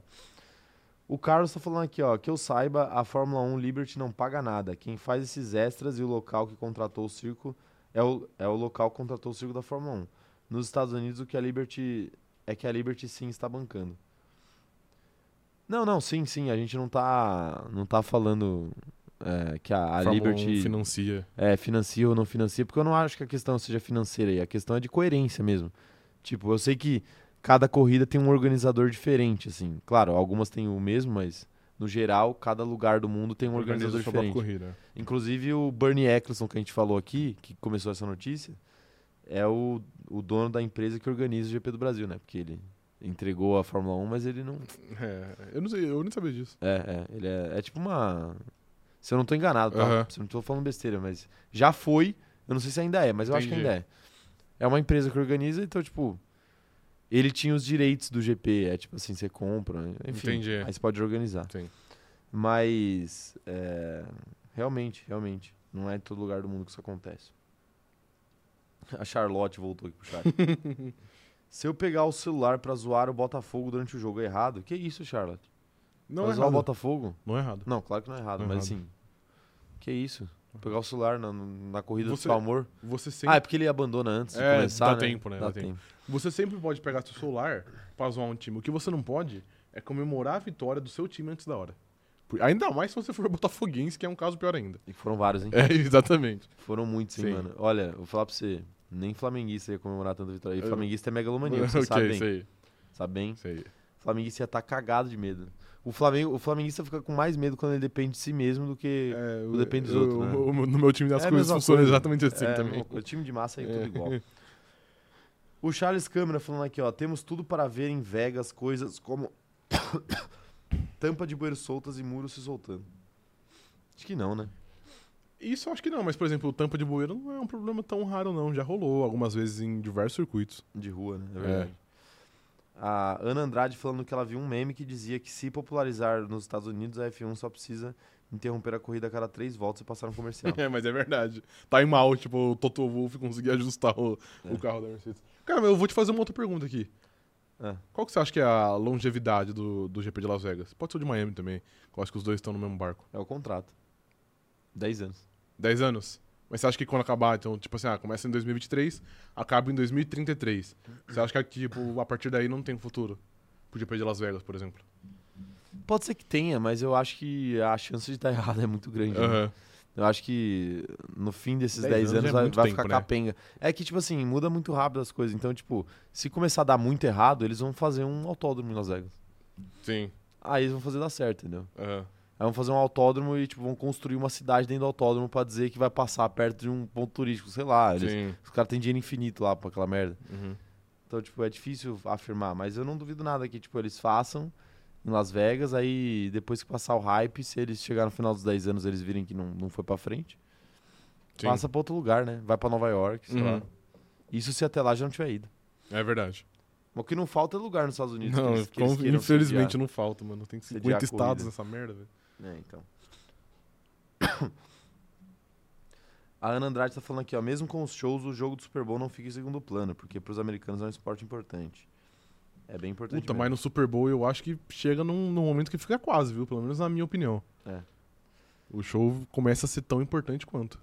[SPEAKER 1] O Carlos tá falando aqui, ó, que eu saiba, a Fórmula 1 Liberty não paga nada. Quem faz esses extras e o local que contratou o circo é o, é o local que contratou o circo da Fórmula 1. Nos Estados Unidos, o que a Liberty é que a Liberty sim está bancando. Não, não, sim, sim, a gente não tá não tá falando é, que a, a
[SPEAKER 2] Fórmula 1
[SPEAKER 1] Liberty
[SPEAKER 2] financia.
[SPEAKER 1] é, financia ou não financia, porque eu não acho que a questão seja financeira aí, a questão é de coerência mesmo. Tipo, eu sei que cada corrida tem um organizador diferente, assim. Claro, algumas têm o mesmo, mas no geral, cada lugar do mundo tem um
[SPEAKER 2] organiza
[SPEAKER 1] organizador
[SPEAKER 2] sua própria
[SPEAKER 1] diferente.
[SPEAKER 2] corrida.
[SPEAKER 1] Inclusive o Bernie Eccleston que a gente falou aqui, que começou essa notícia, é o, o dono da empresa que organiza o GP do Brasil, né? Porque ele entregou a Fórmula 1, mas ele não
[SPEAKER 2] É, eu não sei, eu nem sabia disso.
[SPEAKER 1] é, é. Ele é, é tipo uma. Se eu não tô enganado, tá?
[SPEAKER 2] Aham.
[SPEAKER 1] Se eu não tô falando besteira, mas. Já foi. Eu não sei se ainda é, mas eu acho que
[SPEAKER 2] Entendi.
[SPEAKER 1] ainda é. É uma empresa que organiza, então, tipo. Ele tinha os direitos do GP. É tipo assim, você compra. né? Enfim.
[SPEAKER 2] Entendi.
[SPEAKER 1] Aí você pode organizar.
[SPEAKER 2] Sim.
[SPEAKER 1] Mas. é, realmente, realmente. Não é em todo lugar do mundo que isso acontece. A Charlotte voltou aqui pro chat. Se eu pegar o celular pra zoar o Botafogo durante o jogo é errado, que isso, Charlotte?
[SPEAKER 2] Não
[SPEAKER 1] pra
[SPEAKER 2] é
[SPEAKER 1] zoar o
[SPEAKER 2] errado.
[SPEAKER 1] Botafogo?
[SPEAKER 2] Não é errado.
[SPEAKER 1] Não, claro que não é errado,
[SPEAKER 2] Não é
[SPEAKER 1] mas
[SPEAKER 2] errado.
[SPEAKER 1] assim. Que isso? Pegar o celular na, na corrida
[SPEAKER 2] Você-
[SPEAKER 1] do amor.
[SPEAKER 2] Você
[SPEAKER 1] Ah,
[SPEAKER 2] sempre,
[SPEAKER 1] é porque ele abandona antes de
[SPEAKER 2] É,
[SPEAKER 1] começar.
[SPEAKER 2] dá
[SPEAKER 1] né?
[SPEAKER 2] tempo, né? Dá tempo. você sempre pode pegar seu celular pra zoar um time. O que você não pode é comemorar a vitória do seu time antes da hora. Por- Ainda mais se você for botafoguense, que é um caso pior ainda.
[SPEAKER 1] E foram vários, hein?
[SPEAKER 2] É, exatamente.
[SPEAKER 1] Foram muitos, hein,
[SPEAKER 2] Sim.
[SPEAKER 1] mano. Olha, vou falar pra você. Nem flamenguista ia comemorar tanta vitória. E
[SPEAKER 2] Eu-
[SPEAKER 1] flamenguista é megalomaníaco, você
[SPEAKER 2] Ok,
[SPEAKER 1] sabe bem.
[SPEAKER 2] sei,
[SPEAKER 1] Sabe bem?
[SPEAKER 2] sei.
[SPEAKER 1] Flamenguista ia estar cagado de medo. O, Flamengo, o flamenguista fica com mais medo quando ele depende de si mesmo do que...
[SPEAKER 2] É,
[SPEAKER 1] o depende dos
[SPEAKER 2] eu-
[SPEAKER 1] outros, né?
[SPEAKER 2] o- No meu time das
[SPEAKER 1] É a
[SPEAKER 2] coisas
[SPEAKER 1] mesma
[SPEAKER 2] funciona
[SPEAKER 1] coisa.
[SPEAKER 2] exatamente assim
[SPEAKER 1] é,
[SPEAKER 2] também.
[SPEAKER 1] O time de massa é,
[SPEAKER 2] É.
[SPEAKER 1] tudo igual. O Charles Câmara falando aqui, ó. Temos tudo para ver em Vegas coisas como tampa de bueiro soltas e muros se soltando. Acho que não, né?
[SPEAKER 2] Isso eu acho que não, mas por exemplo, o tampa de bueiro não é um problema tão raro não, já rolou algumas vezes em diversos circuitos.
[SPEAKER 1] De rua, né? É
[SPEAKER 2] É.
[SPEAKER 1] verdade. A Ana Andrade falando que ela viu um meme que dizia que se popularizar nos Estados Unidos, a F1 só precisa interromper a corrida a cada três voltas e passar um comercial.
[SPEAKER 2] É, mas é verdade. Tá mal, tipo, o Toto Wolff conseguir ajustar o, o
[SPEAKER 1] É.
[SPEAKER 2] carro da Mercedes. Cara, mas eu vou te fazer uma outra pergunta aqui.
[SPEAKER 1] Ah.
[SPEAKER 2] Qual que você acha que é a longevidade do, do GP de Las Vegas? Pode ser o de Miami também, que eu acho que os dois estão no mesmo barco.
[SPEAKER 1] É o contrato. Dez anos.
[SPEAKER 2] 10 anos? Mas você acha que quando acabar, então, tipo assim, ah, começa em 2023, acaba em 2033. Você acha que, tipo, a partir daí não tem futuro? Pro GP de Las Vegas, por exemplo.
[SPEAKER 1] Pode ser que tenha, mas eu acho que a chance de estar errado é muito grande. né?
[SPEAKER 2] Aham.
[SPEAKER 1] Eu acho que no fim desses 10
[SPEAKER 2] Dez anos
[SPEAKER 1] anos,
[SPEAKER 2] é
[SPEAKER 1] vai,
[SPEAKER 2] muito
[SPEAKER 1] vai
[SPEAKER 2] tempo,
[SPEAKER 1] ficar
[SPEAKER 2] né?
[SPEAKER 1] capenga. É que, tipo assim, muda muito rápido as coisas. Então, tipo, se começar a dar muito errado, eles vão fazer um autódromo em Las Vegas.
[SPEAKER 2] Sim.
[SPEAKER 1] Aí eles vão fazer dar certo, entendeu?
[SPEAKER 2] Aham.
[SPEAKER 1] Aí vão fazer um autódromo e, tipo, vão construir uma cidade dentro do autódromo pra dizer que vai passar perto de um ponto turístico, sei lá. eles-
[SPEAKER 2] Sim.
[SPEAKER 1] os caras têm dinheiro infinito lá pra aquela merda.
[SPEAKER 2] Uhum.
[SPEAKER 1] Então, tipo, é difícil afirmar, mas eu não duvido nada que, tipo, eles façam em Las Vegas. Aí, depois que passar o hype, se eles chegar no final dos 10 anos eles virem que não, não foi pra frente,
[SPEAKER 2] Sim.
[SPEAKER 1] passa pra outro lugar, né? Vai pra Nova York, sei
[SPEAKER 2] Uhum.
[SPEAKER 1] lá. Isso se até lá já não tiver ido.
[SPEAKER 2] É verdade.
[SPEAKER 1] Mas o que não falta é lugar nos Estados Unidos.
[SPEAKER 2] Não,
[SPEAKER 1] que eles, que eles
[SPEAKER 2] com-
[SPEAKER 1] queiram
[SPEAKER 2] infelizmente não falta, mano. Tem
[SPEAKER 1] Sediar
[SPEAKER 2] 50
[SPEAKER 1] a
[SPEAKER 2] estados
[SPEAKER 1] corrida.
[SPEAKER 2] nessa merda, velho.
[SPEAKER 1] É, então. A Ana Andrade tá falando aqui, ó. Mesmo com os shows, o jogo do Super Bowl não fica em segundo plano, porque pros americanos é um esporte importante. É bem importante.
[SPEAKER 2] Puta, mas
[SPEAKER 1] mesmo.
[SPEAKER 2] no Super Bowl eu acho que chega num, num momento que fica quase, viu? Pelo menos na minha opinião.
[SPEAKER 1] É.
[SPEAKER 2] O show começa a ser tão importante quanto.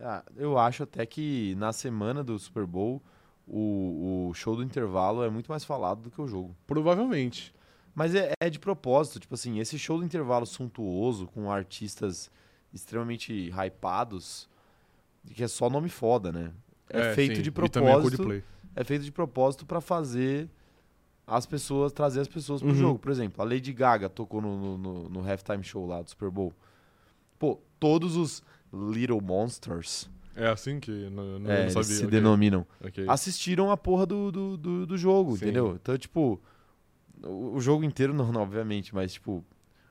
[SPEAKER 1] Ah, eu acho até que na semana do Super Bowl, o, o show do intervalo é muito mais falado do que o jogo.
[SPEAKER 2] Provavelmente.
[SPEAKER 1] Mas é, é de propósito, tipo assim, esse show do intervalo suntuoso, com artistas extremamente hypados, que é só nome foda, né? É, feito
[SPEAKER 2] sim.
[SPEAKER 1] de
[SPEAKER 2] E também é
[SPEAKER 1] propósito.
[SPEAKER 2] Coldplay.
[SPEAKER 1] é feito de propósito pra fazer as pessoas, trazer as pessoas pro
[SPEAKER 2] Uhum.
[SPEAKER 1] jogo. Por exemplo, a Lady Gaga tocou no, no, no- no halftime show lá do Super Bowl. Pô, todos os Little Monsters
[SPEAKER 2] É assim que n- n-
[SPEAKER 1] é,
[SPEAKER 2] eu não
[SPEAKER 1] eles
[SPEAKER 2] sabia.
[SPEAKER 1] se
[SPEAKER 2] ok,
[SPEAKER 1] denominam,
[SPEAKER 2] ok.
[SPEAKER 1] assistiram a porra do, do, do, do jogo,
[SPEAKER 2] Sim.
[SPEAKER 1] entendeu? Então, tipo, o, o jogo inteiro não, não, obviamente, mas, tipo,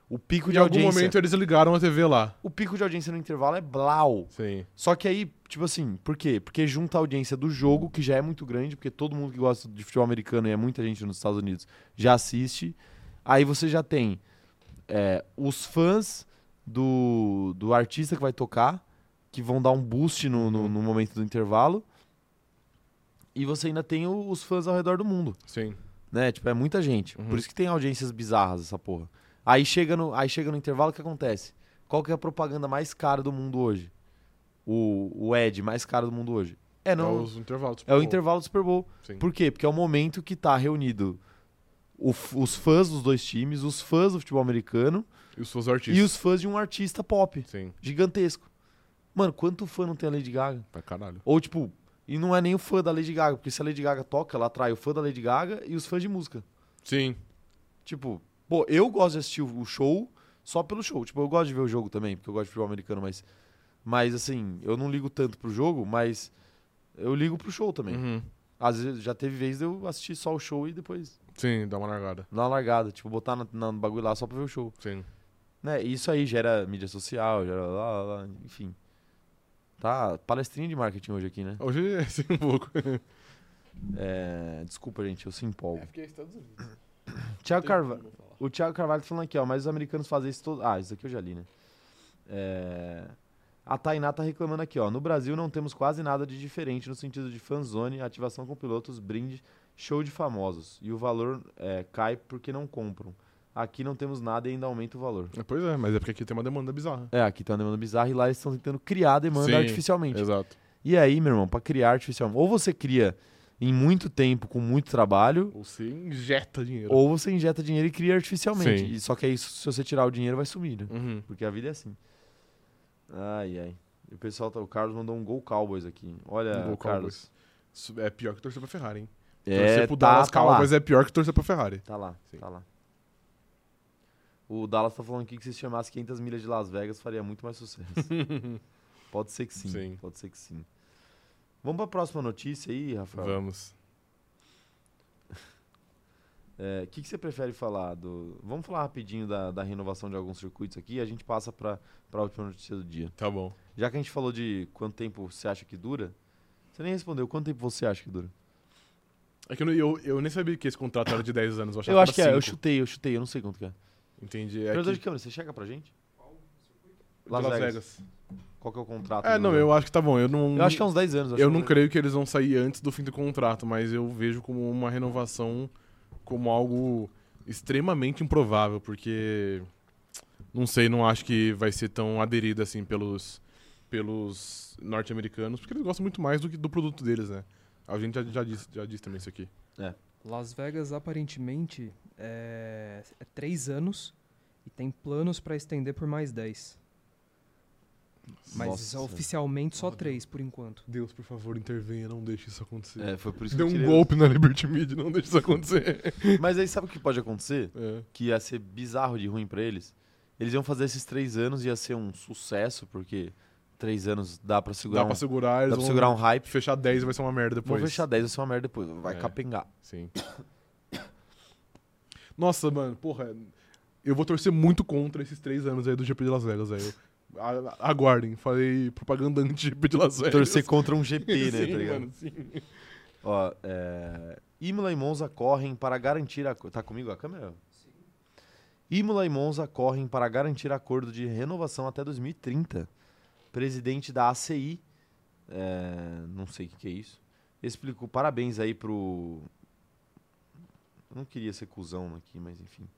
[SPEAKER 1] o pico
[SPEAKER 2] Em
[SPEAKER 1] de
[SPEAKER 2] algum
[SPEAKER 1] audiência...
[SPEAKER 2] momento eles ligaram a TV lá.
[SPEAKER 1] O pico de audiência no intervalo é blau.
[SPEAKER 2] Sim.
[SPEAKER 1] Só que aí, tipo assim, por quê? Porque junta a audiência do jogo, que já é muito grande, porque todo mundo que gosta de futebol americano e é muita gente nos Estados Unidos já assiste. Aí você já tem é, os fãs do, do artista que vai tocar, que vão dar um boost no, no, no momento do intervalo. E você ainda tem o- os fãs ao redor do mundo,
[SPEAKER 2] Sim.
[SPEAKER 1] né? Tipo, é muita gente.
[SPEAKER 2] Uhum.
[SPEAKER 1] Por isso que tem audiências bizarras essa porra. Aí chega no, aí chega no intervalo, o que acontece? Qual que é a propaganda mais cara do mundo hoje? O, o ad mais caro do mundo hoje? É,
[SPEAKER 2] É
[SPEAKER 1] não,
[SPEAKER 2] os intervalos.
[SPEAKER 1] é o intervalo do Super Bowl.
[SPEAKER 2] Sim.
[SPEAKER 1] Por quê? Porque é o momento que tá reunido o f- os fãs dos dois times, os fãs do futebol americano
[SPEAKER 2] E os seus artistas.
[SPEAKER 1] e os fãs de um artista pop
[SPEAKER 2] Sim,
[SPEAKER 1] gigantesco. Mano, quanto fã não tem a Lady Gaga?
[SPEAKER 2] pra caralho.
[SPEAKER 1] Ou tipo, e não é nem o fã da Lady Gaga, porque se a Lady Gaga toca, ela atrai o fã da Lady Gaga e os fãs de música.
[SPEAKER 2] Sim.
[SPEAKER 1] Tipo, pô, eu gosto de assistir o show só pelo show. Tipo, eu gosto de ver o jogo também, porque eu gosto de futebol americano, mas. Mas assim, eu não ligo tanto pro jogo, mas eu ligo pro show também.
[SPEAKER 2] Uhum.
[SPEAKER 1] Às vezes já teve vezes de eu assistir só o show e depois,
[SPEAKER 2] Sim, dá uma largada.
[SPEAKER 1] na largada, tipo, botar na- na- no bagulho lá só pra ver o show.
[SPEAKER 2] Sim.
[SPEAKER 1] Né? E isso aí gera mídia social, gera lá, lá, lá, enfim. Tá, palestrinha de marketing hoje aqui, né?
[SPEAKER 2] Hoje é assim um pouco.
[SPEAKER 1] É, desculpa, gente, eu se empolgo.
[SPEAKER 2] porque é Estados Unidos.
[SPEAKER 1] Tiago Carvalho. O Thiago Carvalho tá falando aqui, ó, mas os americanos fazem isso todo. Ah, isso aqui eu já li, né? É, A Tainá tá reclamando aqui, ó. No Brasil não temos quase nada de diferente no sentido de fanzone, ativação com pilotos, brinde, show de famosos. E o valor é, cai porque não compram. Aqui não temos nada e ainda aumenta o valor.
[SPEAKER 2] Pois é, mas é porque aqui tem uma demanda bizarra.
[SPEAKER 1] É, aqui tá uma demanda bizarra e lá eles estão tentando criar a demanda
[SPEAKER 2] Sim,
[SPEAKER 1] artificialmente.
[SPEAKER 2] Exato.
[SPEAKER 1] E aí, meu irmão, pra criar artificialmente, ou você cria em muito tempo, com muito trabalho,
[SPEAKER 2] Ou se injeta dinheiro.
[SPEAKER 1] ou você injeta dinheiro e cria artificialmente.
[SPEAKER 2] Sim.
[SPEAKER 1] E só que aí, se você tirar o dinheiro, vai sumir, né?
[SPEAKER 2] Uhum.
[SPEAKER 1] Porque a vida é assim. Ai, ai. E o pessoal, tá- o Carlos mandou um gol Cowboys aqui. Olha,
[SPEAKER 2] Um gol
[SPEAKER 1] Carlos.
[SPEAKER 2] Isso É pior que torcer pra Ferrari, hein?
[SPEAKER 1] É,
[SPEAKER 2] torcer pro
[SPEAKER 1] tá,
[SPEAKER 2] Dallas
[SPEAKER 1] tá lá.
[SPEAKER 2] Cowboys é pior que torcer pra Ferrari.
[SPEAKER 1] Tá lá,
[SPEAKER 2] Sim.
[SPEAKER 1] tá lá. O Dallas tá falando aqui que se chamasse 500 milhas de Las Vegas faria muito mais sucesso. pode ser que sim,
[SPEAKER 2] Sim.
[SPEAKER 1] pode ser que sim. Vamos pra próxima notícia aí, Rafael?
[SPEAKER 2] Vamos.
[SPEAKER 1] É, O que, que você prefere falar? Do... Vamos falar rapidinho da, da renovação de alguns circuitos aqui e a gente passa pra, pra última notícia do dia.
[SPEAKER 2] Tá bom.
[SPEAKER 1] Já que a gente falou de quanto tempo você acha que dura, você nem respondeu. Quanto tempo você acha que dura?
[SPEAKER 2] É que eu, eu, eu nem sabia que esse contrato era de 10 anos. Eu, achava
[SPEAKER 1] Eu acho
[SPEAKER 2] que
[SPEAKER 1] que
[SPEAKER 2] era
[SPEAKER 1] é, eu
[SPEAKER 2] cinco.
[SPEAKER 1] chutei, eu chutei, eu não sei quanto que é.
[SPEAKER 2] Entendi. É
[SPEAKER 1] Operador
[SPEAKER 2] que-
[SPEAKER 1] de câmera, você chega pra gente?
[SPEAKER 2] de
[SPEAKER 1] Las, Vegas.
[SPEAKER 2] Vegas.
[SPEAKER 1] Qual que é o contrato?
[SPEAKER 2] É,
[SPEAKER 1] do-
[SPEAKER 2] não, eu acho que tá bom. Eu não.
[SPEAKER 1] Eu acho que é uns 10 anos. acho
[SPEAKER 2] Eu
[SPEAKER 1] que
[SPEAKER 2] não creio que eles vão sair antes do fim do contrato, mas eu vejo como uma renovação como algo extremamente improvável, porque não sei, não acho que vai ser tão aderido assim pelos pelos norte-americanos, porque eles gostam muito mais do que do produto deles, né? A gente já, já disse, já disse também isso aqui.
[SPEAKER 3] Las Vegas aparentemente é, é três anos e tem planos pra estender por mais 10. Mas é
[SPEAKER 1] Nossa.
[SPEAKER 3] oficialmente só três por enquanto.
[SPEAKER 2] Deus, por favor, intervenha, não deixe isso acontecer.
[SPEAKER 1] É, foi por isso
[SPEAKER 2] Dê
[SPEAKER 1] que eu
[SPEAKER 2] um
[SPEAKER 1] tirei-
[SPEAKER 2] golpe na Liberty Media, não deixe isso acontecer.
[SPEAKER 1] Mas aí sabe o que pode acontecer?
[SPEAKER 2] É.
[SPEAKER 1] Que ia ser bizarro de ruim pra eles. Eles iam fazer esses 3 anos, ia ser um sucesso, porque 3 anos dá pra segurar,
[SPEAKER 2] Dá pra
[SPEAKER 1] um...
[SPEAKER 2] segurar, eles
[SPEAKER 1] dá pra
[SPEAKER 2] vão
[SPEAKER 1] segurar um hype.
[SPEAKER 2] fechar 10 e vai ser uma merda depois.
[SPEAKER 1] Vão fechar 10, vai ser uma merda depois. Vai
[SPEAKER 2] É.
[SPEAKER 1] capengar.
[SPEAKER 2] Sim. Nossa, mano, porra. Eu vou torcer muito contra esses três anos aí do GP de Las Vegas. Aí. Eu- a- a- aguardem, falei propaganda anti-GP de Las Vegas.
[SPEAKER 1] Torcer contra um GP, né?
[SPEAKER 2] É. Sim,
[SPEAKER 1] tá ligado?
[SPEAKER 2] mano, sim.
[SPEAKER 1] Ó, é... Imola e Monza correm para garantir a... Tá comigo a câmera? Sim. Imola e Monza correm para garantir acordo de renovação até 2030. Presidente da ACI, é, não sei o que, que é isso, explicou parabéns aí pro... Eu não queria ser cuzão aqui, mas enfim.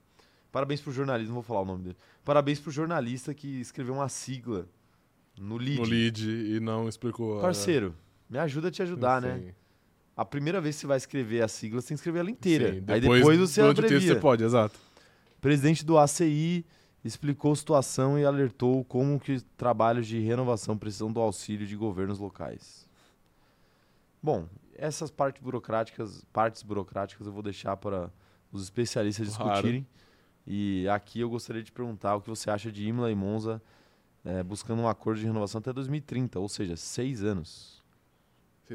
[SPEAKER 1] Parabéns pro jornalista, não vou falar o nome dele. Parabéns pro jornalista que escreveu uma sigla no lead.
[SPEAKER 2] No lead e não explicou. a-
[SPEAKER 1] Parceiro, me ajuda a te ajudar, né?
[SPEAKER 2] Sim,
[SPEAKER 1] A primeira vez que você vai escrever a sigla, você tem que escrever ela inteira.
[SPEAKER 2] sim.
[SPEAKER 1] Aí depois você
[SPEAKER 2] durante o texto
[SPEAKER 1] abrevia.
[SPEAKER 2] você pode, exato.
[SPEAKER 1] Presidente do ACI explicou a situação e alertou como que trabalhos de renovação precisam do auxílio de governos locais. Bom, essas partes burocráticas, partes burocráticas eu vou deixar para os especialistas
[SPEAKER 2] Claro.
[SPEAKER 1] discutirem. E aqui eu gostaria de perguntar o que você acha de Imola e Monza eh, buscando um acordo de renovação até 2030, ou seja, seis anos.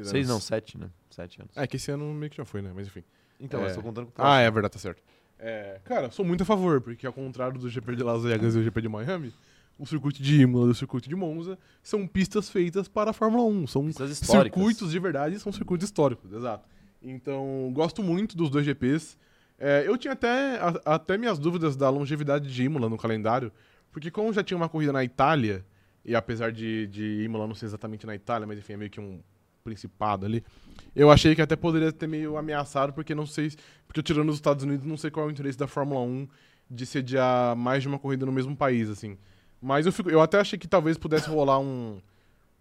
[SPEAKER 1] Seis não,
[SPEAKER 2] anos.
[SPEAKER 1] sete, né? Sete anos.
[SPEAKER 2] É que esse ano meio que já foi, né? Mas enfim.
[SPEAKER 1] Então,
[SPEAKER 2] É.
[SPEAKER 1] eu estou contando com o
[SPEAKER 2] Ah, é verdade, tá certo. É, cara, sou muito a favor, porque ao contrário do GP de Las Vegas e do GP de Miami, o circuito de Imola e o circuito de Monza são pistas feitas para a Fórmula 1. São
[SPEAKER 1] Pistas históricas.
[SPEAKER 2] circuitos de verdade, são circuitos históricos, exato. Então, gosto muito dos dois GPs. É, eu tinha até, a- até minhas dúvidas da longevidade de Imola no calendário, porque como já tinha uma corrida na Itália, e apesar de, de Imola não ser exatamente na Itália, mas enfim, é meio que um principado ali, eu achei que até poderia ter meio ameaçado, porque não sei. se- Porque tirando os Estados Unidos, não sei qual é o interesse da Fórmula 1 de sediar mais de uma corrida no mesmo país, assim. Mas eu, fico, eu até achei que talvez pudesse rolar um,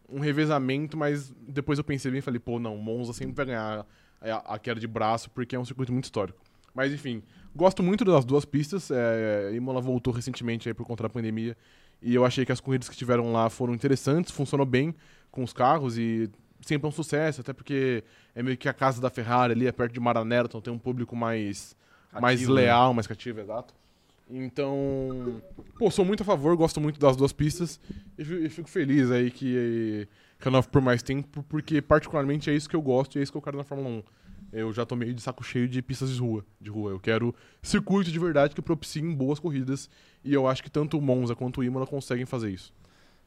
[SPEAKER 2] um revezamento, mas depois eu pensei bem e falei, pô, não, Monza sempre vai ganhar a, a queda de braço, porque é um circuito muito histórico. Mas enfim, gosto muito das duas pistas. É, Imola voltou recentemente aí por conta da pandemia. E eu achei que as corridas que tiveram lá foram interessantes, funcionou bem com os carros e sempre é um sucesso, até porque é meio que a casa da Ferrari ali, é perto de Maranello, então tem um público mais, mais
[SPEAKER 1] Cativo, né?
[SPEAKER 2] leal, mais cativo, exato. Então, pô, sou muito a favor, gosto muito das duas pistas e fi- e fico feliz aí que que renove por mais tempo, porque particularmente é isso que eu gosto e é isso que eu quero na Fórmula 1. Eu já tô meio de saco cheio de pistas de rua, de rua. Eu quero circuito de verdade que propiciem boas corridas e eu acho que tanto o Monza quanto o Imola conseguem fazer isso.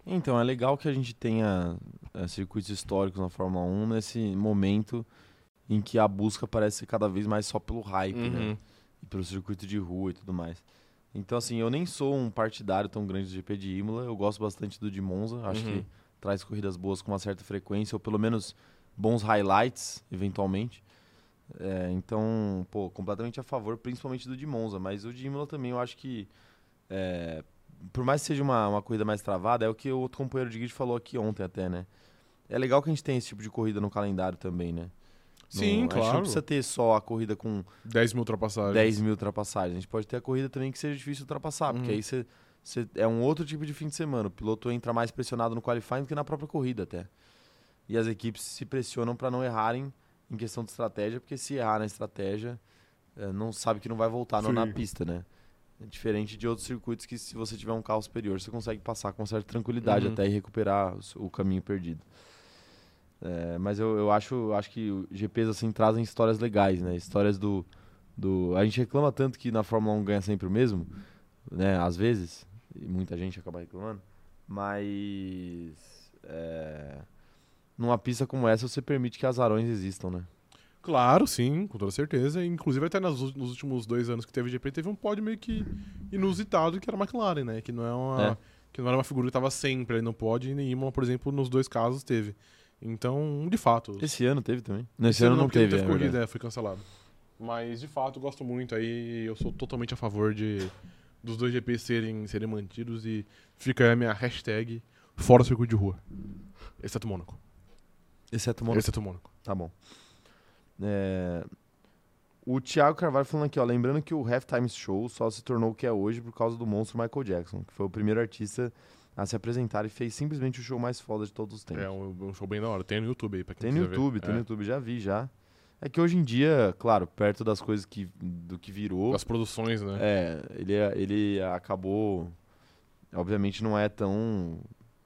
[SPEAKER 1] Então, é legal que a gente tenha eh, circuitos históricos na Fórmula 1 nesse momento em que a busca parece ser cada vez mais só pelo hype,
[SPEAKER 2] Uhum.
[SPEAKER 1] né? E pelo circuito de rua e tudo mais. Então, assim, eu nem sou um partidário tão grande do GP de Imola, eu gosto bastante do de Monza, acho
[SPEAKER 2] Uhum.
[SPEAKER 1] que traz corridas boas com uma certa frequência, ou pelo menos bons highlights, eventualmente. É, então, pô, completamente a favor, principalmente do de Monza, mas o de Imola também eu acho que é, por mais que seja uma, uma corrida mais travada, é o que o outro companheiro de grid falou aqui ontem até, né? É legal que a gente tenha esse tipo de corrida no calendário também, né?
[SPEAKER 2] Sim,
[SPEAKER 1] não, A gente
[SPEAKER 2] claro.
[SPEAKER 1] não precisa ter só a corrida com
[SPEAKER 2] 10 mil ultrapassagens.
[SPEAKER 1] 10 mil ultrapassagens. A gente pode ter a corrida também que seja difícil ultrapassar, porque
[SPEAKER 2] Uhum.
[SPEAKER 1] aí você, você- é um outro tipo de fim de semana. O piloto entra mais pressionado no qualifying do que na própria corrida até. E as equipes se pressionam para não errarem em questão de estratégia, porque se errar na estratégia, eh, não sabe que não vai voltar não, na
[SPEAKER 2] Sim.
[SPEAKER 1] pista, né? É diferente de outros circuitos que se você tiver um carro superior, você consegue passar com certa tranquilidade
[SPEAKER 2] Uhum.
[SPEAKER 1] até e recuperar o s- o caminho perdido. É, mas eu, eu acho, acho que o GPs assim trazem histórias legais, né? Histórias do, do. A gente reclama tanto que na Fórmula 1 ganha sempre o mesmo, né? Às vezes, e muita gente acaba reclamando. Mas. é, numa pista como essa, você permite que azarões existam, né?
[SPEAKER 2] Claro, sim, com toda certeza. Inclusive, até nas ú- nos últimos dois anos que teve GP, teve um pódio meio que inusitado, que era a McLaren, né? Que não, é uma,
[SPEAKER 1] É.
[SPEAKER 2] que não era uma figura que estava sempre ali no pódio, e nenhuma, por exemplo, nos dois casos teve. Então, de fato.
[SPEAKER 1] Esse ano teve também. Nesse
[SPEAKER 2] esse
[SPEAKER 1] ano não
[SPEAKER 2] porque
[SPEAKER 1] teve, é
[SPEAKER 2] corrida,
[SPEAKER 1] verdade.
[SPEAKER 2] é, foi cancelado. Mas, de fato, gosto muito aí. Eu sou totalmente a favor de dos dois GPs serem, serem mantidos e fica aí a minha hashtag fora o circuito de rua. Exceto Mônaco.
[SPEAKER 1] Exceto Monaco.
[SPEAKER 2] Exceto Mônaco.
[SPEAKER 1] Tá bom. É, O Thiago Carvalho falando aqui, ó. Lembrando que o Halftime Show só se tornou o que é hoje por causa do monstro Michael Jackson, que foi o primeiro artista a se apresentar e fez simplesmente o show mais foda de todos os tempos.
[SPEAKER 2] É um, um show bem da hora. Tem no YouTube aí, pra quem
[SPEAKER 1] tem no
[SPEAKER 2] quiser ver.
[SPEAKER 1] YouTube, tem
[SPEAKER 2] É.
[SPEAKER 1] no YouTube, já vi já. É que hoje em dia, claro, perto das coisas que do que virou,
[SPEAKER 2] As produções, né?
[SPEAKER 1] é, ele, ele acabou. Obviamente não é tão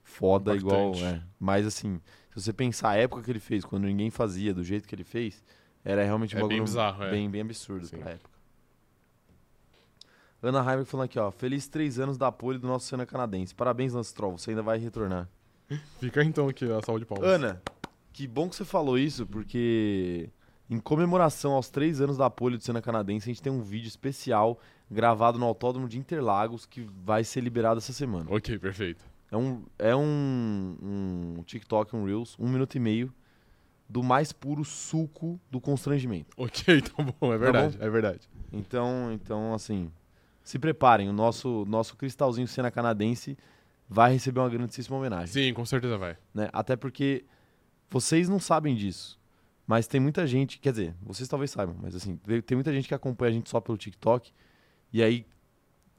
[SPEAKER 1] foda igual.
[SPEAKER 2] Impactante.
[SPEAKER 1] é. Mas assim, se você pensar a época que ele fez, quando ninguém fazia, do jeito que ele fez, era realmente um
[SPEAKER 2] É bem
[SPEAKER 1] bagulho
[SPEAKER 2] bizarro, é.
[SPEAKER 1] bem, bem absurdo
[SPEAKER 2] Sim.
[SPEAKER 1] pra época. Ana Heimberg falando aqui, ó. Feliz três anos da pole do nosso cena canadense. Parabéns, Lance Troll. Você ainda vai retornar.
[SPEAKER 2] Fica então aqui a salva de palmas.
[SPEAKER 1] Ana, que bom que você falou isso, porque em comemoração aos três anos da pole do Senna Canadense, a gente tem um vídeo especial gravado no Autódromo de Interlagos que vai ser liberado essa semana.
[SPEAKER 2] Ok, perfeito.
[SPEAKER 1] É um, é um, um TikTok, um Reels, um minuto e meio, do mais puro suco do constrangimento.
[SPEAKER 2] Ok, tá bom, é verdade, é verdade.
[SPEAKER 1] Então, então assim, se preparem, o nosso, nosso cristalzinho Senna Canadense vai receber uma grandíssima homenagem
[SPEAKER 2] Sim, com certeza vai.
[SPEAKER 1] né? Até porque vocês não sabem disso. Mas tem muita gente, quer dizer, vocês talvez saibam, mas assim, te- tem muita gente que acompanha a gente só pelo TikTok e aí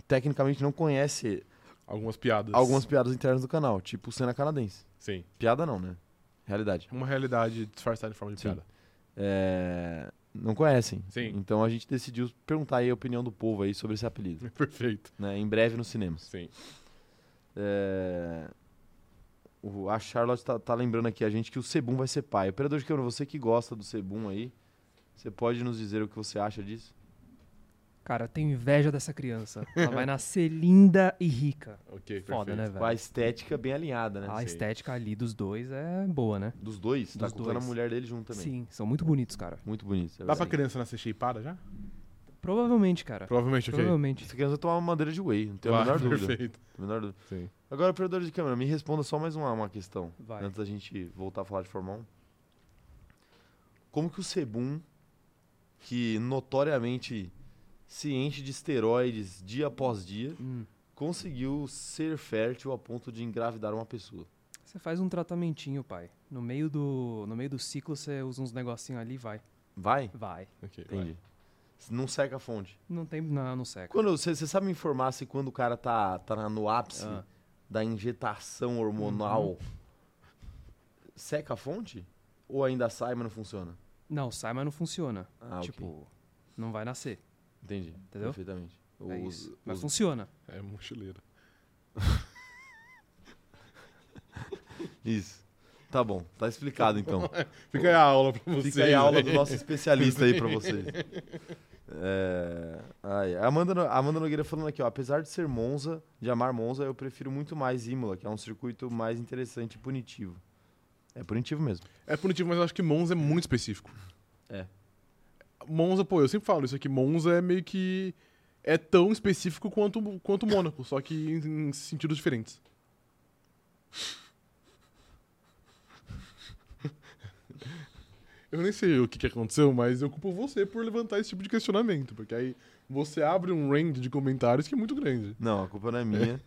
[SPEAKER 1] tecnicamente não conhece
[SPEAKER 2] Algumas piadas.
[SPEAKER 1] algumas piadas internas do canal, tipo cena canadense.
[SPEAKER 2] Sim.
[SPEAKER 1] Piada não, né? Realidade.
[SPEAKER 2] Uma realidade disfarçada em forma de
[SPEAKER 1] Sim.
[SPEAKER 2] piada.
[SPEAKER 1] É, Não conhecem.
[SPEAKER 2] Sim.
[SPEAKER 1] Então a gente decidiu perguntar aí a opinião do povo aí sobre esse apelido,
[SPEAKER 2] Perfeito.
[SPEAKER 1] né? Em breve nos cinemas.
[SPEAKER 2] Sim.
[SPEAKER 1] É, o- A Charlotte tá, tá lembrando aqui a gente que o Sebum vai ser pai. Operador de câmera, você que gosta do Sebum aí, você pode nos dizer o que você acha disso?
[SPEAKER 3] Cara, eu tenho inveja dessa criança. Ela vai nascer linda e rica.
[SPEAKER 2] Ok,
[SPEAKER 3] Foda,
[SPEAKER 2] perfeito.
[SPEAKER 3] né,
[SPEAKER 1] Com a
[SPEAKER 3] velho?
[SPEAKER 1] estética bem alinhada, né?
[SPEAKER 3] A
[SPEAKER 2] Sim.
[SPEAKER 3] estética ali dos dois é boa, né?
[SPEAKER 1] Dos dois? tá
[SPEAKER 3] Dos
[SPEAKER 1] colocando
[SPEAKER 3] dois.
[SPEAKER 1] a mulher dele junto também.
[SPEAKER 3] Sim, são muito bonitos, cara.
[SPEAKER 1] Muito bonito. é
[SPEAKER 2] Dá pra
[SPEAKER 1] verdade.
[SPEAKER 2] criança nascer shapeada já?
[SPEAKER 3] Provavelmente, cara.
[SPEAKER 2] Provavelmente, ok.
[SPEAKER 3] Provavelmente.
[SPEAKER 1] Essa criança vai tomar uma madeira de whey, não tenho é a
[SPEAKER 2] Vai,
[SPEAKER 1] menor dúvida.
[SPEAKER 2] perfeito.
[SPEAKER 1] A menor dúvida.
[SPEAKER 2] Sim.
[SPEAKER 1] Agora, operador de câmera, me responda só mais uma, uma questão.
[SPEAKER 3] Vai.
[SPEAKER 1] Antes da gente voltar a falar de Fórmula 1. Como que o Sebum, que notoriamente se enche de esteroides dia após dia,
[SPEAKER 3] Hum.
[SPEAKER 1] conseguiu ser fértil a ponto de engravidar uma pessoa?
[SPEAKER 3] Você faz um tratamentinho, pai. No meio do, no meio do ciclo, você usa uns negocinhos ali e vai.
[SPEAKER 1] Vai?
[SPEAKER 3] Vai.
[SPEAKER 2] Ok, vai.
[SPEAKER 1] Entendi. Não seca a fonte.
[SPEAKER 3] Não tem. Não, não seca.
[SPEAKER 1] Quando você sabe me informar se quando o cara tá, tá na- no ápice
[SPEAKER 3] Ah. Uhum.
[SPEAKER 1] da injetação hormonal, seca a fonte? Ou ainda sai, mas não funciona?
[SPEAKER 3] Não, sai, mas não funciona.
[SPEAKER 1] Ah,
[SPEAKER 3] tipo,
[SPEAKER 1] ok.
[SPEAKER 3] não vai nascer.
[SPEAKER 1] Entendi.
[SPEAKER 3] Entendeu?
[SPEAKER 1] Perfeitamente.
[SPEAKER 3] É
[SPEAKER 1] Os-
[SPEAKER 3] isso. Mas
[SPEAKER 1] os-
[SPEAKER 3] funciona.
[SPEAKER 2] É mochileira.
[SPEAKER 1] Isso. Tá bom, tá explicado então.
[SPEAKER 2] Fica aí a aula pra vocês.
[SPEAKER 1] Fica aí a aula
[SPEAKER 2] né?
[SPEAKER 1] do nosso especialista aí pra vocês. É... ai, a Amanda, No- a Amanda Nogueira falando aqui, ó. Apesar de ser Monza, de amar Monza, eu prefiro muito mais Imola, que é um circuito mais interessante e punitivo. É punitivo mesmo.
[SPEAKER 2] É punitivo, mas eu acho que Monza é muito específico.
[SPEAKER 1] É.
[SPEAKER 2] Monza, pô, eu sempre falo isso aqui. Monza é meio que. É tão específico quanto, quanto Mônaco, só que em, em sentidos diferentes. Eu nem sei o que, que aconteceu, mas eu culpo você por levantar esse tipo de questionamento, porque aí você abre um range de comentários que é muito grande.
[SPEAKER 1] Não, a culpa não é minha.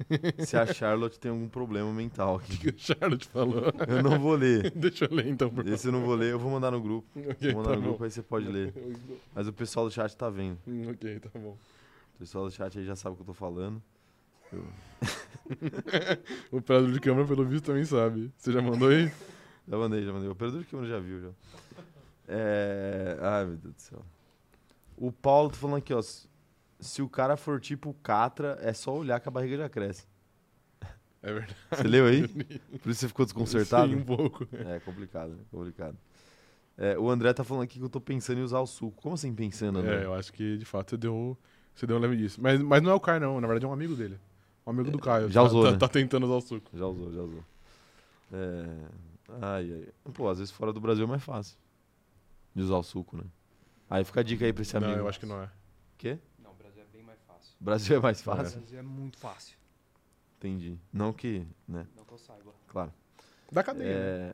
[SPEAKER 1] se a Charlotte tem algum problema mental aqui.
[SPEAKER 2] Que o Charlotte falou.
[SPEAKER 1] Eu não vou ler.
[SPEAKER 2] Deixa eu ler então, por favor.
[SPEAKER 1] Esse eu não vou ler, eu vou mandar no grupo.
[SPEAKER 2] Ok,
[SPEAKER 1] Vou mandar
[SPEAKER 2] tá
[SPEAKER 1] no
[SPEAKER 2] bom.
[SPEAKER 1] grupo, aí você pode ler. Mas o pessoal do chat tá vendo.
[SPEAKER 2] Hum, Ok, tá bom.
[SPEAKER 1] O pessoal do chat aí já sabe o que eu tô falando.
[SPEAKER 2] O operador de câmera, pelo visto, também sabe. Você já mandou aí?
[SPEAKER 1] Já mandei, já mandei. O operador de câmera já viu, já. É... Ai, meu Deus do céu. O Paulo tá falando aqui, ó. se- Se o cara for tipo o Catra, é só olhar que a barriga já cresce.
[SPEAKER 2] É verdade.
[SPEAKER 1] Você leu aí? Por isso você ficou desconcertado?
[SPEAKER 2] Sim, um pouco.
[SPEAKER 1] É complicado, né? Complicado. É, o André tá falando aqui que eu tô pensando em usar o suco. Como assim pensando,
[SPEAKER 2] É,
[SPEAKER 1] André?
[SPEAKER 2] eu acho que, de fato, você deu, você deu um leve disso. Mas, mas não é o Caio, não. Na verdade, é um amigo dele. Um amigo do Caio.
[SPEAKER 1] já
[SPEAKER 2] tá,
[SPEAKER 1] usou,
[SPEAKER 2] tá,
[SPEAKER 1] né?
[SPEAKER 2] tá tentando usar o suco.
[SPEAKER 1] Já usou, já usou. É... Ai, ai. Pô, às vezes fora do Brasil é mais fácil de usar o suco, né? Aí fica a dica aí pra esse
[SPEAKER 2] não,
[SPEAKER 1] amigo.
[SPEAKER 2] eu acho que não é.
[SPEAKER 1] Quê?
[SPEAKER 3] Não, o Brasil é bem mais fácil.
[SPEAKER 1] Brasil é mais fácil?
[SPEAKER 3] O Brasil é muito fácil.
[SPEAKER 1] Entendi. Não que, né?
[SPEAKER 3] Não que eu saiba.
[SPEAKER 1] Claro.
[SPEAKER 2] Da cadeia, né?
[SPEAKER 1] É...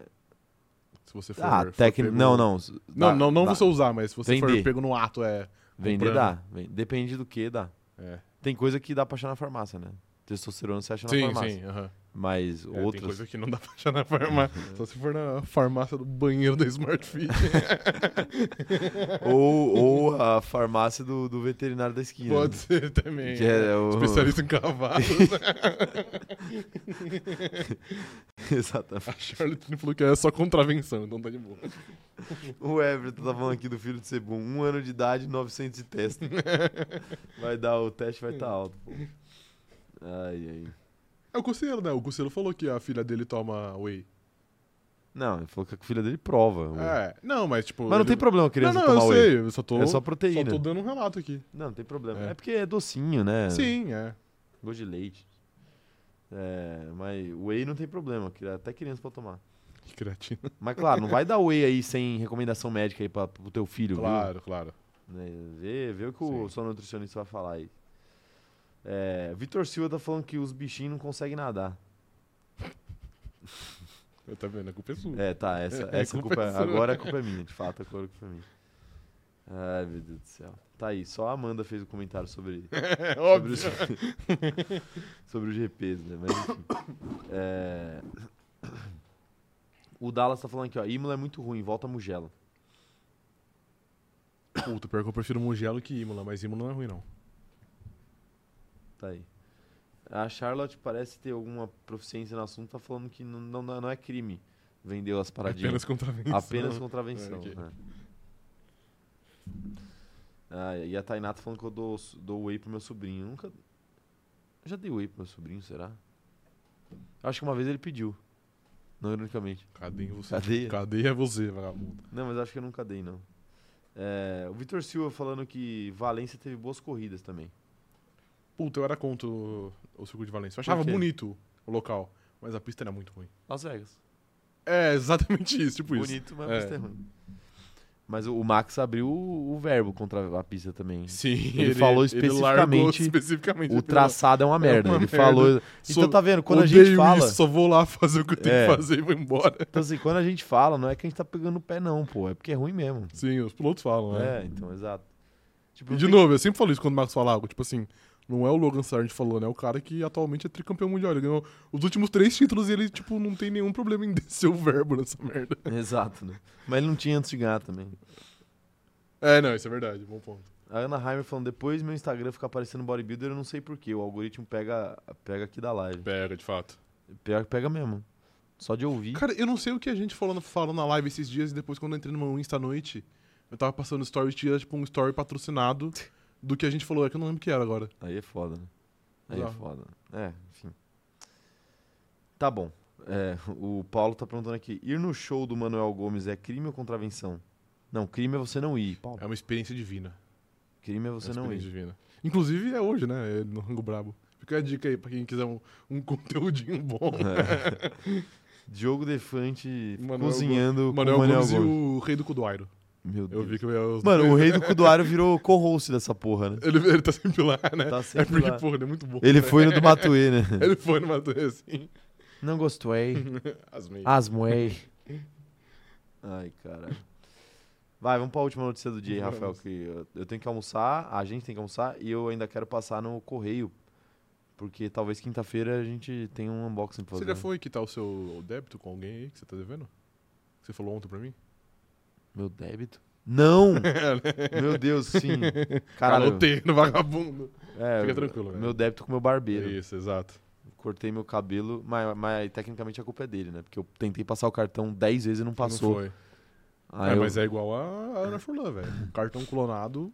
[SPEAKER 2] Se você for.
[SPEAKER 1] Ah,
[SPEAKER 2] for
[SPEAKER 1] técnico.
[SPEAKER 2] pego-
[SPEAKER 1] Não, não. s-
[SPEAKER 2] Não,
[SPEAKER 1] dá-
[SPEAKER 2] não, não
[SPEAKER 1] dá.
[SPEAKER 2] você usar, mas se você
[SPEAKER 1] Vender.
[SPEAKER 2] for pego no ato, é.
[SPEAKER 1] Vender
[SPEAKER 2] comprando.
[SPEAKER 1] dá. Ven- Depende do que dá.
[SPEAKER 2] É.
[SPEAKER 1] Tem coisa que dá pra achar na farmácia, né? Testosterona você acha na
[SPEAKER 2] Sim,
[SPEAKER 1] é farmácia.
[SPEAKER 2] sim. aham.
[SPEAKER 1] Mas
[SPEAKER 2] É, tem
[SPEAKER 1] outras. Uhum.
[SPEAKER 2] coisa que não dá pra achar na farmácia. Só se for na farmácia do banheiro da Smart Fit.
[SPEAKER 1] Ou, ou a farmácia do, do veterinário da esquina.
[SPEAKER 2] Pode
[SPEAKER 1] né?
[SPEAKER 2] ser também.
[SPEAKER 1] Que é o-
[SPEAKER 2] Especialista em cavalos.
[SPEAKER 1] Exatamente.
[SPEAKER 2] A Charlotte falou que é só contravenção, então tá de boa.
[SPEAKER 1] O Everton tá falando aqui do filho de Sebum. Um ano de idade, 900 de teste. Vai dar, o teste vai estar alto. pô. Ai, ai.
[SPEAKER 2] É o Coceiro, né? O Coceiro falou que a filha dele toma whey.
[SPEAKER 1] Não, ele falou que a filha dele prova. o-
[SPEAKER 2] É, não, mas tipo.
[SPEAKER 1] Mas não tem problema a criança
[SPEAKER 2] Não, não, eu
[SPEAKER 1] tomar whey.
[SPEAKER 2] sei, eu só tô.
[SPEAKER 1] É só
[SPEAKER 2] só
[SPEAKER 1] proteína.
[SPEAKER 2] tô dando um relato aqui.
[SPEAKER 1] Não, não tem problema. É.
[SPEAKER 2] É.
[SPEAKER 1] porque é docinho, né?
[SPEAKER 2] Sim, é.
[SPEAKER 1] Gosto de leite. É, mas whey não tem problema, que até criança pode tomar.
[SPEAKER 2] Que creatina.
[SPEAKER 1] Mas claro, não vai dar whey aí sem recomendação médica aí pra, pro teu filho, viu?
[SPEAKER 2] Claro, claro.
[SPEAKER 1] Né, Vê, vê o que o
[SPEAKER 2] Sim.
[SPEAKER 1] seu nutricionista vai falar aí. É, Vitor Silva tá falando que os bichinhos não conseguem nadar.
[SPEAKER 2] Eu tá vendo, a culpa é sua.
[SPEAKER 1] É, tá, essa,
[SPEAKER 2] É,
[SPEAKER 1] essa
[SPEAKER 2] culpa
[SPEAKER 1] culpa,
[SPEAKER 2] é sua.
[SPEAKER 1] agora a culpa é minha, de fato, agora a culpa é minha. Ai, meu Deus do céu. Tá aí, só a Amanda fez um comentário sobre,
[SPEAKER 2] É,
[SPEAKER 1] sobre,
[SPEAKER 2] óbvio.
[SPEAKER 1] os, sobre os GPs, né? Mas enfim. É, o Dallas tá falando aqui, ó, Imola é muito ruim, volta a Mugello.
[SPEAKER 2] Puta, pior que eu prefiro Mugello que Imola, mas Imola não é ruim, não.
[SPEAKER 1] Tá aí. A Charlotte parece ter alguma proficiência no assunto, tá falando que não, não, não é crime. Vendeu as paradinhas.
[SPEAKER 2] Apenas contravenção.
[SPEAKER 1] Apenas contravenção.
[SPEAKER 2] É, ok.
[SPEAKER 1] né? Ah, e a Tainá tá falando que eu dou, dou whey pro meu sobrinho. Eu nunca. Eu já dei whey pro meu sobrinho, será? Acho que uma vez ele pediu. Não, ironicamente.
[SPEAKER 2] Cadeia você.
[SPEAKER 1] Cadeia.
[SPEAKER 2] Cadeia é você, vagabundo.
[SPEAKER 1] Não, mas acho que eu nunca dei, não. É, o Vitor Silva falando que Valência teve boas corridas também.
[SPEAKER 2] Puta, eu era contra o, o circuito de Valência. Eu achava
[SPEAKER 1] quê?
[SPEAKER 2] bonito o local, mas a pista era muito ruim.
[SPEAKER 1] Las Vegas.
[SPEAKER 2] É, exatamente isso, tipo isso.
[SPEAKER 1] Bonito, mas
[SPEAKER 2] É.
[SPEAKER 1] a pista é ruim. Mas o o Max abriu o, o verbo contra a pista também.
[SPEAKER 2] Sim,
[SPEAKER 1] Ele falou
[SPEAKER 2] largou
[SPEAKER 1] especificamente
[SPEAKER 2] especificamente
[SPEAKER 1] O
[SPEAKER 2] ele falou,
[SPEAKER 1] traçado é uma merda.
[SPEAKER 2] uma
[SPEAKER 1] ele
[SPEAKER 2] merda.
[SPEAKER 1] falou. Então
[SPEAKER 2] Sou- um
[SPEAKER 1] tá vendo? Quando a
[SPEAKER 2] "Odeio
[SPEAKER 1] gente fala.
[SPEAKER 2] Isso, só vou lá fazer o que eu tenho
[SPEAKER 1] É.
[SPEAKER 2] que fazer e vou embora.
[SPEAKER 1] Então, assim, quando a gente fala, não é que a gente tá pegando o pé, não, pô. É porque é ruim mesmo.
[SPEAKER 2] Sim, os pilotos falam, né?
[SPEAKER 1] É, então, exato. Tipo,
[SPEAKER 2] E
[SPEAKER 1] não
[SPEAKER 2] de
[SPEAKER 1] tem-
[SPEAKER 2] novo, eu sempre falo isso quando o Marcos fala algo, tipo assim, não é o Logan Sargent falando, é o cara que atualmente é tricampeão mundial. Ele ganhou os últimos três títulos e ele, tipo, não tem nenhum problema em descer o verbo nessa merda.
[SPEAKER 1] Exato, né? Mas ele não tinha antes de ganhar também.
[SPEAKER 2] É, não, isso é verdade, bom ponto.
[SPEAKER 1] A Ana Heimer falando, depois meu Instagram fica aparecendo bodybuilder, eu não sei porquê. O algoritmo pega, pega aqui da live.
[SPEAKER 2] Pega, de fato.
[SPEAKER 1] Pega, pega mesmo. Só de ouvir.
[SPEAKER 2] Cara, eu não sei o que a gente falou, falou na live esses dias e depois quando eu entrei numa Insta à noite, eu tava passando stories, tinha tipo um story patrocinado do que a gente falou, é que eu não lembro o que era agora.
[SPEAKER 1] Aí é foda, né? Aí é
[SPEAKER 2] Bizarro.
[SPEAKER 1] foda. É, enfim. Tá bom. É, o Paulo tá perguntando aqui: ir no show do Manuel Gomes é crime ou contravenção? Não, crime é você não ir, Paulo.
[SPEAKER 2] É uma experiência divina.
[SPEAKER 1] Crime é você
[SPEAKER 2] é uma
[SPEAKER 1] não
[SPEAKER 2] experiência
[SPEAKER 1] ir.
[SPEAKER 2] divina. Inclusive é hoje, né? É no Rango Brabo. Fica a dica aí pra quem quiser um, um conteúdinho bom.
[SPEAKER 1] É. Diogo Defante
[SPEAKER 2] Manuel
[SPEAKER 1] cozinhando com o
[SPEAKER 2] Manuel,
[SPEAKER 1] Manuel,
[SPEAKER 2] Gomes,
[SPEAKER 1] Gomes.
[SPEAKER 2] e o Rei do Cuduairo.
[SPEAKER 1] Meu Deus.
[SPEAKER 2] Eu vi que eu ia... os
[SPEAKER 1] Mano, o
[SPEAKER 2] dois-
[SPEAKER 1] rei do Cuduário virou co-host dessa porra, né?
[SPEAKER 2] Ele, ele tá sempre lá, né?
[SPEAKER 1] Tá
[SPEAKER 2] é
[SPEAKER 1] sempre
[SPEAKER 2] porque,
[SPEAKER 1] lá.
[SPEAKER 2] porra, ele é muito bom.
[SPEAKER 1] Ele foi no do Matuê, né?
[SPEAKER 2] Ele foi no Matheus, assim.
[SPEAKER 1] Não gostei.
[SPEAKER 2] Asmei.
[SPEAKER 1] Ah, Asmoei. Ai, caralho. Vai, vamos pra última notícia do dia, aí, Rafael,
[SPEAKER 2] Vamos.
[SPEAKER 1] que eu- eu tenho que almoçar, a gente tem que almoçar e eu ainda quero passar no correio. Porque talvez quinta-feira a gente tenha um unboxing pra
[SPEAKER 2] Você
[SPEAKER 1] fazer.
[SPEAKER 2] já
[SPEAKER 1] né?
[SPEAKER 2] foi quitar o seu débito com alguém aí que você tá devendo? Você falou ontem pra mim?
[SPEAKER 1] Meu débito? Não! meu Deus, sim. Caralho.
[SPEAKER 2] Caloteiro, vagabundo.
[SPEAKER 1] É,
[SPEAKER 2] Fica tranquilo, velho.
[SPEAKER 1] Meu débito com meu barbeiro.
[SPEAKER 2] Isso, exato.
[SPEAKER 1] Cortei meu cabelo, mas, mas tecnicamente a culpa é dele, né? Porque eu tentei passar o cartão 10 vezes e não passou.
[SPEAKER 2] Não foi.
[SPEAKER 1] Aí
[SPEAKER 2] é,
[SPEAKER 1] eu-
[SPEAKER 2] Mas é igual a a Ana Furlan, velho. Um Cartão clonado.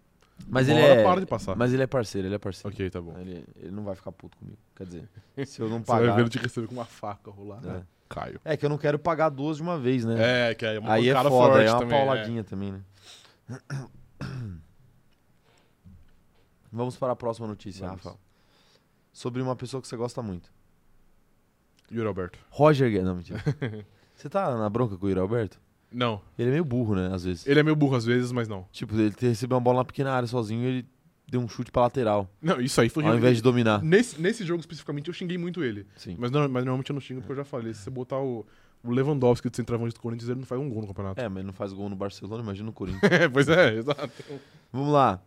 [SPEAKER 1] mas
[SPEAKER 2] uma
[SPEAKER 1] ele
[SPEAKER 2] hora
[SPEAKER 1] é.
[SPEAKER 2] para de passar.
[SPEAKER 1] Mas ele é parceiro, ele é parceiro.
[SPEAKER 2] Ok, tá bom.
[SPEAKER 1] Ele, ele não vai ficar puto comigo. Quer dizer, se eu não
[SPEAKER 2] Você vai
[SPEAKER 1] pagar.
[SPEAKER 2] ver ele te receber com uma faca rolar. né?
[SPEAKER 1] É.
[SPEAKER 2] Caio.
[SPEAKER 1] É que eu não quero pagar duas de uma vez, né?
[SPEAKER 2] É, que aí é uma
[SPEAKER 1] aí é
[SPEAKER 2] pancada
[SPEAKER 1] foda,
[SPEAKER 2] forte
[SPEAKER 1] aí é uma
[SPEAKER 2] também,
[SPEAKER 1] pauladinha também, né? Vamos para a próxima notícia,
[SPEAKER 2] Vamos.
[SPEAKER 1] Rafael. Sobre uma pessoa que você gosta muito.
[SPEAKER 2] E o Roberto?
[SPEAKER 1] Roger Guedes. Não, mentira. você tá na bronca com o Yuri Alberto?
[SPEAKER 2] Não.
[SPEAKER 1] Ele é meio burro, né? Às vezes.
[SPEAKER 2] Ele é meio burro às vezes, mas não.
[SPEAKER 1] Tipo, ele te- recebeu uma bola na pequena área sozinho e ele deu um chute pra lateral.
[SPEAKER 2] Não, isso aí foi.
[SPEAKER 1] Ao invés de dominar.
[SPEAKER 2] Nesse, nesse jogo especificamente eu xinguei muito ele.
[SPEAKER 1] Sim.
[SPEAKER 2] Mas, não- mas normalmente eu não xingo porque eu já falei. Se você botar o, o Lewandowski de centroavante do Corinthians, ele não faz um gol no campeonato.
[SPEAKER 1] É, mas ele não faz gol no Barcelona, imagina no Corinthians.
[SPEAKER 2] É, pois é, exato.
[SPEAKER 1] Vamos lá.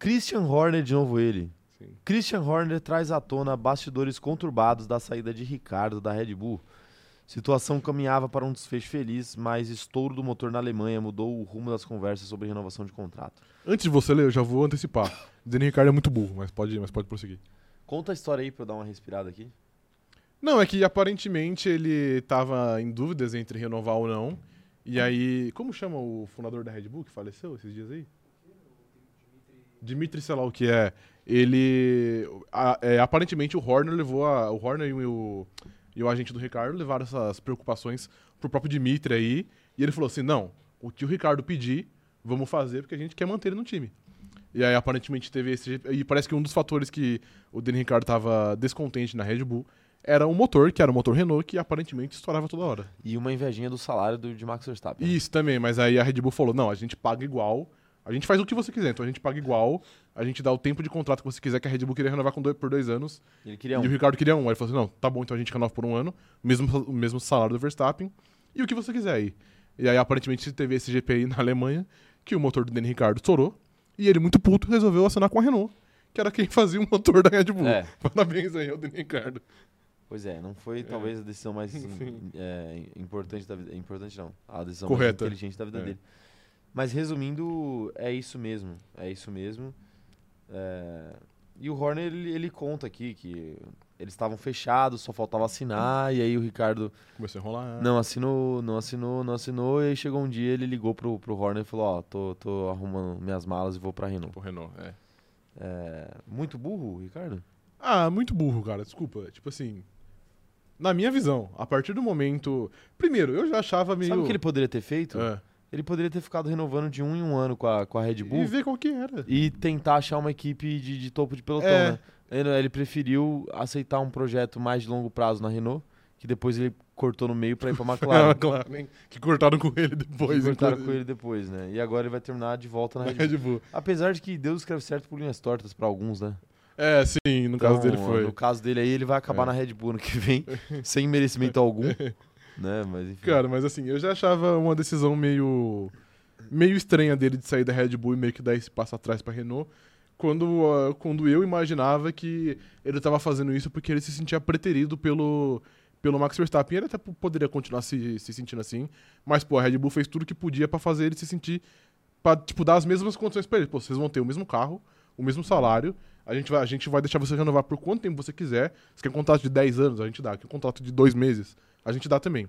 [SPEAKER 1] Christian Horner, de novo ele.
[SPEAKER 2] Sim.
[SPEAKER 1] Christian Horner traz à tona bastidores conturbados da saída de Ricardo da Red Bull. Situação caminhava para um desfecho feliz, mas estouro do motor na Alemanha mudou o rumo das conversas sobre renovação de contrato. Antes
[SPEAKER 2] Antes de você ler, eu já vou antecipar. Daniel Ricardo é muito burro, mas pode, mas pode prosseguir.
[SPEAKER 1] Conta a história aí pra eu dar uma respirada aqui.
[SPEAKER 2] Não, é que aparentemente ele tava em dúvidas entre renovar ou não. E aí. Como chama o fundador da Red Bull que faleceu esses dias aí? Dimitri, sei lá o que é. Ele. a- é, aparentemente o Horner levou a. O Horner e o. e o agente do Ricardo levaram essas preocupações pro próprio Dimitri aí. E ele falou assim: não, o tio Ricardo pedir, vamos fazer, porque a gente quer manter ele no time. E aí, aparentemente, teve esse. E parece que um dos fatores que o Danny Ricardo tava descontente na Red Bull era um motor, que era o motor Renault, que aparentemente estourava toda hora.
[SPEAKER 1] E uma invejinha do salário do, de Max Verstappen.
[SPEAKER 2] Isso também, mas aí a Red Bull falou: não, a gente paga igual. A gente faz o que você quiser, então a gente paga igual, a gente dá o tempo de contrato que você quiser, que a Red Bull queria renovar com dois- por dois anos,
[SPEAKER 1] Ele queria um.
[SPEAKER 2] e o Ricardo queria um. Aí ele falou assim: não, tá bom, então a gente renova por um ano, mesmo, o mesmo salário do Verstappen, e o que você quiser aí. E aí, aparentemente, teve esse GP aí na Alemanha, que o motor do Danny Ricardo estourou, e ele, muito puto, resolveu assinar com a Renault, que era quem fazia o motor da Red Bull.
[SPEAKER 1] É.
[SPEAKER 2] Parabéns aí ao Danny Ricardo.
[SPEAKER 1] Pois é, não foi talvez a decisão mais é, importante da vida. Importante não. A decisão
[SPEAKER 2] Correta.
[SPEAKER 1] mais inteligente da vida
[SPEAKER 2] É.
[SPEAKER 1] dele. Mas resumindo, é isso mesmo. É isso mesmo. É, E o Horner, ele, ele conta aqui que eles estavam fechados, só faltava assinar, e aí o Ricardo
[SPEAKER 2] Começou a enrolar. né?
[SPEAKER 1] não assinou, não assinou, não assinou, e aí chegou um dia, ele ligou pro, pro Horner e falou, ó, tô, tô arrumando minhas malas e vou pra Renault.
[SPEAKER 2] Pro Renault, é.
[SPEAKER 1] É, muito burro, Ricardo?
[SPEAKER 2] Ah, muito burro, cara. Desculpa. Tipo assim. Na minha visão, a partir do momento. Primeiro, eu já achava meio.
[SPEAKER 1] Sabe o que ele poderia ter feito?
[SPEAKER 2] É.
[SPEAKER 1] Ele poderia ter ficado renovando de um em um ano com a, com a Red Bull
[SPEAKER 2] E ver qual que era.
[SPEAKER 1] e tentar achar uma equipe de, de topo de pelotão,
[SPEAKER 2] É.
[SPEAKER 1] né? Ele, ele preferiu aceitar um projeto mais de longo prazo na Renault, que depois ele cortou no meio pra ir pra
[SPEAKER 2] Claro,
[SPEAKER 1] McLaren.
[SPEAKER 2] claro. hein? Que cortaram com ele depois.
[SPEAKER 1] que cortaram
[SPEAKER 2] É inclusive,
[SPEAKER 1] com ele depois, né? E agora ele vai terminar de volta na
[SPEAKER 2] na
[SPEAKER 1] Red Bull.
[SPEAKER 2] Red Bull.
[SPEAKER 1] Apesar de que Deus escreve certo por linhas tortas pra alguns, né?
[SPEAKER 2] É, sim, no caso
[SPEAKER 1] Então,
[SPEAKER 2] dele foi.
[SPEAKER 1] No caso dele aí, ele vai acabar
[SPEAKER 2] É.
[SPEAKER 1] na Red Bull ano que vem, sem merecimento algum. né? Mas enfim.
[SPEAKER 2] Cara, mas assim, eu já achava uma decisão meio. meio estranha dele de sair da Red Bull e meio que dar esse passo atrás pra Renault. Quando, ah, quando eu imaginava que ele tava fazendo isso porque ele se sentia preterido pelo, pelo Max Verstappen. Ele até p- poderia continuar se, se sentindo assim, mas, pô, a Red Bull fez tudo que podia pra fazer ele se sentir. pra, tipo, dar as mesmas condições pra ele. Pô, vocês vão ter o mesmo carro, o mesmo salário. A gente, vai, a gente vai deixar você renovar por quanto tempo você quiser. Você quer um contrato de 10 anos? A gente dá. Quer um contrato de dois meses? A gente dá também.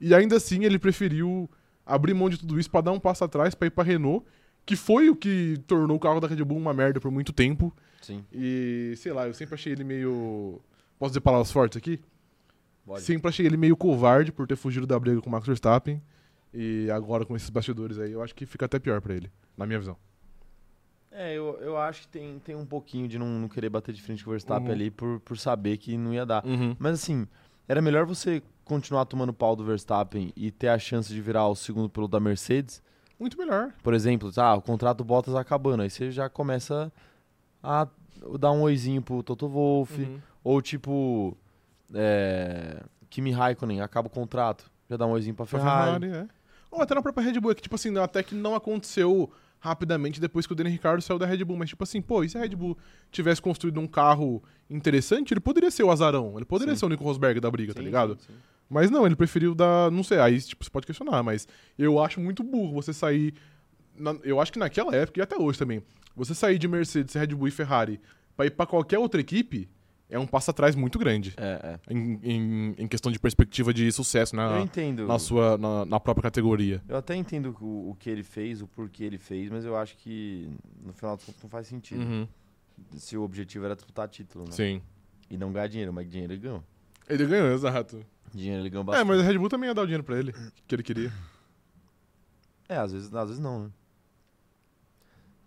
[SPEAKER 2] E ainda assim ele preferiu abrir mão de tudo isso pra dar um passo atrás pra ir pra Renault, que foi o que tornou o carro da Red Bull uma merda por muito tempo.
[SPEAKER 1] Sim,
[SPEAKER 2] E sei lá, eu sempre achei ele meio. Posso dizer palavras fortes aqui?
[SPEAKER 1] pode.
[SPEAKER 2] Sempre achei ele meio covarde por ter fugido da briga com o Max Verstappen. E agora com esses bastidores aí, eu acho que fica até pior pra ele, na minha visão.
[SPEAKER 1] É, eu, eu acho que tem, tem um pouquinho de não, não querer bater de frente com o Verstappen
[SPEAKER 2] Uhum.
[SPEAKER 1] ali por, por saber que não ia dar.
[SPEAKER 2] Uhum.
[SPEAKER 1] Mas assim, era melhor você continuar tomando pau do Verstappen e ter a chance de virar o segundo piloto da Mercedes.
[SPEAKER 2] Muito melhor.
[SPEAKER 1] Por exemplo, tá, o contrato do Bottas acabando, aí você já começa a dar um oizinho pro Toto Wolff,
[SPEAKER 2] Uhum.
[SPEAKER 1] Ou tipo, é, Kimi Raikkonen, acaba o contrato, já dá um oizinho pra
[SPEAKER 2] Pra
[SPEAKER 1] Ferrari.
[SPEAKER 2] Ferrari, é. Ou até na própria Red Bull, que tipo assim, até que não aconteceu rapidamente depois que o Danny Ricardo saiu da Red Bull, mas tipo assim, pô, e se a Red Bull tivesse construído um carro interessante, ele poderia ser o azarão, ele poderia
[SPEAKER 1] Sim.
[SPEAKER 2] ser o Nico Rosberg da briga, tá
[SPEAKER 1] Sim,
[SPEAKER 2] ligado?
[SPEAKER 1] sim, sim.
[SPEAKER 2] Mas não, ele preferiu dar, não sei, aí tipo, você pode questionar, mas eu acho muito burro você sair na- eu acho que naquela época e até hoje também, você sair de Mercedes, Red Bull e Ferrari pra ir pra qualquer outra equipe é um passo atrás muito grande.
[SPEAKER 1] É, é.
[SPEAKER 2] Em, em- em questão de perspectiva de sucesso né? na,
[SPEAKER 1] Eu entendo.
[SPEAKER 2] na sua na, na própria categoria.
[SPEAKER 1] Eu até entendo o, o que ele fez, o porquê ele fez, mas eu acho que no final do conto não faz sentido. Se o objetivo era disputar título, né?
[SPEAKER 2] Uhum. Sim.
[SPEAKER 1] E não ganhar dinheiro, mas dinheiro ele ganhou.
[SPEAKER 2] Ele ganhou, exato.
[SPEAKER 1] Dinheiro ele ganhou
[SPEAKER 2] É,
[SPEAKER 1] bastante.
[SPEAKER 2] mas a Red Bull também ia dar o dinheiro pra ele, que ele queria.
[SPEAKER 1] É, às vezes, às vezes não, né?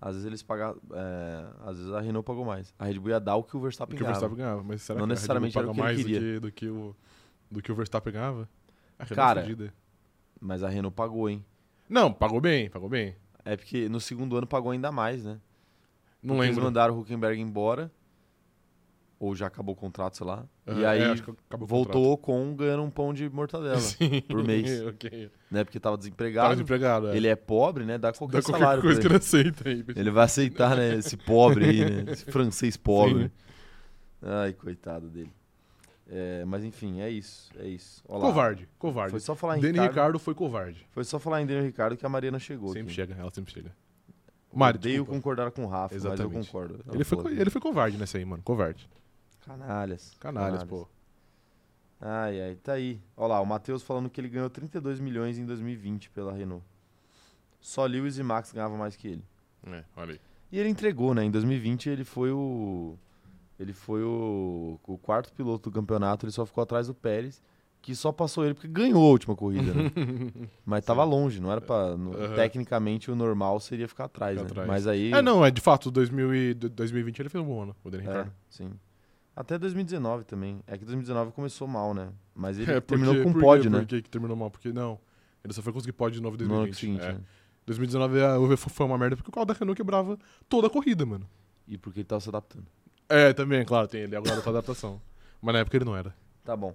[SPEAKER 1] Às vezes eles pagaram. é, às vezes a Renault pagou mais. A Red Bull ia dar o que o Verstappen
[SPEAKER 2] Que o
[SPEAKER 1] ganhava.
[SPEAKER 2] Verstappen ganhava. Mas será
[SPEAKER 1] Não
[SPEAKER 2] que a Red Bull
[SPEAKER 1] necessariamente era o que
[SPEAKER 2] paga
[SPEAKER 1] ele
[SPEAKER 2] mais do
[SPEAKER 1] queria.
[SPEAKER 2] que, do, que o, do que o Verstappen ganhava? A Red Bull
[SPEAKER 1] Cara.
[SPEAKER 2] é fodida.
[SPEAKER 1] Mas a Renault pagou, hein?
[SPEAKER 2] Não, pagou bem, pagou bem.
[SPEAKER 1] É porque no segundo ano pagou ainda mais, né?
[SPEAKER 2] Não
[SPEAKER 1] Porque Eles
[SPEAKER 2] lembro.
[SPEAKER 1] mandaram o Huckenberg embora. Ou já acabou o contrato, sei lá. e
[SPEAKER 2] Ah,
[SPEAKER 1] aí
[SPEAKER 2] é, acho que acabou o
[SPEAKER 1] voltou o Ocon ganhando um pão de mortadela
[SPEAKER 2] contrato.
[SPEAKER 1] por mês.
[SPEAKER 2] ok.
[SPEAKER 1] né? Porque tava
[SPEAKER 2] Tava
[SPEAKER 1] desempregado.
[SPEAKER 2] desempregado, é.
[SPEAKER 1] Ele é pobre, né? Dá qualquer
[SPEAKER 2] Dá
[SPEAKER 1] salário.
[SPEAKER 2] qualquer
[SPEAKER 1] pra
[SPEAKER 2] coisa que
[SPEAKER 1] ele.
[SPEAKER 2] ele aceita aí.
[SPEAKER 1] Ele vai aceitar, né? Esse pobre aí, né? Esse francês pobre. Ai, coitado dele. É, mas enfim, é isso. É isso. Olha lá.
[SPEAKER 2] Covarde, covarde.
[SPEAKER 1] Foi só falar em
[SPEAKER 2] Danny
[SPEAKER 1] Ricardo,
[SPEAKER 2] Ricardo foi covarde.
[SPEAKER 1] Foi só falar em Daniel Ricardo que a Mariana chegou.
[SPEAKER 2] Sempre
[SPEAKER 1] aqui.
[SPEAKER 2] chega, ela sempre chega. Mário,
[SPEAKER 1] Odeio
[SPEAKER 2] desculpa.
[SPEAKER 1] concordar com o Rafa, mas eu
[SPEAKER 2] Exatamente.
[SPEAKER 1] concordo. Ela
[SPEAKER 2] Ele foi,
[SPEAKER 1] falou
[SPEAKER 2] co-
[SPEAKER 1] aqui.
[SPEAKER 2] ele foi covarde nessa aí, mano. Covarde.
[SPEAKER 1] Canalhas.
[SPEAKER 2] Canalhas, pô.
[SPEAKER 1] Ai, ai, tá aí. Olha lá, o Matheus falando que ele ganhou 32 milhões em 2020 pela Renault. Só Lewis e Max ganhavam mais que ele.
[SPEAKER 2] É, olha aí.
[SPEAKER 1] E ele entregou, né? Em 2020 ele foi o Ele foi o, o quarto piloto do campeonato, ele só ficou atrás do Pérez, que só passou ele porque ganhou a última corrida, né? Mas tava longe, não era pra. no-
[SPEAKER 2] Aham.
[SPEAKER 1] Tecnicamente o normal seria ficar atrás,
[SPEAKER 2] Ficar
[SPEAKER 1] né?
[SPEAKER 2] atrás.
[SPEAKER 1] Mas aí.
[SPEAKER 2] É, não, é de fato, 2000 e- 2020 ele fez um bom ano, o Daniel
[SPEAKER 1] É,
[SPEAKER 2] Ricardo.
[SPEAKER 1] sim. Até 2019 também. É que 2019 começou mal, né? Mas ele
[SPEAKER 2] É, porque-
[SPEAKER 1] terminou com
[SPEAKER 2] por quê?
[SPEAKER 1] pódio, né?
[SPEAKER 2] Por que que terminou mal? Porque não. Ele só foi conseguir pódio de novo em
[SPEAKER 1] No
[SPEAKER 2] 2020.
[SPEAKER 1] ano seguinte,
[SPEAKER 2] é.
[SPEAKER 1] né?
[SPEAKER 2] 2019 a UV foi uma merda porque o carro da Renault quebrava toda a corrida, mano.
[SPEAKER 1] E porque ele tava se adaptando.
[SPEAKER 2] É, também, claro, tem ele agora com adaptação. Mas na época ele não era.
[SPEAKER 1] Tá bom.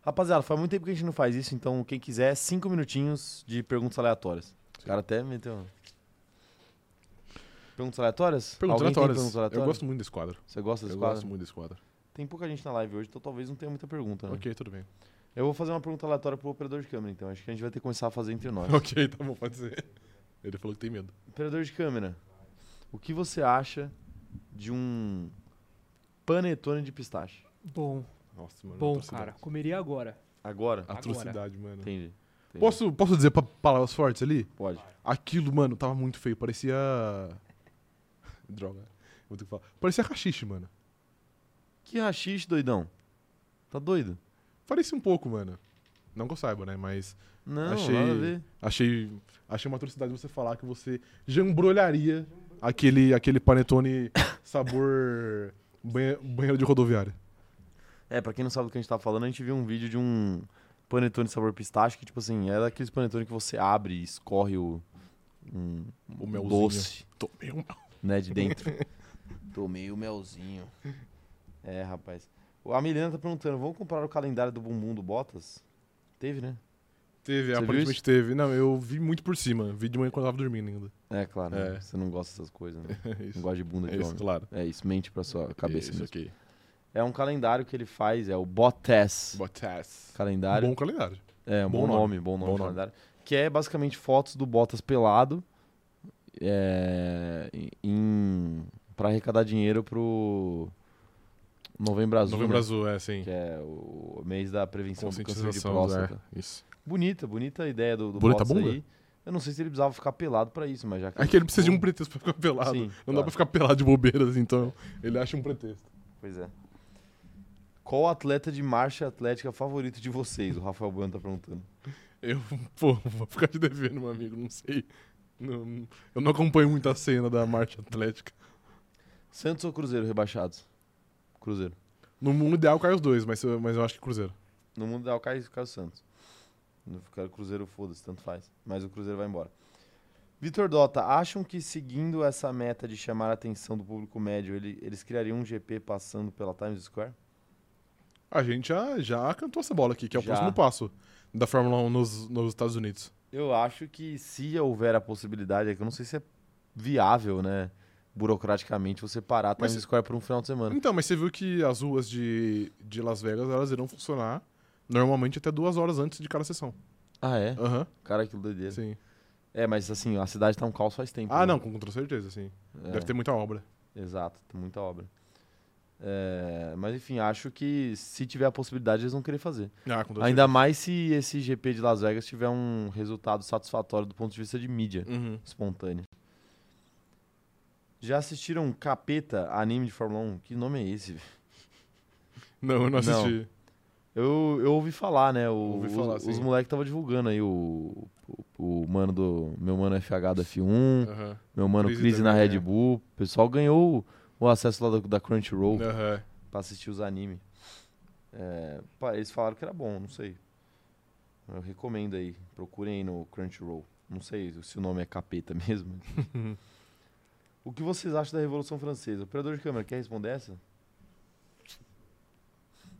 [SPEAKER 1] Rapaziada, faz muito tempo que a gente não faz isso, então quem quiser, cinco minutinhos de perguntas aleatórias. O cara até meteu. um- Perguntas aleatórias?
[SPEAKER 2] Perguntas
[SPEAKER 1] Alguém tem
[SPEAKER 2] aleatórias.
[SPEAKER 1] Perguntas
[SPEAKER 2] Eu
[SPEAKER 1] aleatórias?
[SPEAKER 2] gosto muito desse quadro.
[SPEAKER 1] Você gosta desse
[SPEAKER 2] Eu
[SPEAKER 1] quadro?
[SPEAKER 2] gosto muito desse quadro.
[SPEAKER 1] Tem pouca gente na live hoje, então talvez não tenha muita pergunta, né?
[SPEAKER 2] Ok, tudo bem.
[SPEAKER 1] Eu vou fazer uma pergunta aleatória pro operador de câmera, então. Acho que a gente vai ter que começar a fazer entre nós.
[SPEAKER 2] Ok, tá bom, pode ser. Ele falou que tem medo.
[SPEAKER 1] Operador de câmera, o que você acha de um panetone de pistache?
[SPEAKER 3] Bom,
[SPEAKER 2] Nossa, mano.
[SPEAKER 3] bom,
[SPEAKER 2] atrocidade.
[SPEAKER 3] cara. Comeria agora.
[SPEAKER 1] Agora?
[SPEAKER 2] Ah. Atrocidade, mano.
[SPEAKER 1] Entendi. Entendi.
[SPEAKER 2] Posso, posso dizer pa- palavras fortes ali?
[SPEAKER 1] Pode.
[SPEAKER 2] Aquilo, mano, tava muito feio. Parecia. Droga. Vou ter que falar. Parecia rachixe, mano.
[SPEAKER 1] Que rachixe, doidão? Tá doido?
[SPEAKER 2] Parecia um pouco, mano. Não que eu saiba, né? Mas
[SPEAKER 1] Não,
[SPEAKER 2] Achei-
[SPEAKER 1] nada a ver.
[SPEAKER 2] achei, achei uma atrocidade você falar que você jambrolharia aquele, aquele panetone sabor banhe- banheiro de rodoviária.
[SPEAKER 1] É, pra quem não sabe do que a gente tá falando, a gente viu um vídeo de um panetone sabor pistache que, tipo assim, é daqueles panetone que você abre e escorre o, um
[SPEAKER 2] O melzinho.
[SPEAKER 1] doce,
[SPEAKER 2] Tomei um.
[SPEAKER 1] né, de dentro. Tomei o melzinho. É, rapaz. O- A Milena tá perguntando, vamos comprar o calendário do bumbum do Bottas? Teve, né? Você
[SPEAKER 2] Teve,
[SPEAKER 1] viu
[SPEAKER 2] aparentemente
[SPEAKER 1] isso?
[SPEAKER 2] teve. Não, eu vi muito por cima. Vi de manhã quando eu tava dormindo ainda.
[SPEAKER 1] É, claro. né?
[SPEAKER 2] É.
[SPEAKER 1] Você não gosta dessas coisas, né?
[SPEAKER 2] É
[SPEAKER 1] Não
[SPEAKER 2] isso.
[SPEAKER 1] gosta de bunda
[SPEAKER 2] É
[SPEAKER 1] de
[SPEAKER 2] isso,
[SPEAKER 1] homem.
[SPEAKER 2] claro.
[SPEAKER 1] É isso, mente pra sua cabeça.
[SPEAKER 2] É isso
[SPEAKER 1] mesmo.
[SPEAKER 2] aqui.
[SPEAKER 1] É um calendário que ele faz, é o Bottas.
[SPEAKER 2] Botas.
[SPEAKER 1] Calendário.
[SPEAKER 2] Bom calendário.
[SPEAKER 1] É, um
[SPEAKER 2] Bom
[SPEAKER 1] bom,
[SPEAKER 2] nome.
[SPEAKER 1] nome, bom nome,
[SPEAKER 2] Bom
[SPEAKER 1] de
[SPEAKER 2] nome.
[SPEAKER 1] calendário. Que é basicamente fotos do Bottas pelado é, em, pra arrecadar dinheiro pro Novembro Azul.
[SPEAKER 2] Novembro
[SPEAKER 1] né?
[SPEAKER 2] Azul, é, sim.
[SPEAKER 1] Que é o mês da prevenção do câncer de
[SPEAKER 2] Conscientização,
[SPEAKER 1] próstata.
[SPEAKER 2] é. Isso.
[SPEAKER 1] Bonita, bonita a ideia do, do
[SPEAKER 2] Bonita
[SPEAKER 1] Bottas
[SPEAKER 2] bunda?
[SPEAKER 1] aí. Eu não sei se ele precisava ficar pelado pra isso, mas já que...
[SPEAKER 2] É que ele precisa de um pretexto pra ficar pelado.
[SPEAKER 1] Sim, tá.
[SPEAKER 2] não dá pra ficar pelado de bobeiras, então ele acha um pretexto.
[SPEAKER 1] Pois é. Qual atleta de marcha atlética favorito de vocês? O Rafael Bueno tá perguntando.
[SPEAKER 2] Eu, pô, vou ficar te devendo, meu amigo, não sei. Não- eu não acompanho muito a cena da marcha atlética.
[SPEAKER 1] Santos ou Cruzeiro rebaixados? Cruzeiro.
[SPEAKER 2] No mundo ideal cai os dois, mas, eu- mas eu acho que Cruzeiro.
[SPEAKER 1] No mundo ideal cai cai o Santos. No cara, Cruzeiro, foda-se, tanto faz. Mas o Cruzeiro vai embora. Vitor Dota, acham que seguindo essa meta de chamar a atenção do público médio, ele- eles criariam um GP passando pela Times Square?
[SPEAKER 2] A gente já, já cantou essa bola aqui, que é o
[SPEAKER 1] Já.
[SPEAKER 2] próximo passo da Fórmula 1 nos, nos Estados Unidos.
[SPEAKER 1] Eu acho que se houver a possibilidade, é que eu não sei se é viável, né? Burocraticamente, você parar a
[SPEAKER 2] Mas
[SPEAKER 1] Times Square por um final de semana.
[SPEAKER 2] Então, mas você viu que as ruas de, de Las Vegas elas irão funcionar normalmente até duas horas antes de cada sessão.
[SPEAKER 1] Ah, é?
[SPEAKER 2] Aham,
[SPEAKER 1] Cara, que doideira.
[SPEAKER 2] sim.
[SPEAKER 1] É, mas assim, a cidade tá um caos faz tempo.
[SPEAKER 2] Ah,
[SPEAKER 1] né?
[SPEAKER 2] não, com toda certeza, sim.
[SPEAKER 1] É,
[SPEAKER 2] Deve ter muita obra.
[SPEAKER 1] Exato, tem muita obra. É, mas enfim, acho que se tiver a possibilidade, eles vão querer fazer.
[SPEAKER 2] Ah, com toda
[SPEAKER 1] Ainda mais se esse GP de Las Vegas tiver um resultado satisfatório do ponto de vista de mídia
[SPEAKER 2] certeza. Uhum.
[SPEAKER 1] espontânea. Já assistiram Capeta, anime de Fórmula 1? Que nome é esse?
[SPEAKER 2] Não, eu não assisti.
[SPEAKER 1] Eu, eu ouvi falar, né? O-
[SPEAKER 2] Ouvi
[SPEAKER 1] os
[SPEAKER 2] falar,
[SPEAKER 1] os
[SPEAKER 2] sim.
[SPEAKER 1] moleques estavam divulgando aí o, o, o mano do. Meu mano FH da F1,
[SPEAKER 2] Aham.
[SPEAKER 1] meu mano
[SPEAKER 2] Crise
[SPEAKER 1] Crise,
[SPEAKER 2] da
[SPEAKER 1] na
[SPEAKER 2] Manhã.
[SPEAKER 1] Red Bull. O pessoal ganhou o acesso lá da, da Crunchyroll.
[SPEAKER 2] Aham.
[SPEAKER 1] pra assistir os animes. É, pá, eles falaram que era bom, não sei. Eu recomendo aí. Procurem aí no Crunchyroll. Não sei se o nome é capeta mesmo. o que vocês acham da Revolução Francesa? Operador de câmera, quer responder essa?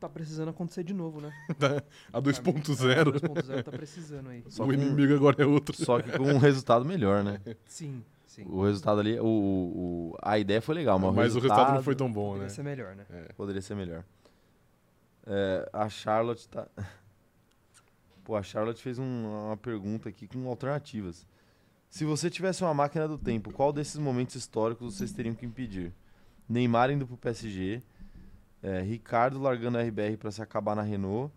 [SPEAKER 3] Tá precisando acontecer de novo, né?
[SPEAKER 2] A 2.0.
[SPEAKER 3] 2.0 tá precisando aí.
[SPEAKER 1] Só
[SPEAKER 2] O
[SPEAKER 1] com-
[SPEAKER 2] inimigo agora é outro.
[SPEAKER 1] Só que com um resultado melhor, né?
[SPEAKER 3] Sim, sim.
[SPEAKER 1] O resultado ali, o, o- a ideia foi legal, mas,
[SPEAKER 2] Mas o resultado não foi tão bom, né?
[SPEAKER 3] Poderia ser melhor, né?
[SPEAKER 1] Poderia ser melhor. É, a Charlotte tá. Pô, a Charlotte fez um- uma pergunta aqui com alternativas. Se você tivesse uma máquina do tempo, qual desses momentos históricos vocês teriam que impedir? Neymar indo pro PSG, é, Ricardo largando a RBR pra se acabar na Renault,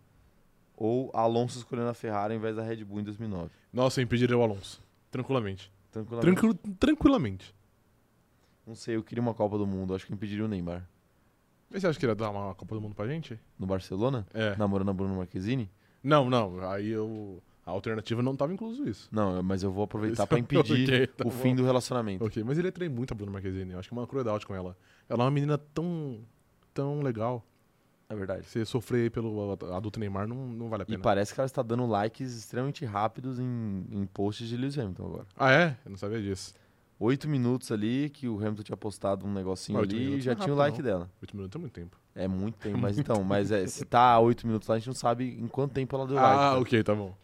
[SPEAKER 1] ou Alonso escolhendo a Ferrari em vez da Red Bull em 2009?
[SPEAKER 2] Nossa, eu impediria o Alonso. Tranquilamente.
[SPEAKER 1] Tranquilamente.
[SPEAKER 2] Tranquilo, tranquilamente.
[SPEAKER 1] Não sei, eu queria uma Copa do Mundo, acho que eu impediria o Neymar.
[SPEAKER 2] Mas você acha que ele ia dar uma Copa do Mundo pra gente?
[SPEAKER 1] No Barcelona?
[SPEAKER 2] É.
[SPEAKER 1] Namorando a Bruno Marquezine?
[SPEAKER 2] Não, não. Aí eu. A alternativa não tava incluso isso.
[SPEAKER 1] Não, eu- mas eu vou aproveitar
[SPEAKER 2] Esse
[SPEAKER 1] pra
[SPEAKER 2] é o
[SPEAKER 1] impedir
[SPEAKER 2] ok, tá
[SPEAKER 1] o
[SPEAKER 2] bom.
[SPEAKER 1] fim do relacionamento.
[SPEAKER 2] Ok, mas ele atrai muito a Bruna Marquezine. Eu acho que é uma crueldade com ela. Ela é uma menina tão. tão legal.
[SPEAKER 1] É verdade. tá
[SPEAKER 2] Você sofrer pelo adulto Neymar não, não vale a
[SPEAKER 1] E
[SPEAKER 2] pena.
[SPEAKER 1] parece que ela está dando likes extremamente rápidos em, em posts de Lewis Hamilton agora.
[SPEAKER 2] Ah, é? Eu não sabia disso.
[SPEAKER 1] Oito minutos ali, que o Hamilton tinha postado um negocinho
[SPEAKER 2] Oito
[SPEAKER 1] ali e
[SPEAKER 2] minutos
[SPEAKER 1] já
[SPEAKER 2] não é
[SPEAKER 1] tinha o
[SPEAKER 2] rápido,
[SPEAKER 1] like
[SPEAKER 2] não.
[SPEAKER 1] dela.
[SPEAKER 2] Oito minutos é muito tempo.
[SPEAKER 1] É muito tempo, mas então, mas é, se tá a oito minutos lá, a gente não sabe em quanto tempo ela deu like.
[SPEAKER 2] ah,
[SPEAKER 1] tá?
[SPEAKER 2] ok, tá bom.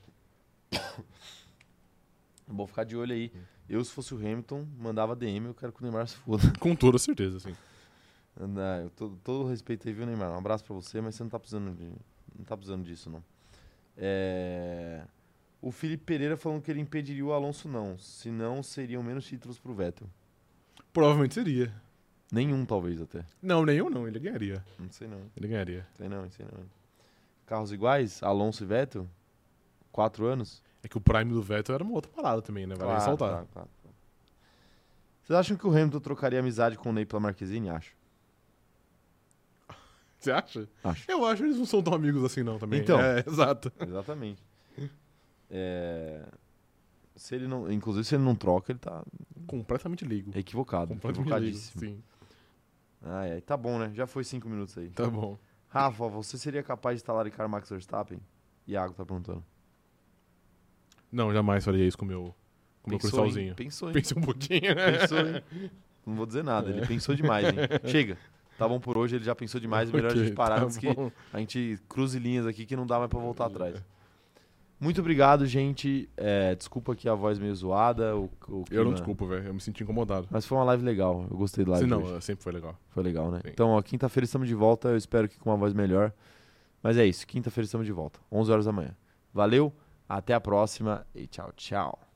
[SPEAKER 1] Vou ficar de olho aí. Eu, se fosse o Hamilton, mandava DM, eu quero que o Neymar se foda.
[SPEAKER 2] Com toda certeza, sim.
[SPEAKER 1] Não, eu tô, todo o respeito aí, viu, Neymar? Um abraço pra você, mas você não tá precisando, de, não tá precisando disso, não. É, O Felipe Pereira falando que ele impediria o Alonso, não. Senão, seriam menos títulos pro Vettel.
[SPEAKER 2] Provavelmente seria.
[SPEAKER 1] Nenhum, talvez, até.
[SPEAKER 2] Não, nenhum não. Ele ganharia.
[SPEAKER 1] Não sei não,
[SPEAKER 2] Ele ganharia.
[SPEAKER 1] sei não, sei não. Carros iguais? Alonso e Vettel? Quatro anos?
[SPEAKER 2] É que o Prime do Vettel era uma outra parada também, né? Vale ressaltar.
[SPEAKER 1] claro, claro, claro. Vocês acham que o Hamilton trocaria amizade com o Ney pela Marquezine? Acho.
[SPEAKER 2] Você acha?
[SPEAKER 1] Acho.
[SPEAKER 2] Eu acho que eles não são tão amigos assim, não, também.
[SPEAKER 1] Então.
[SPEAKER 2] É, exato.
[SPEAKER 1] Exatamente. É, Se ele não... Inclusive, se ele não troca, ele tá
[SPEAKER 2] Completamente ligo.
[SPEAKER 1] equivocado.
[SPEAKER 2] Completamente ligo.
[SPEAKER 1] É Equivocadíssimo.
[SPEAKER 2] Sim.
[SPEAKER 1] Ai, ai, tá bom, né? Já foi cinco minutos aí.
[SPEAKER 2] Tá bom.
[SPEAKER 1] Rafa, você seria capaz de talaricar Max Verstappen? Iago tá perguntando.
[SPEAKER 2] Não, jamais faria isso com o meu, com o meu
[SPEAKER 1] Pensou, hein?
[SPEAKER 2] cristalzinho.
[SPEAKER 1] Pensou, hein? É.
[SPEAKER 2] Pensei um pouquinho, né?
[SPEAKER 1] Pensou, hein? Não vou dizer nada, ele pensou demais, hein? Chega. Tá bom por hoje, ele já pensou demais, é melhor a
[SPEAKER 2] Ok,
[SPEAKER 1] gente parar
[SPEAKER 2] tá
[SPEAKER 1] antes que
[SPEAKER 2] bom. É.
[SPEAKER 1] a gente cruze linhas aqui que não dá mais pra voltar atrás. Muito obrigado, gente. É, desculpa aqui a voz meio zoada. O, o
[SPEAKER 2] Eu não
[SPEAKER 1] clima.
[SPEAKER 2] desculpo, velho. Eu me senti incomodado.
[SPEAKER 1] Mas foi uma live legal. Eu gostei da live.
[SPEAKER 2] Se
[SPEAKER 1] hoje.
[SPEAKER 2] não, sempre foi legal.
[SPEAKER 1] Foi legal, né?
[SPEAKER 2] Sim.
[SPEAKER 1] Então, ó, quinta-feira estamos de volta. Eu espero que com uma voz melhor. Mas é isso. Quinta-feira estamos de volta. 11 horas da manhã. Valeu, até a próxima e tchau, tchau.